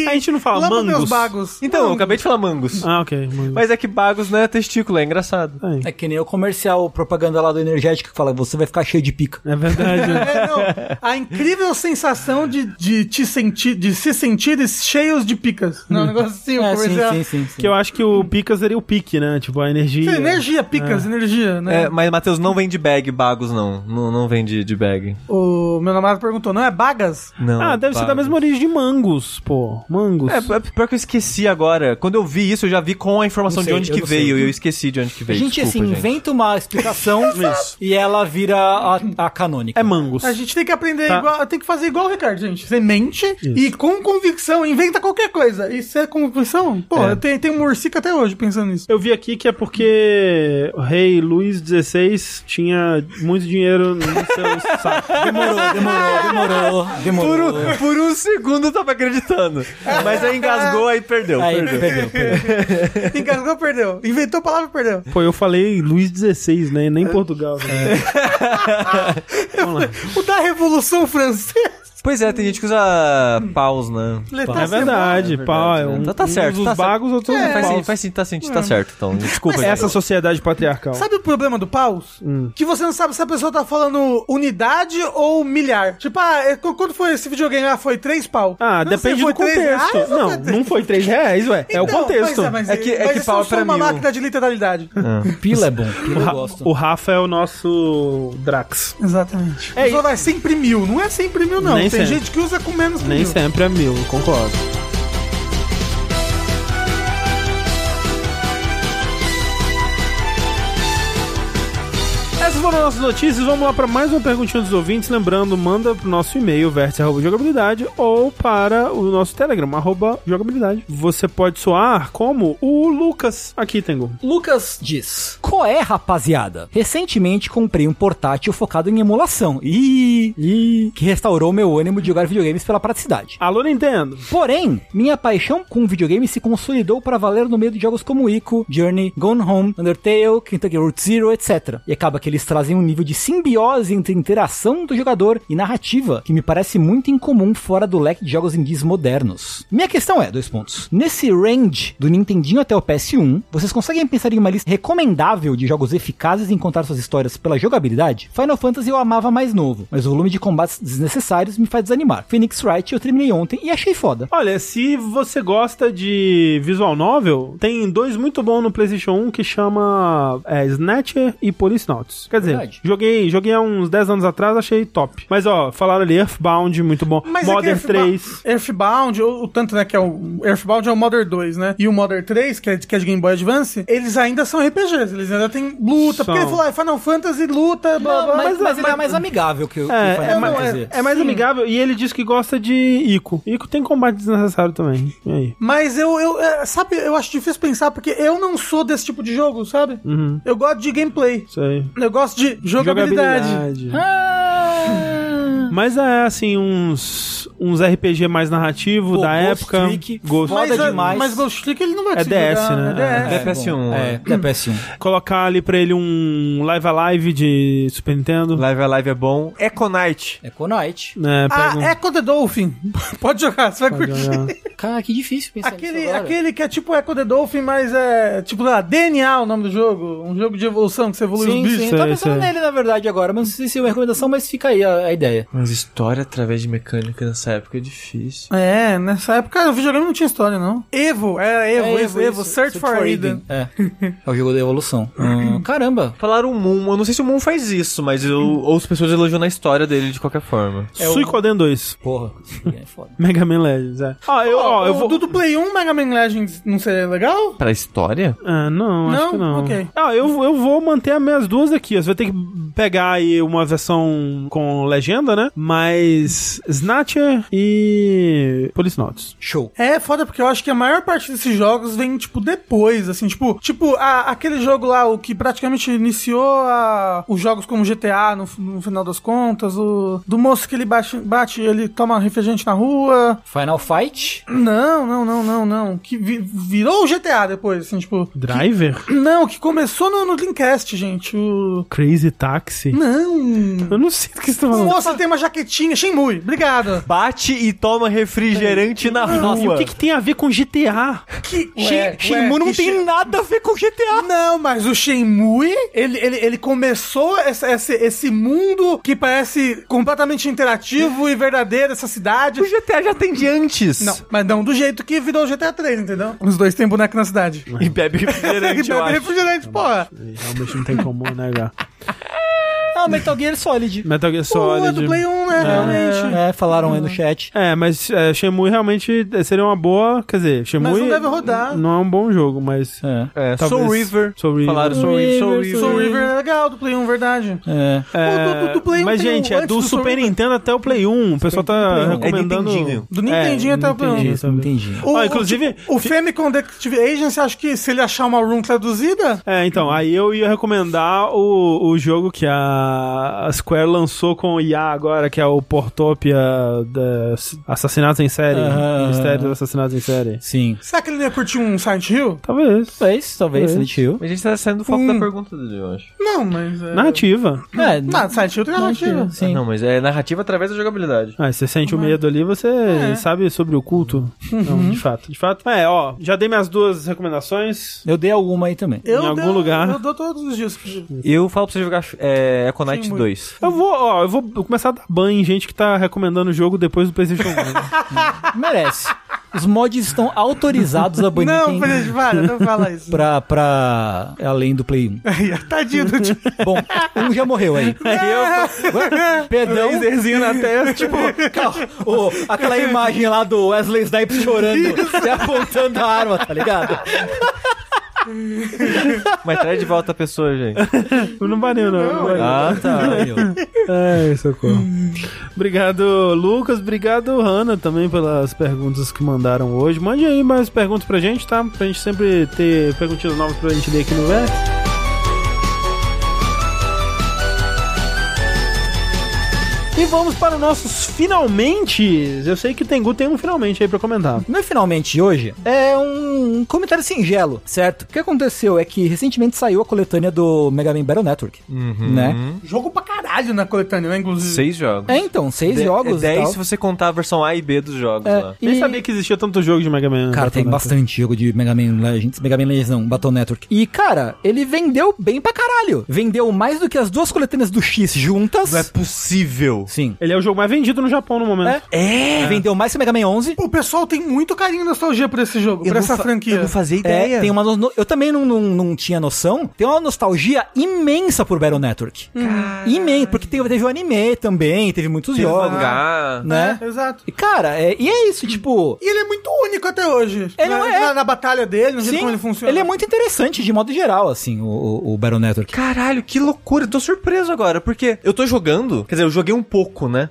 A gente não fala
Lama meus
mangos?
bagos.
Então, eu acabei de falar mangos.
Ah, ok. mangos.
Mas é que bagos não é testículo, é engraçado.
Tá aí.
É que nem o comercial, propaganda lá do Energético que fala, você vai ficar cheio de pica.
É verdade. né?
É, não. A incrível sensação de, de, te sentir, de se sentir cheios de picas. Não, um negócio assim, eu
É, sim,
comecei a...
sim, sim, sim.
que eu acho que o pica seria o pique, né? Tipo, a energia.
Sim, Energia, picas, energia, né?
É, mas, Matheus, não vende bag bagos, não. Não, não vende de bag.
O meu namorado perguntou, não é bagas?
Não.
Ah, deve ser da
bagos.
mesma origem de mangos, pô. Mangos.
É, p- pior que eu esqueci agora. Quando eu vi isso, eu já vi com a informação
Não sei,
de onde
eu
que
não sei.
veio. E eu esqueci de onde que
A
veio.
gente,
Desculpa,
assim, inventa uma explicação e ela vira a, a canônica.
É mangos.
A gente tem que aprender
Tá.
igual, tem que fazer igual o Ricardo, gente. Você mente e com convicção, inventa qualquer coisa. E se é convicção, pô,
É.
eu tenho, tenho um morcico até hoje pensando nisso.
Eu vi aqui que é porque o rei Luís XVI tinha muito dinheiro no seu saco.
Demorou, demorou, demorou, demorou.
Por, por um segundo eu tava acreditando. Mas aí engasgou, aí perdeu.
Aí,
perdeu.
perdeu, perdeu.
Engasgou, perdeu. Inventou a palavra, perdeu.
Pô, eu falei Luís XVI, né?
É.
Nem Portugal. né?
O da Revolução Francesa.
Pois é, tem gente que usa paus, né?
É verdade, pau. É
né?
um,
Tá- tá
uns
certo,
Os
tá certo.
bagos,
É,
outros
Faz,
os
sim,
paus.
faz sim, tá sim, tá certo. Então, desculpa. gente.
Essa sociedade patriarcal.
Sabe o problema do paus?
Hum.
Que você não sabe se a pessoa tá falando unidade ou milhar. Tipo, ah, é, qu- quando foi esse videogame? Ah, foi três pau.
Ah,
Não sei,
depende
foi
do
três
contexto.
reais ou
não,
foi três?
não foi três reais, ué. é o
Então,
contexto.
Mas é, mas,
É que- é
mas
que
isso
pau
eu sou
pra
uma
mil.
máquina de literalidade.
Pila é bom, pila
O
eu
Ra-
gosto.
o Rafa é o nosso Drax.
Exatamente.
É
É Só vai sempre mil. Não é sempre mil, não.
Nem
Tem
sempre.
gente que usa com menos que
Nem
mil.
sempre é mil, concordo. Essas foram nossas notícias. Vamos lá para mais uma perguntinha dos ouvintes. Lembrando, manda pro nosso e-mail, vértice.jogabilidade, ou para o nosso Telegram, arroba jogabilidade. Você pode soar como o Lucas aqui, Tengo.
Lucas diz: Qual é, rapaziada? Recentemente comprei um portátil focado em emulação. Ih, ih, que restaurou meu ânimo de jogar videogames pela praticidade.
Alô, Nintendo.
Porém, minha paixão com videogame se consolidou para valer no meio de jogos como Ico, Journey, Gone Home, Undertale, Kentucky Route Zero, etc. E acaba que eles trazem um nível de simbiose entre interação do jogador e narrativa, que me parece muito incomum fora do leque de jogos indies modernos. Minha questão é, dois pontos. Nesse range do Nintendinho até o PS1, vocês conseguem pensar em uma lista recomendável de jogos eficazes em contar suas histórias pela jogabilidade? Final Fantasy eu amava mais novo, mas o volume de combates desnecessários me faz desanimar. Phoenix Wright eu terminei ontem e achei foda.
Olha, se você gosta de visual um novel, tem dois muito bons no PlayStation 1 que chama é, Snatcher e Police Notes. Quer dizer,
Verdade.
joguei, joguei há uns 10 anos atrás, achei top. Mas ó, falaram ali Earthbound, muito bom.
é que
Modern
Earthba-
3.
Earthbound, o, o tanto, né, que é o Earthbound é o Modern 2, né? E o Modern 3, que é, de- que é de Game Boy Advance, eles ainda são RPGs, eles ainda têm luta, porque
São.
ele falou, ah, Final Fantasy, luta, blá, blá,
mas,
blá.
mas ele é mais amigável que, o que o
É, é,
Final
mais-
Fantasy.
é mais amigável e ele diz que gosta de Ico. Ico tem combate desnecessário também. E aí?
Mas eu, eu, é, sabe, eu acho difícil pensar, porque eu não sou desse tipo de jogo, sabe? Eu gosto de gameplay.
Isso aí.
Eu gosto de jogabilidade. Ah!
Mas é assim, uns, uns RPG mais narrativo
Pô,
da
Ghost
época.
Trick,
Ghost.
foda
mas, a-
demais.
mas Ghost Trick ele não vai
É DS,
jogar,
né?
É DS.
É PS1,
bom. É,
é.
é PS1.
Colocar ali pra ele um Live Alive de Super Nintendo.
Live a Live é bom. Econite.
É Conite.
Né, pega um- né?
Ah, Echo the Dolphin. Pode jogar, você vai curtir.
Cara, que difícil pensar
Aquele,
nisso agora.
aquele que é tipo Echo the Dolphin, mas é tipo lá, DNA o nome do jogo. Um jogo de evolução que você evolui os
Sim,
bichos.
sim. Eu
sei,
tava pensando
sei.
nele, na verdade, agora. Mas não sei se é uma recomendação, mas fica aí a, a ideia.
Mas história através de mecânica nessa época é difícil.
É, nessa época o videogame não tinha história, não. Evo, era Evo,
É,
Evo,
isso.
Evo, Search, for, Eden.
É. É o jogo da evolução. Hum, caramba.
Falaram o Moon, eu não sei se o Moon faz isso, mas eu ouço pessoas elogiando a história dele de qualquer forma.
É o-
Suicoden 2.
Porra, é foda.
Mega Man Legends, é. Ó, eu, ó, eu
o
vou...
do, do Play 1 Mega Man Legends não seria legal?
Pra história?
Ah, não, acho
Não?
que não.
Ok.
Ah, eu, eu vou manter as minhas duas aqui. ó. Você vai ter que pegar aí uma versão com legenda, né? Mas Snatcher e Policenauts.
Show.
É foda, porque eu acho que a maior parte desses jogos vem, tipo, depois, assim, tipo, tipo, a- aquele jogo lá, o que praticamente iniciou a- os jogos como GTA no, no final das contas, o do moço que ele bate, bate ele toma refrigerante na rua.
Final Fight?
Não, não, não, não, não. Que vi- virou o GTA depois, assim, tipo.
Driver?
Não, que começou no, no Dreamcast, gente. O.
Crazy Taxi?
Não!
Eu não sei do que você tá
O
falando.
moço ele tem uma jaquetinha, Shenmue, obrigado.
Bate e toma refrigerante na
Nossa, e o que, que tem a ver com GTA?
Que.
Ué,
Shen- Shenmue não tem
nada a ver com GTA.
Não, mas o Shenmue, ele, ele, ele começou essa- esse, esse mundo que parece completamente interativo e verdadeiro, essa cidade.
O GTA já tem de antes.
Não, mas não do jeito que virou o GTA 3, entendeu? Os dois têm boneco na cidade.
E bebe refrigerante, eu
Bebe
acho.
refrigerante, porra.
Realmente não tem como né, negar.
Ah, Metal Gear Solid.
Metal Gear
Pô, é
Solid.
do Play 1, né? Realmente.
É, falaram aí no chat.
É, mas é, Shenmue realmente é, seria uma boa. Quer dizer, Shenmue.
Mas não deve rodar.
Não é um bom jogo, mas.
É.
É,
Talvez-
Soul River.
Soul River.
Falaram Soul River. Soul River.
Soul River é legal, do Play 1, verdade.
É.
É,
do- do- do Play 1
mas,
tem o-
gente, é
antes
do
do
Super
Super
Nintendo até o Play 1. O pessoal tá
Nintendo.
É
recomendando.
Nintendinho.
Do Nintendinho até o Play 1.
É, Nintendinho.
Entendi.
O-
Ó, inclusive-
O, o Famicom Detective Agency, acho que se ele achar uma room traduzida,
É, então, aí eu ia recomendar o, o jogo que a a Square lançou com o IA agora, que é o Portopia da- Assassinatos em Série.
Aham.
Mistério dos Assassinatos em Série.
Sim.
será que ele não ia curtir um Silent Hill?
Talvez.
Talvez, talvez, Silent Hill.
Mas a gente tá saindo do foco
Hum.
da pergunta dele, eu acho.
Não, mas... É...
Narrativa.
É,
Não, Silent Hill tem narrativa.
Sim.
Não, mas é narrativa através da jogabilidade.
Ah, você sente o medo ali, você sabe sobre o culto. Não, de fato, de fato. É, ó, já dei minhas duas recomendações.
Eu dei alguma aí também.
Eu
Em algum
dou-
lugar.
Eu dou todos os dias. que-
Eu falo pra você jogar é, Econite
Sim, muito.
2.
Eu vou, ó, eu vou começar a dar banho em gente que tá recomendando o jogo depois do PlayStation 1.
Merece. Os mods estão autorizados a banir
Não,
quem-
Felipe, para, não fala isso.
pra, pra... além do Play 1.
Tadinho do tio.
Bom, um já morreu aí. Perdão.
Laserzinho na testa, tipo...
Cal- o- aquela imagem lá do Wesley Snipes chorando, se apontando a arma, tá ligado?
Mas traz de volta a pessoa, gente.
não valeu, não. não valeu.
Ah, tá.
Ai, socorro. obrigado, Lucas. Obrigado, Hanna, também pelas perguntas que mandaram hoje. Mande aí mais perguntas pra gente, tá? Pra gente sempre ter perguntinhas novas pra gente ler aqui no Vértice. E vamos para os nossos finalmente. Eu sei que o Tengu tem um finalmente aí pra comentar.
Meu finalmente de hoje é um comentário singelo, certo? O que aconteceu é que recentemente saiu a coletânea do Mega Man Battle Network, né?
Jogo pra caralho na coletânea, né, inclusive.
Seis jogos.
É, então, seis
De-
jogos
É
e
10
tal.
se você contar a versão A e B dos jogos
É,
lá.
Nem
e-
sabia que existia tanto jogo de Mega Man.
Cara,
Battle
tem
Network.
bastante jogo de Mega Man Legends, Mega Man Legends não, Battle Network. E, cara, ele
é
vendeu bem pra caralho. Vendeu mais do que as duas coletâneas do X juntas.
possível.
Sim.
Ele é o jogo mais vendido no Japão no momento.
É, vendeu mais que o Mega Man 11.
O pessoal tem muito carinho e nostalgia por esse jogo,
Eu
por
não
essa
fa-
franquia.
Eu não fazia ideia.
É, tem uma no- eu também não, não, não tinha noção. Tem uma nostalgia imensa por Battle Network. Imensa, porque teve, teve o anime também, teve muitos
Tem um
jogos.
mangá.
Né?
É, exato.
E, cara, é- e é isso, tipo.
E ele é muito único até hoje.
Ele
na,
não é-
na, na batalha dele, não sei
Sim,
como ele funciona.
é muito interessante de modo geral, assim, o, o, o Battle Network.
Caralho, que loucura. Eu tô surpreso agora, porque eu tô jogando. Quer dizer, eu joguei um pouco, né?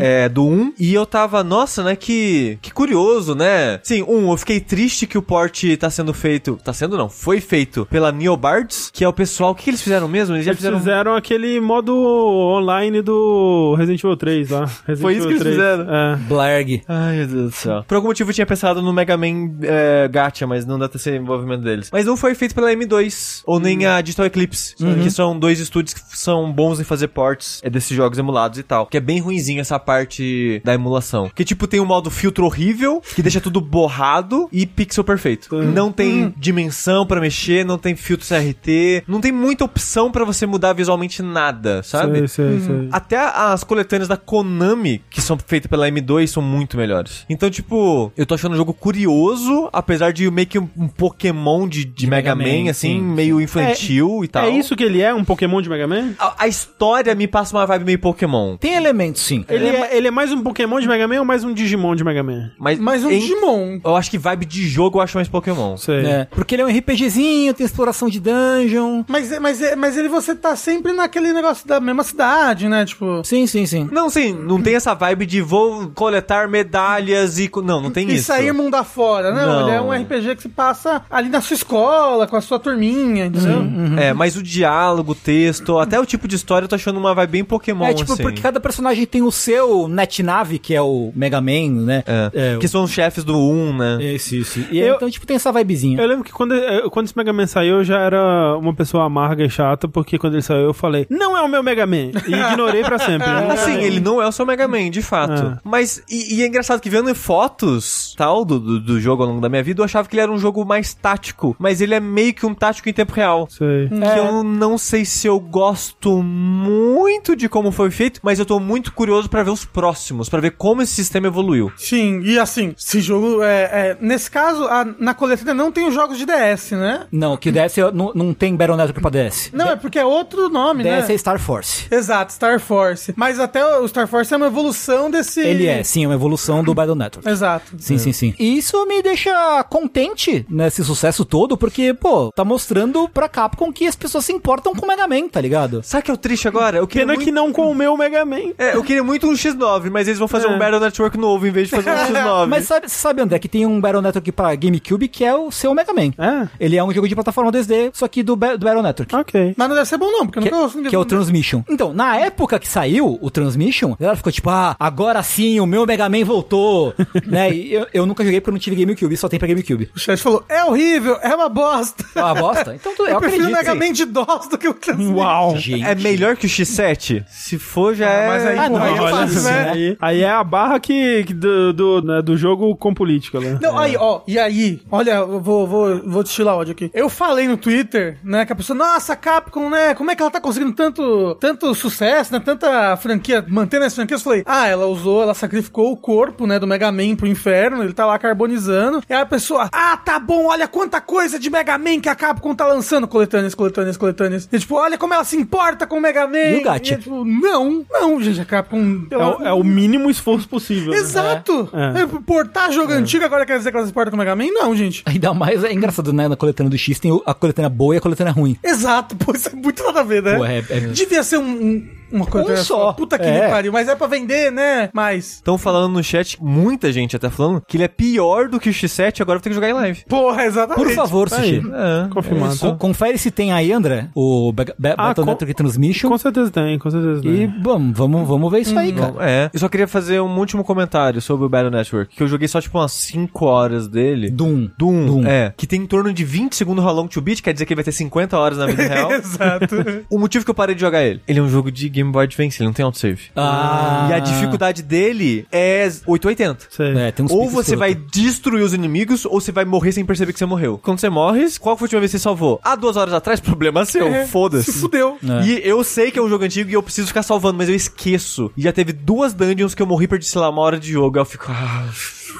É, do 1. E eu tava, nossa, né? Que, que curioso, né? Sim, um, eu fiquei triste que o port tá sendo feito. Tá sendo, não. Foi feito pela Neobards, que é o pessoal. O que, que eles fizeram mesmo? Eles já
Eles
fizeram.
fizeram... aquele modo online do Resident Evil 3 lá. Resident
Foi isso
Evil
que eles fizeram?
É.
Blarg.
Ai, meu Deus do céu. Por algum motivo eu tinha pensado no Mega Man é, Gacha, mas não dá pra ser envolvimento deles. Mas não foi feito pela M2, ou nem a Digital Eclipse, que são dois estúdios que são bons em fazer ports é, desses jogos emulados e tal. Que é bem ruinzinho essa parte da emulação. Que tipo, tem um modo filtro horrível, que deixa tudo borrado e pixel perfeito. Não tem dimensão pra mexer, não tem filtro CRT, não tem muita opção pra você mudar visualmente nada, sabe? Hum.
Sei, sei, É sei.
Até as coletâneas da Konami, que são feitas pela M2, são muito melhores. Então, tipo, eu tô achando o jogo curioso, apesar de meio que um, um Pokémon de, de Mega,
Mega
Man,
Man,
assim,
sim,
meio infantil e tal.
É isso que ele é? Um Pokémon de Mega Man?
A, a história me passa uma vibe meio Pokémon.
Tem elementos, sim.
Ele é. ele é mais um Pokémon de Mega Man ou mais um Digimon de Mega Man?
Mas,
Mas um
em-
Digimon.
Eu acho que vibe de jogo eu acho mais Pokémon.
Sei.
É, porque ele é um RPGzinho, tem exploração de dungeon.
Mas, é- mas, é- mas ele você tá sempre naquele negócio da mesma cidade, né? Tipo.
Sim, sim, sim.
Não, sim, não tem essa vibe de vou coletar medalhas e. co- Não, não tem
E
isso.
sair mundo afora, né?
Não.
Ele é um RPG que se passa ali na sua escola, com a sua turminha, entendeu?
É, mas o diálogo, o texto, até o tipo de história eu tô achando uma vibe bem Pokémon.
é tipo,
assim.
porque cada personagem tem o seu NetNave, que é o Mega Man, né?
É,
o-
que são os chefes do 1, né?
Esse, esse. E
Eu-
então, tipo, tem essa vibezinha.
Eu lembro que quando, eh, quando esse Mega Man saiu, eu já era uma pessoa amarga e chata, porque quando ele saiu eu falei, não é o meu Mega Man. E ignorei pra sempre. né?
Assim, ele não é o seu Mega Man, de fato.
É.
Mas, e, e é engraçado que vendo fotos tal do, do, do jogo ao longo da minha vida, eu achava que ele era um jogo mais tático. Mas ele é meio que um tático em tempo real.
Sei.
Que eu não sei se eu gosto muito de como foi feito, mas eu tô muito curioso pra ver os próximos, pra ver como esse sistema evoluiu.
Sim, e assim, esse jogo é. é- nesse caso, a- na coletânea não tem os jogos de DS, né?
Não, que DS eu- não, não tem Battle Network pra DS.
Não, é porque é outro nome,
DS
né?
é Star Force.
Exato, Star Force. Mas até o Star Force é uma evolução desse.
Ele é, sim, é uma evolução do Battle Network.
Exato.
Sim, sim, sim. É. E isso me deixa contente nesse sucesso todo, porque, pô, tá mostrando pra Capcom que as pessoas se importam com o Mega Man, tá ligado?
Sabe o que é o triste agora? Eu queria
Pena que
muito...
não com o meu Mega Man.
É, eu queria muito um X9, mas eles vão fazer um Battle Network novo em vez de fazer um X9.
Mas sabe, sabe, André, que tem um Battle Network pra GameCube que é o seu Mega Man.
É?
Ele é um jogo de plataforma 2D, só que do, Ba- do Battle Network.
Ok.
Mas não deve ser bom, não, porque eu
Que,
nunca ouço
que é o Transmission. Então, na época que saiu o Transmission, a galera ficou tipo, ah, agora sim, o meu Mega Man voltou. né? E eu, eu nunca joguei porque eu não tive GameCube, só tem pra GameCube.
O chat falou: é horrível, é uma bosta.
É uma bosta? Então tu, eu,
Eu prefiro o
acredito.
Mega
sim.
Man de DOS do que o Transmission.
Gente.
É melhor que o X7? Se for, já é.
mas aí-
Ah, não,
Aí é
olha
fácil,
isso,
né?
né?
Aí, aí é a barra que, que do, do, né, do jogo com política, né?
Não, aí, ó, e aí? Olha, eu vou, vou, vou destilar ódio aqui. Eu falei no Twitter, né, que a pessoa, nossa, a Capcom, né, como é que ela tá conseguindo tanto, tanto sucesso, né, tanta franquia, mantendo as franquias? Eu falei, ah, ela usou, ela sacrificou o corpo, né, do Mega Man pro inferno, ele tá lá carbonizando. E aí a pessoa, ah, tá bom, olha quanta coisa de Mega Man que a Capcom tá lançando, coletâneas, coletâneas, coletâneas. E tipo, olha como ela se importa com o Mega Man.
E o Gacha?
é, tipo, não, não, gente, a Capcom...
É o, é o mínimo esforço possível. né?
Exato!
É.
É, Portar jogo antigo agora quer dizer que elas importam com o Mega Man? Não, gente.
Ainda mais é engraçado, né? Na coletânea do X tem o- a coletânea boa e a coletânea ruim.
Exato, pô, isso é muito nada a ver, né?
Pô, é- é-
Devia ser um, um- uma coisa
Um só.
Puta que
É.
me pariu, mas é pra vender, né? Mas.
Estão falando no chat, muita gente até falando, que ele é pior do que o X7, agora eu vou ter que jogar em live.
Porra, exatamente.
Por favor, Sushi.
É.
Confirmado.
Co- Confere se tem aí, André, o Be- Be-
Ah,
Battle
com-
Network Transmission.
Com certeza tem, com certeza tem.
E, bom, vamos, vamos ver isso aí, cara.
É. Eu só queria fazer um último comentário sobre o Battle Network, que eu joguei só tipo umas 5 horas dele.
Doom.
Doom,
Doom.
é. Que tem em torno de 20 segundos um how long to beat, quer dizer que ele vai ter 50 horas na vida real.
Exato.
O motivo que eu parei de jogar ele. Ele é um jogo de Game Boy Advance, ele não tem autosave.
Ah.
E a dificuldade dele é 880.
Sei.
É, tem uns
Ou
picos
você
escroto.
vai destruir os inimigos, ou você vai morrer sem perceber que você morreu. Quando você morre, qual foi a última vez que você salvou? Há duas horas atrás, problema seu,
Se
Então, foda-se.
fudeu.
É.
E eu sei que é um jogo antigo e eu preciso ficar salvando, mas eu esqueço. E já teve duas dungeons que eu morri perdi, sei lá, uma hora de jogo. Aí eu fico. ah.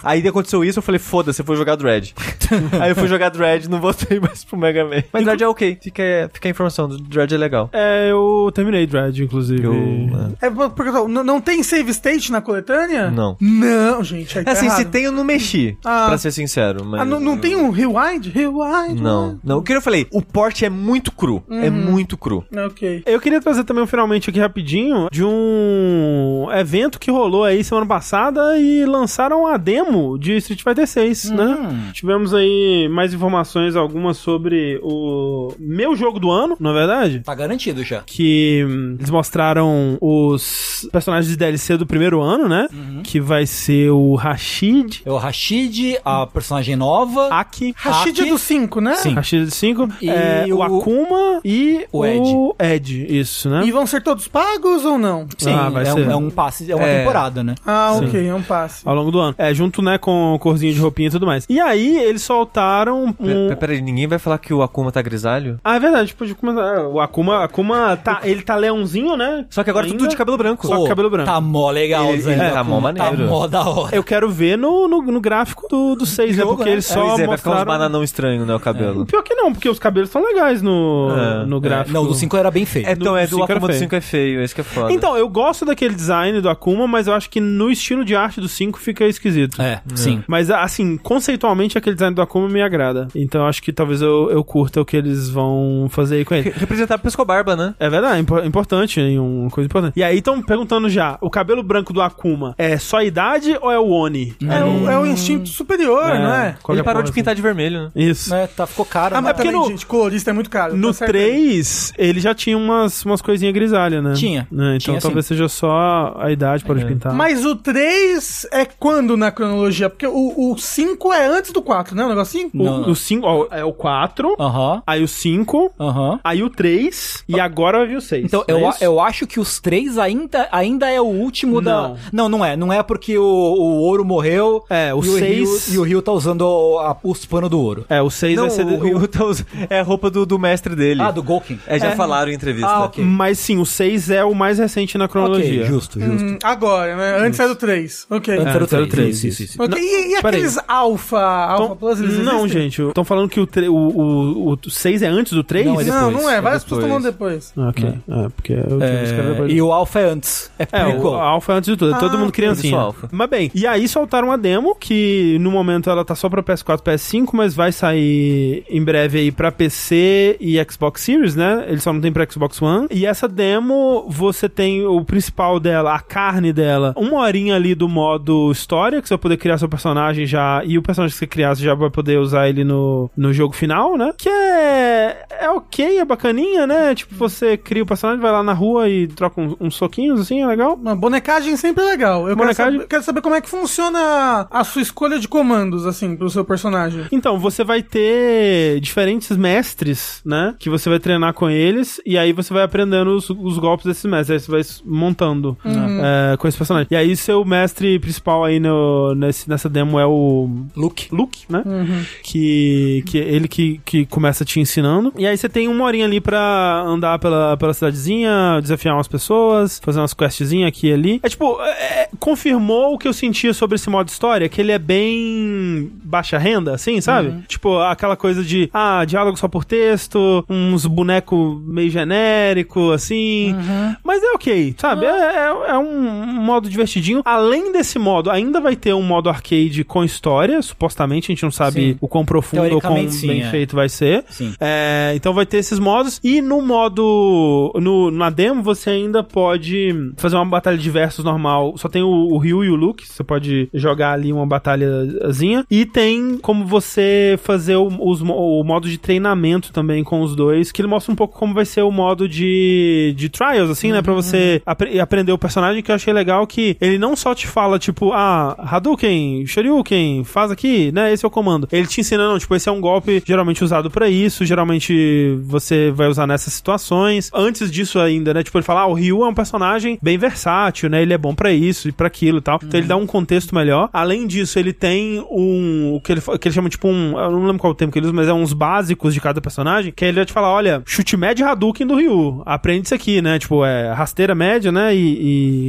Aí aconteceu isso, eu falei, foda-se, eu vou jogar Dread. aí eu fui jogar Dread, não voltei mais pro Mega Man. Mas Dread é ok, fica, fica a informação, Dread é legal.
É, eu terminei Dread, inclusive.
É porque eu tô- n- não tem save state na coletânea?
Não.
Não, gente. Aí
É
tá
assim, se
errado.
tem, eu não mexi,
Ah.
pra ser sincero. Mas...
Ah, não, não tem um rewind? Rewind?
Não, não. O que eu falei, o porte é muito cru. É muito cru.
né? Ok.
Eu queria trazer também um finalmente aqui rapidinho de um evento que rolou aí semana passada e lançaram a demo de Street Fighter 6,
Hum.
né? Tivemos aí mais informações algumas sobre o meu jogo do ano, na verdade.
Tá garantido já.
Que hum, eles mostraram os personagens de DLC do primeiro ano, né? Que vai ser o Rashid,
É o Rashid, a personagem nova.
Aki,
Rashid é
Aqui-
do 5, né?
Sim.
Rashid 5,
E
é, o
o-
Akuma e
o
o Ed. isso, né?
E vão ser todos pagos ou não?
Sim,
Ah, vai
é,
ser.
Um, é um passe, é uma
É.
temporada, né?
Ah, ok, é um passe.
Ao longo do ano. É, junto, né, com corzinho de roupinha e tudo mais. E aí, eles soltaram um...
Pera- Peraí, ninguém vai falar que o Akuma tá grisalho?
Ah, é verdade, pode começar. é, O Akuma, Akuma tá, ele tá leãozinho, né?
Só que agora
Ainda.
tudo de cabelo branco.
Só
Pô,
cabelo branco.
Tá mó legal,
Ele-
Zé.
ele tá mó
Tá
maneiro.
mó da hora.
Eu quero ver no, no, no gráfico do 6, né?
Jogo,
Porque
né?
eles
Pois
só
é, vai ficar uns
mostraram...
bananão estranho, né, o cabelo.
Pior que não, porque os cabelos são legais no,
É,
no gráfico.
Não, o do 5 era bem feio.
É, então, é
do
do
cinco era
Akuma do
feio.
5 é feio, esse que é foda.
Então, eu gosto daquele design do Akuma, mas eu acho que no estilo de arte do 5 fica esquisito.
É, sim.
Mas, assim, conceitualmente, aquele design do Akuma me agrada. Então, eu acho que talvez eu, eu curta o que eles vão fazer aí com ele.
Representado por Escobarba, né?
É verdade, é impo- importante, hein, um, uma coisa importante. E aí estão perguntando já, o cabelo branco do Akuma é só a idade ou é o Oni?
É, o, é o instinto superior, não é?
qualquer
Ele
porra
parou de pintar de vermelho, né?
assim. Isso.
É, tá, ficou caro.
Ah, mas
mas
porque
também,
no-
gente, colorista é muito caro.
No
tá certo aí.
3, ele já tinha umas, umas coisinhas grisalhas, né?
Tinha.
Né, Então
Tinha, É.
talvez seja só a idade para de pintar.
Mas o 3 é quando na cronologia? Porque o, o 5 é antes do 4, né? O negocinho?
O-
Não, não.
O 5, é o 4,
Aham,
aí o 5,
aham.
aí o 3, e agora vai vir o é 6.
Então, eu, a- eu acho que os três ainda, ainda é o último
Não.
da. Não, não é. Não é porque o, o ouro morreu.
É, o
e
seis-
Ryu- E o Rio tá usando o, a, os pano do ouro.
É, o 6 vai ser...
o Ryu tá us- é a roupa do, do mestre dele.
Ah, do Golkin.
É, já falaram em entrevista.
Ah, ok.
Mas sim, o 6 é o mais recente na cronologia.
Ok, justo, justo.
Hum, Agora, né? Antes era o 3. Ok.
Antes era o
antes era o
3.
três,
Isso, isso,
isso.
isso.
Ok, E, e
peraí.
aqueles alfa, alfa
Então,
plus, eles
não,
existem?
gente. Estão falando que o 6 o, o, o seis é antes do 3?
Não, é
Não,
Depois,
não é.
é
Várias pessoas
depois.
tomando depois.
Ok. É, porque eu tive os caras
É,
depois.
e o Alpha é antes. É
É, o
prequel.
Alpha é antes de tudo. é todo mundo criancinha.
eu sou Alpha.
Mas bem, e aí soltaram uma demo que no momento ela tá só pra PS4 PS5, mas vai sair em breve aí pra PC e Xbox Series, né? Ele só não tem pra Xbox One. E essa demo, você tem o principal dela, a carne dela, uma horinha ali do modo história, que você vai poder criar seu personagem já, e o personagem que você criar, você já vai poder usar ele no, no jogo final, né? Que é, é ok, é bacaninha, né? Tipo, você cria o personagem, vai lá na rua e troca uns, uns soquinhos, assim, é legal.
Uma bonecagem sempre é legal. Eu quero
Bonecagem-
saber, quero saber como é que funciona a sua escolha de comandos, assim, pro seu personagem.
Então, você vai ter diferentes mestres, né? Que você vai treinar com eles, e aí você vai aprendendo os, os golpes desses mestres, aí você vai s- montando
Hum.
é, com esse personagem. E aí, seu mestre principal aí no, nesse- nessa demo é o
Luke.
Luke, né?
Uhum.
Que, que é ele que, que começa te ensinando. E aí você tem uma horinha ali pra andar pela, pela cidadezinha, desafiar umas pessoas, fazer umas questzinhas aqui e ali. É tipo, é- é- confirmou o que eu sentia sobre esse modo história, que ele é bem baixa renda, assim, sabe?
Uhum.
Tipo, aquela coisa de, ah, diálogo só por texto, uns boneco meio genérico, assim.
Uhum.
Mas é ok, sabe?
Ah.
É, é- é um modo divertidinho. Além desse modo, ainda vai ter um modo arcade com história. Supostamente, a gente não sabe
Sim.
o quão profundo ou quão bem
Teoricamente, sim, é.
feito vai ser.
Sim.
É, então vai ter esses modos. E no modo. No, na demo, você ainda pode fazer uma batalha de versos normal. Só tem o, o Ryu e o Luke. Você pode jogar ali uma batalhazinha. E tem como você fazer o, os mo- o modo de treinamento também com os dois, que ele mostra um pouco como vai ser o modo de, de trials, assim, né? Pra você apre- aprender o personagem, que eu achei legal que ele não só te fala, tipo, ah, Hadouken, Shoryuken, faz aqui, né? Esse é o comando. Ele te ensina, não, tipo, esse é um golpe geralmente usado pra isso, geralmente você vai usar nessas situações. Antes disso ainda, né? Tipo, ele fala, ah, o Ryu é um personagem bem versátil, né? Ele é bom pra isso e pra aquilo e tal. Então ele dá um contexto melhor. Além disso, ele tem um. O que ele, fa- o que ele chama, tipo, um. Eu não lembro qual o termo que ele usa, mas é uns básicos de cada personagem. Que aí ele vai te falar: olha, chute médio e Hadouken do Ryu. Aprende isso aqui, né? Tipo, é rasteira média, né? E,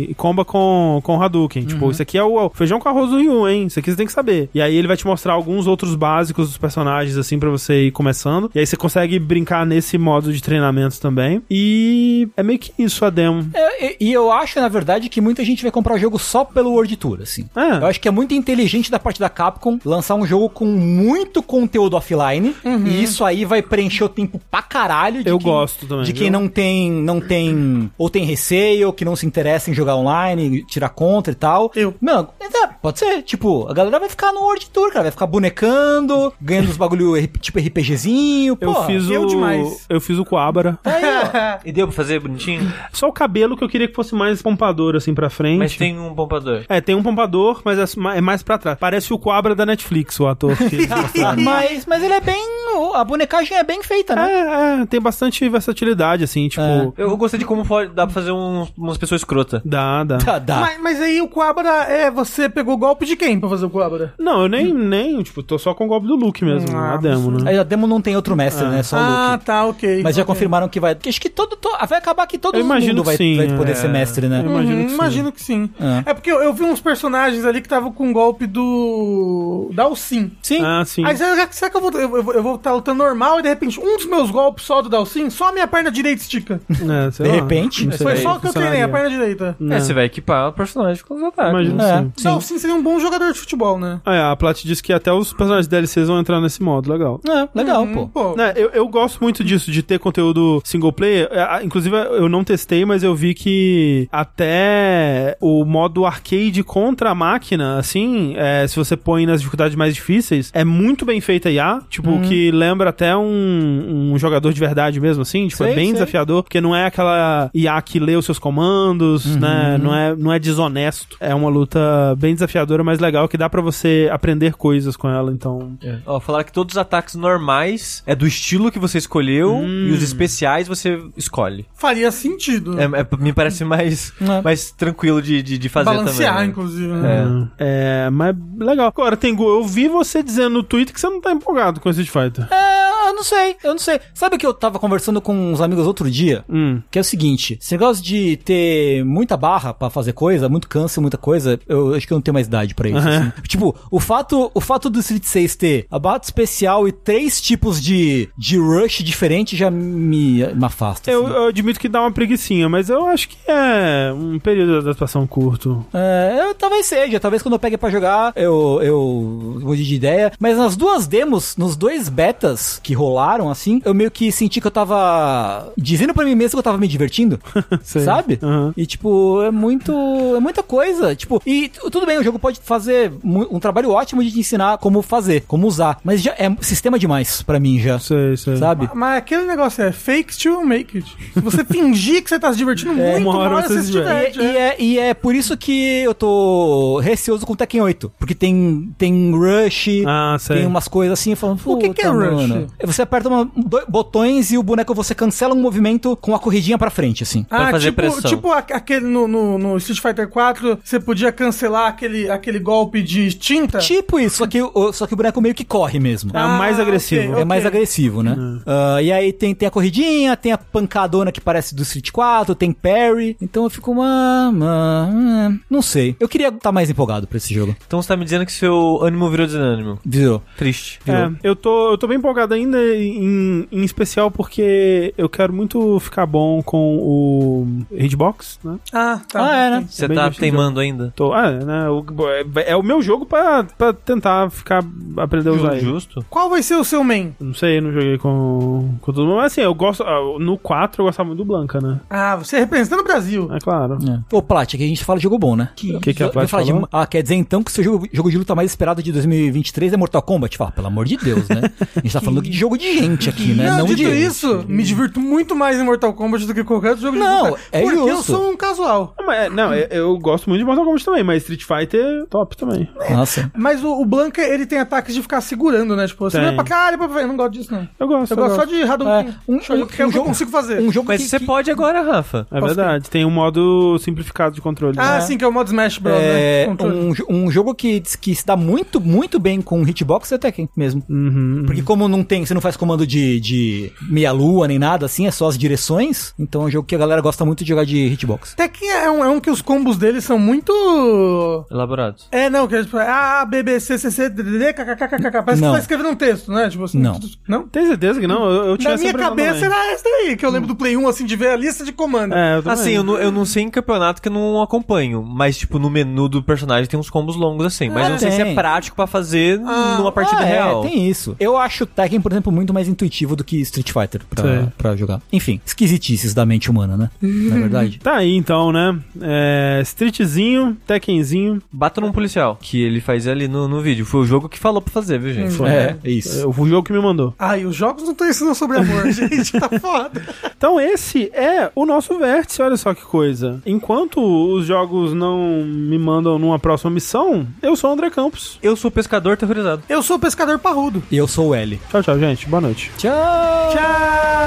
e, e comba com, com Hadouken.
Uhum.
Tipo, isso aqui é o, é o feijão com arroz do Ryu, hein? Isso aqui você tem que saber. E aí ele vai te mostrar alguns outros básicos dos personagens, assim, pra você ir começando. E aí você consegue brincar nesse modo de treinamento também. E é meio que isso a demo.
É, e, e eu acho, na verdade, que muita gente vai comprar o jogo só pelo World Tour, assim.
É.
Eu acho que é muito inteligente da parte da Capcom lançar um jogo com muito conteúdo offline.
Uhum.
E isso aí vai preencher o tempo pra caralho de
Eu
quem,
gosto também,
De
viu?
quem não tem, não tem, ou tem receio, que não se interessa em jogar online, tirar contra e tal.
Eu.
Não, mas é, pode ser. Tipo, a galera vai ficar no World Tour, cara. Vai ficar bonecando, ganhando os bagulho RP tipo RPGzinho.
Eu
porra.
fiz
eu
o.
demais.
Eu fiz o Coabra.
Tá Aí, ó.
E deu pra fazer bonitinho?
Só o cabelo que eu queria que fosse mais pompador, assim, pra frente.
Mas tem um pompador.
É, tem um pompador, mas é ma- é mais pra trás. Parece o Coabra da Netflix, o ator. Que eles mostraram.
mas, mas ele é bem. A bonecagem é bem feita, né?
é, é, tem bastante versatilidade, assim, tipo...
É.
Eu gostei de como pode, dá pra fazer uns- umas pessoas escrota.
Dá, Ah, dá.
Tá, dá.
Mas, mas aí o Coabra é. Você pegou o golpe de quem pra fazer o Coabra?
Não, eu nem, nem, tipo, tô só com o golpe do Luke mesmo,
Ah,
a demo, né?
Aí a demo não tem outro mestre, né? Só o
ah,
Luke.
tá, ok.
Mas já
Ok.
confirmaram que vai. que Acho que todo. to- vai acabar que todo
Então, é. Eu imagino
mundo
que
vai,
sim,
vai poder
é.
ser mestre, né?
Eu imagino
Uhum,
que sim.
imagino que sim.
É.
É, porque eu, eu vi uns personagens ali que estavam com um golpe do. da Alcin.
Sim.
Ah, sim.
Aí será, que- será que eu vou estar eu, vou- eu vou tá lutando normal e de repente um dos meus golpes só do Dalsin, só a minha perna direita estica?
É, sei
De
lá.
repente,
Não sei.
Foi só o que eu treinei, a
Funcionaria.
perna direita.
Não.
É, você vai equipar o personagem com os ataques.
Imagino
É,
sim.
sim.
Dalsin seria um bom jogador de futebol, né?
Ah, é, a Plat disse que até os personagens DLCs vão entrar nesse modo, legal.
É, legal,
Hum,
pô.
pô.
Né, eu, eu gosto muito disso, de ter conteúdo single player. É, a- Inclusive, eu não testei, mas eu vi que até o modo arcade contra a máquina, assim, é, se você põe nas dificuldades mais difíceis, é muito bem feita a IA. Tipo, que lembra até um, um jogador de verdade mesmo, assim. Tipo, é
Sei,
bem
sei.
desafiador, porque não é aquela IA que lê os seus comandos, né? Não é, não é desonesto. É uma luta bem desafiadora, mas legal, que dá pra você aprender coisas com ela, então.
Ó, falaram que todos os ataques normais é do estilo que você escolheu e os especiais você escolhe.
Faria sentido.
É, é- me parece mais,
É.
mais tranquilo de, de, de fazer
Balancear,
também. né?
inclusive. né?
É, mas legal. Agora, Tengu, eu vi você dizendo no Twitter que você não tá empolgado com Street Fighter.
É, eu não sei, eu não sei. Sabe o que eu tava conversando com uns amigos outro dia?
Hum.
Que é o seguinte, esse negócio de ter muita barra pra fazer coisa, muito câncer, muita coisa, eu acho que eu não tenho mais idade pra isso.
Aham.
assim. Tipo, o fato, o fato do Street 6 ter a barra especial e três tipos de, de rush diferente já me, me afasta.
Eu,
assim.
eu admito que dá uma preguiçinha, mas eu acho que é um período de adaptação curto.
É, eu- talvez seja, talvez quando eu pegue pra jogar eu, eu mude de ideia. Mas nas duas demos, nos dois betas que rolaram, assim, eu meio que senti que eu tava dizendo pra mim mesmo que eu tava me divertindo,
Sei.
sabe?
Aham.
E tipo, é muito. É muita coisa. Tipo, e t- tudo bem, o jogo pode fazer mu- um trabalho ótimo de te ensinar como fazer, como usar. Mas já é sistema demais pra mim já.
Sei, sei.
Sabe?
Ma- Mas aquele negócio é fake it till you make it. Se você fingir que você tá se divertindo
É,
muito,
uma
uma
hora
hora
você
você se
se diverte.
diverte.
E, e é, e é por isso que eu tô receoso com o Tekken 8. Porque tem, tem rush,
Ah, sei.
tem umas coisas assim, falando,
O que que é
"Puta,
rush?"
mano." Você aperta uma- dois botões e o boneco você cancela um movimento com a corridinha pra frente, assim.
Pra fazer
tipo,
pressão.
tipo a- aquele no, no- no Street Fighter 4, você podia cancelar aquele, aquele golpe de tinta.
Tipo isso, só que, o- só que o boneco meio que corre mesmo.
É mais agressivo.
Ah, ok, Uhum.
É mais
ok.
agressivo, né? Ah, e aí tem, tem a corridinha, tem a pancadona que parece do Street 4, tem parry. Então eu fico uma. uma- hum, não sei. Eu queria estar mais empolgado pra esse jogo.
Então você tá me dizendo que seu ânimo virou desânimo.
Virou.
Triste.
É, eu É, tô, eu tô bem empolgado ainda, Nintendo em, em especial porque eu quero muito ficar bom com o Hitbox, né?
Ah, tá.
ah, é, né?
Você
Bem
tá
divertido.
teimando ainda?
Tô, ah, é, né? O, é, é o meu jogo pra, pra tentar ficar aprender a usar ele.
Justo?
Qual vai ser o seu main?
Não sei, não joguei com, com todo mundo. Mas assim, eu gosto. ah, No 4 eu gostava muito do Blanca, né?
Ah, você é representando o Brasil.
É claro.
É. Ô, Plat, aqui a gente fala de jogo bom, né?
O que que a
Eu- eu
Plat
falo de-
falou?
Ah, quer dizer então que o seu jogo, jogo de luta mais esperado de 2023 é Mortal Kombat? Fala, pelo amor de Deus, né? A gente tá falando de jogo de gente aqui, né?
Não,
Não,
dito
de.
isso, me divirto muito mais em Mortal Kombat do que qualquer outro jogo
Não,
de luta.
é
porque eu
justo.
sou um casual.
Não, mas é- Não, é- eu gosto muito de Mortal Kombat também, mas Street Fighter é top também.
Nossa.
Mas o, o Blanca, ele tem ataques de ficar segurando, né? Tipo, você
Tem.
vai pra cá, ele vai pra frente. Eu não gosto disso, não.
Eu gosto.
Eu gosto só de Hadouken.
É, um-
Show,
um-
que é
um
o que eu
jogo-
consigo fazer.
Um jogo
Mas
que,
você
que-
pode agora, Rafa.
É verdade, tem um modo simplificado de controle.
Ah,
né?
sim, que é o modo Smash Bros,
É,
né? Controle.
um, jo- um jogo que, diz que se dá muito, muito bem com hitbox é Tekken mesmo.
Uhum.
Uhum.
Porque como não tem, você não faz comando de, de meia-lua nem nada assim, é só as direções. Então é um jogo que a galera gosta muito de jogar de hitbox.
Tekken é um, é um que os combos dele são muito...
Elaborado.
É, não, que é tipo, A, B, B, C, C, C, D, D, D, K, K, K, K, K, K. Parece que
Não.
você tá escrevendo um texto, né? Tipo assim...
Não.
tudo- Não?
Tem certeza que não? Eu, eu tinha
Na
essa
minha
impressão
cabeça
também.
era essa daí, que eu
Hum.
lembro do Play 1, assim, de ver a lista de comandos.
É, eu também.
Assim, eu não, eu não sei em campeonato que eu não acompanho, mas, tipo, no menu do personagem tem uns combos longos assim. Mas eu não sei se é
tem.
prático pra fazer numa partida
Ah, é,
real.
tem isso. Eu acho Tekken, por exemplo, muito mais intuitivo do que Street Fighter pra,
Sim.
pra jogar. Enfim, esquisitices da mente humana, né? Na verdade.
Tá aí então, né? É, Streetzinho, Tekkenzinho.
Bata num policial, que ele faz ali no, no vídeo. Foi o jogo que falou pra fazer, viu, gente?
É, é isso.
É, o jogo que me mandou.
Ai, os jogos não estão ensinando sobre amor, gente, tá foda.
Então esse é o nosso vértice, olha só que coisa. Enquanto os jogos não me mandam numa próxima missão, eu sou o André Campos.
Eu sou pescador terrorizado.
Eu sou o pescador parrudo.
E eu sou o L.
Tchau, tchau, gente. Boa noite.
Tchau!
Tchau!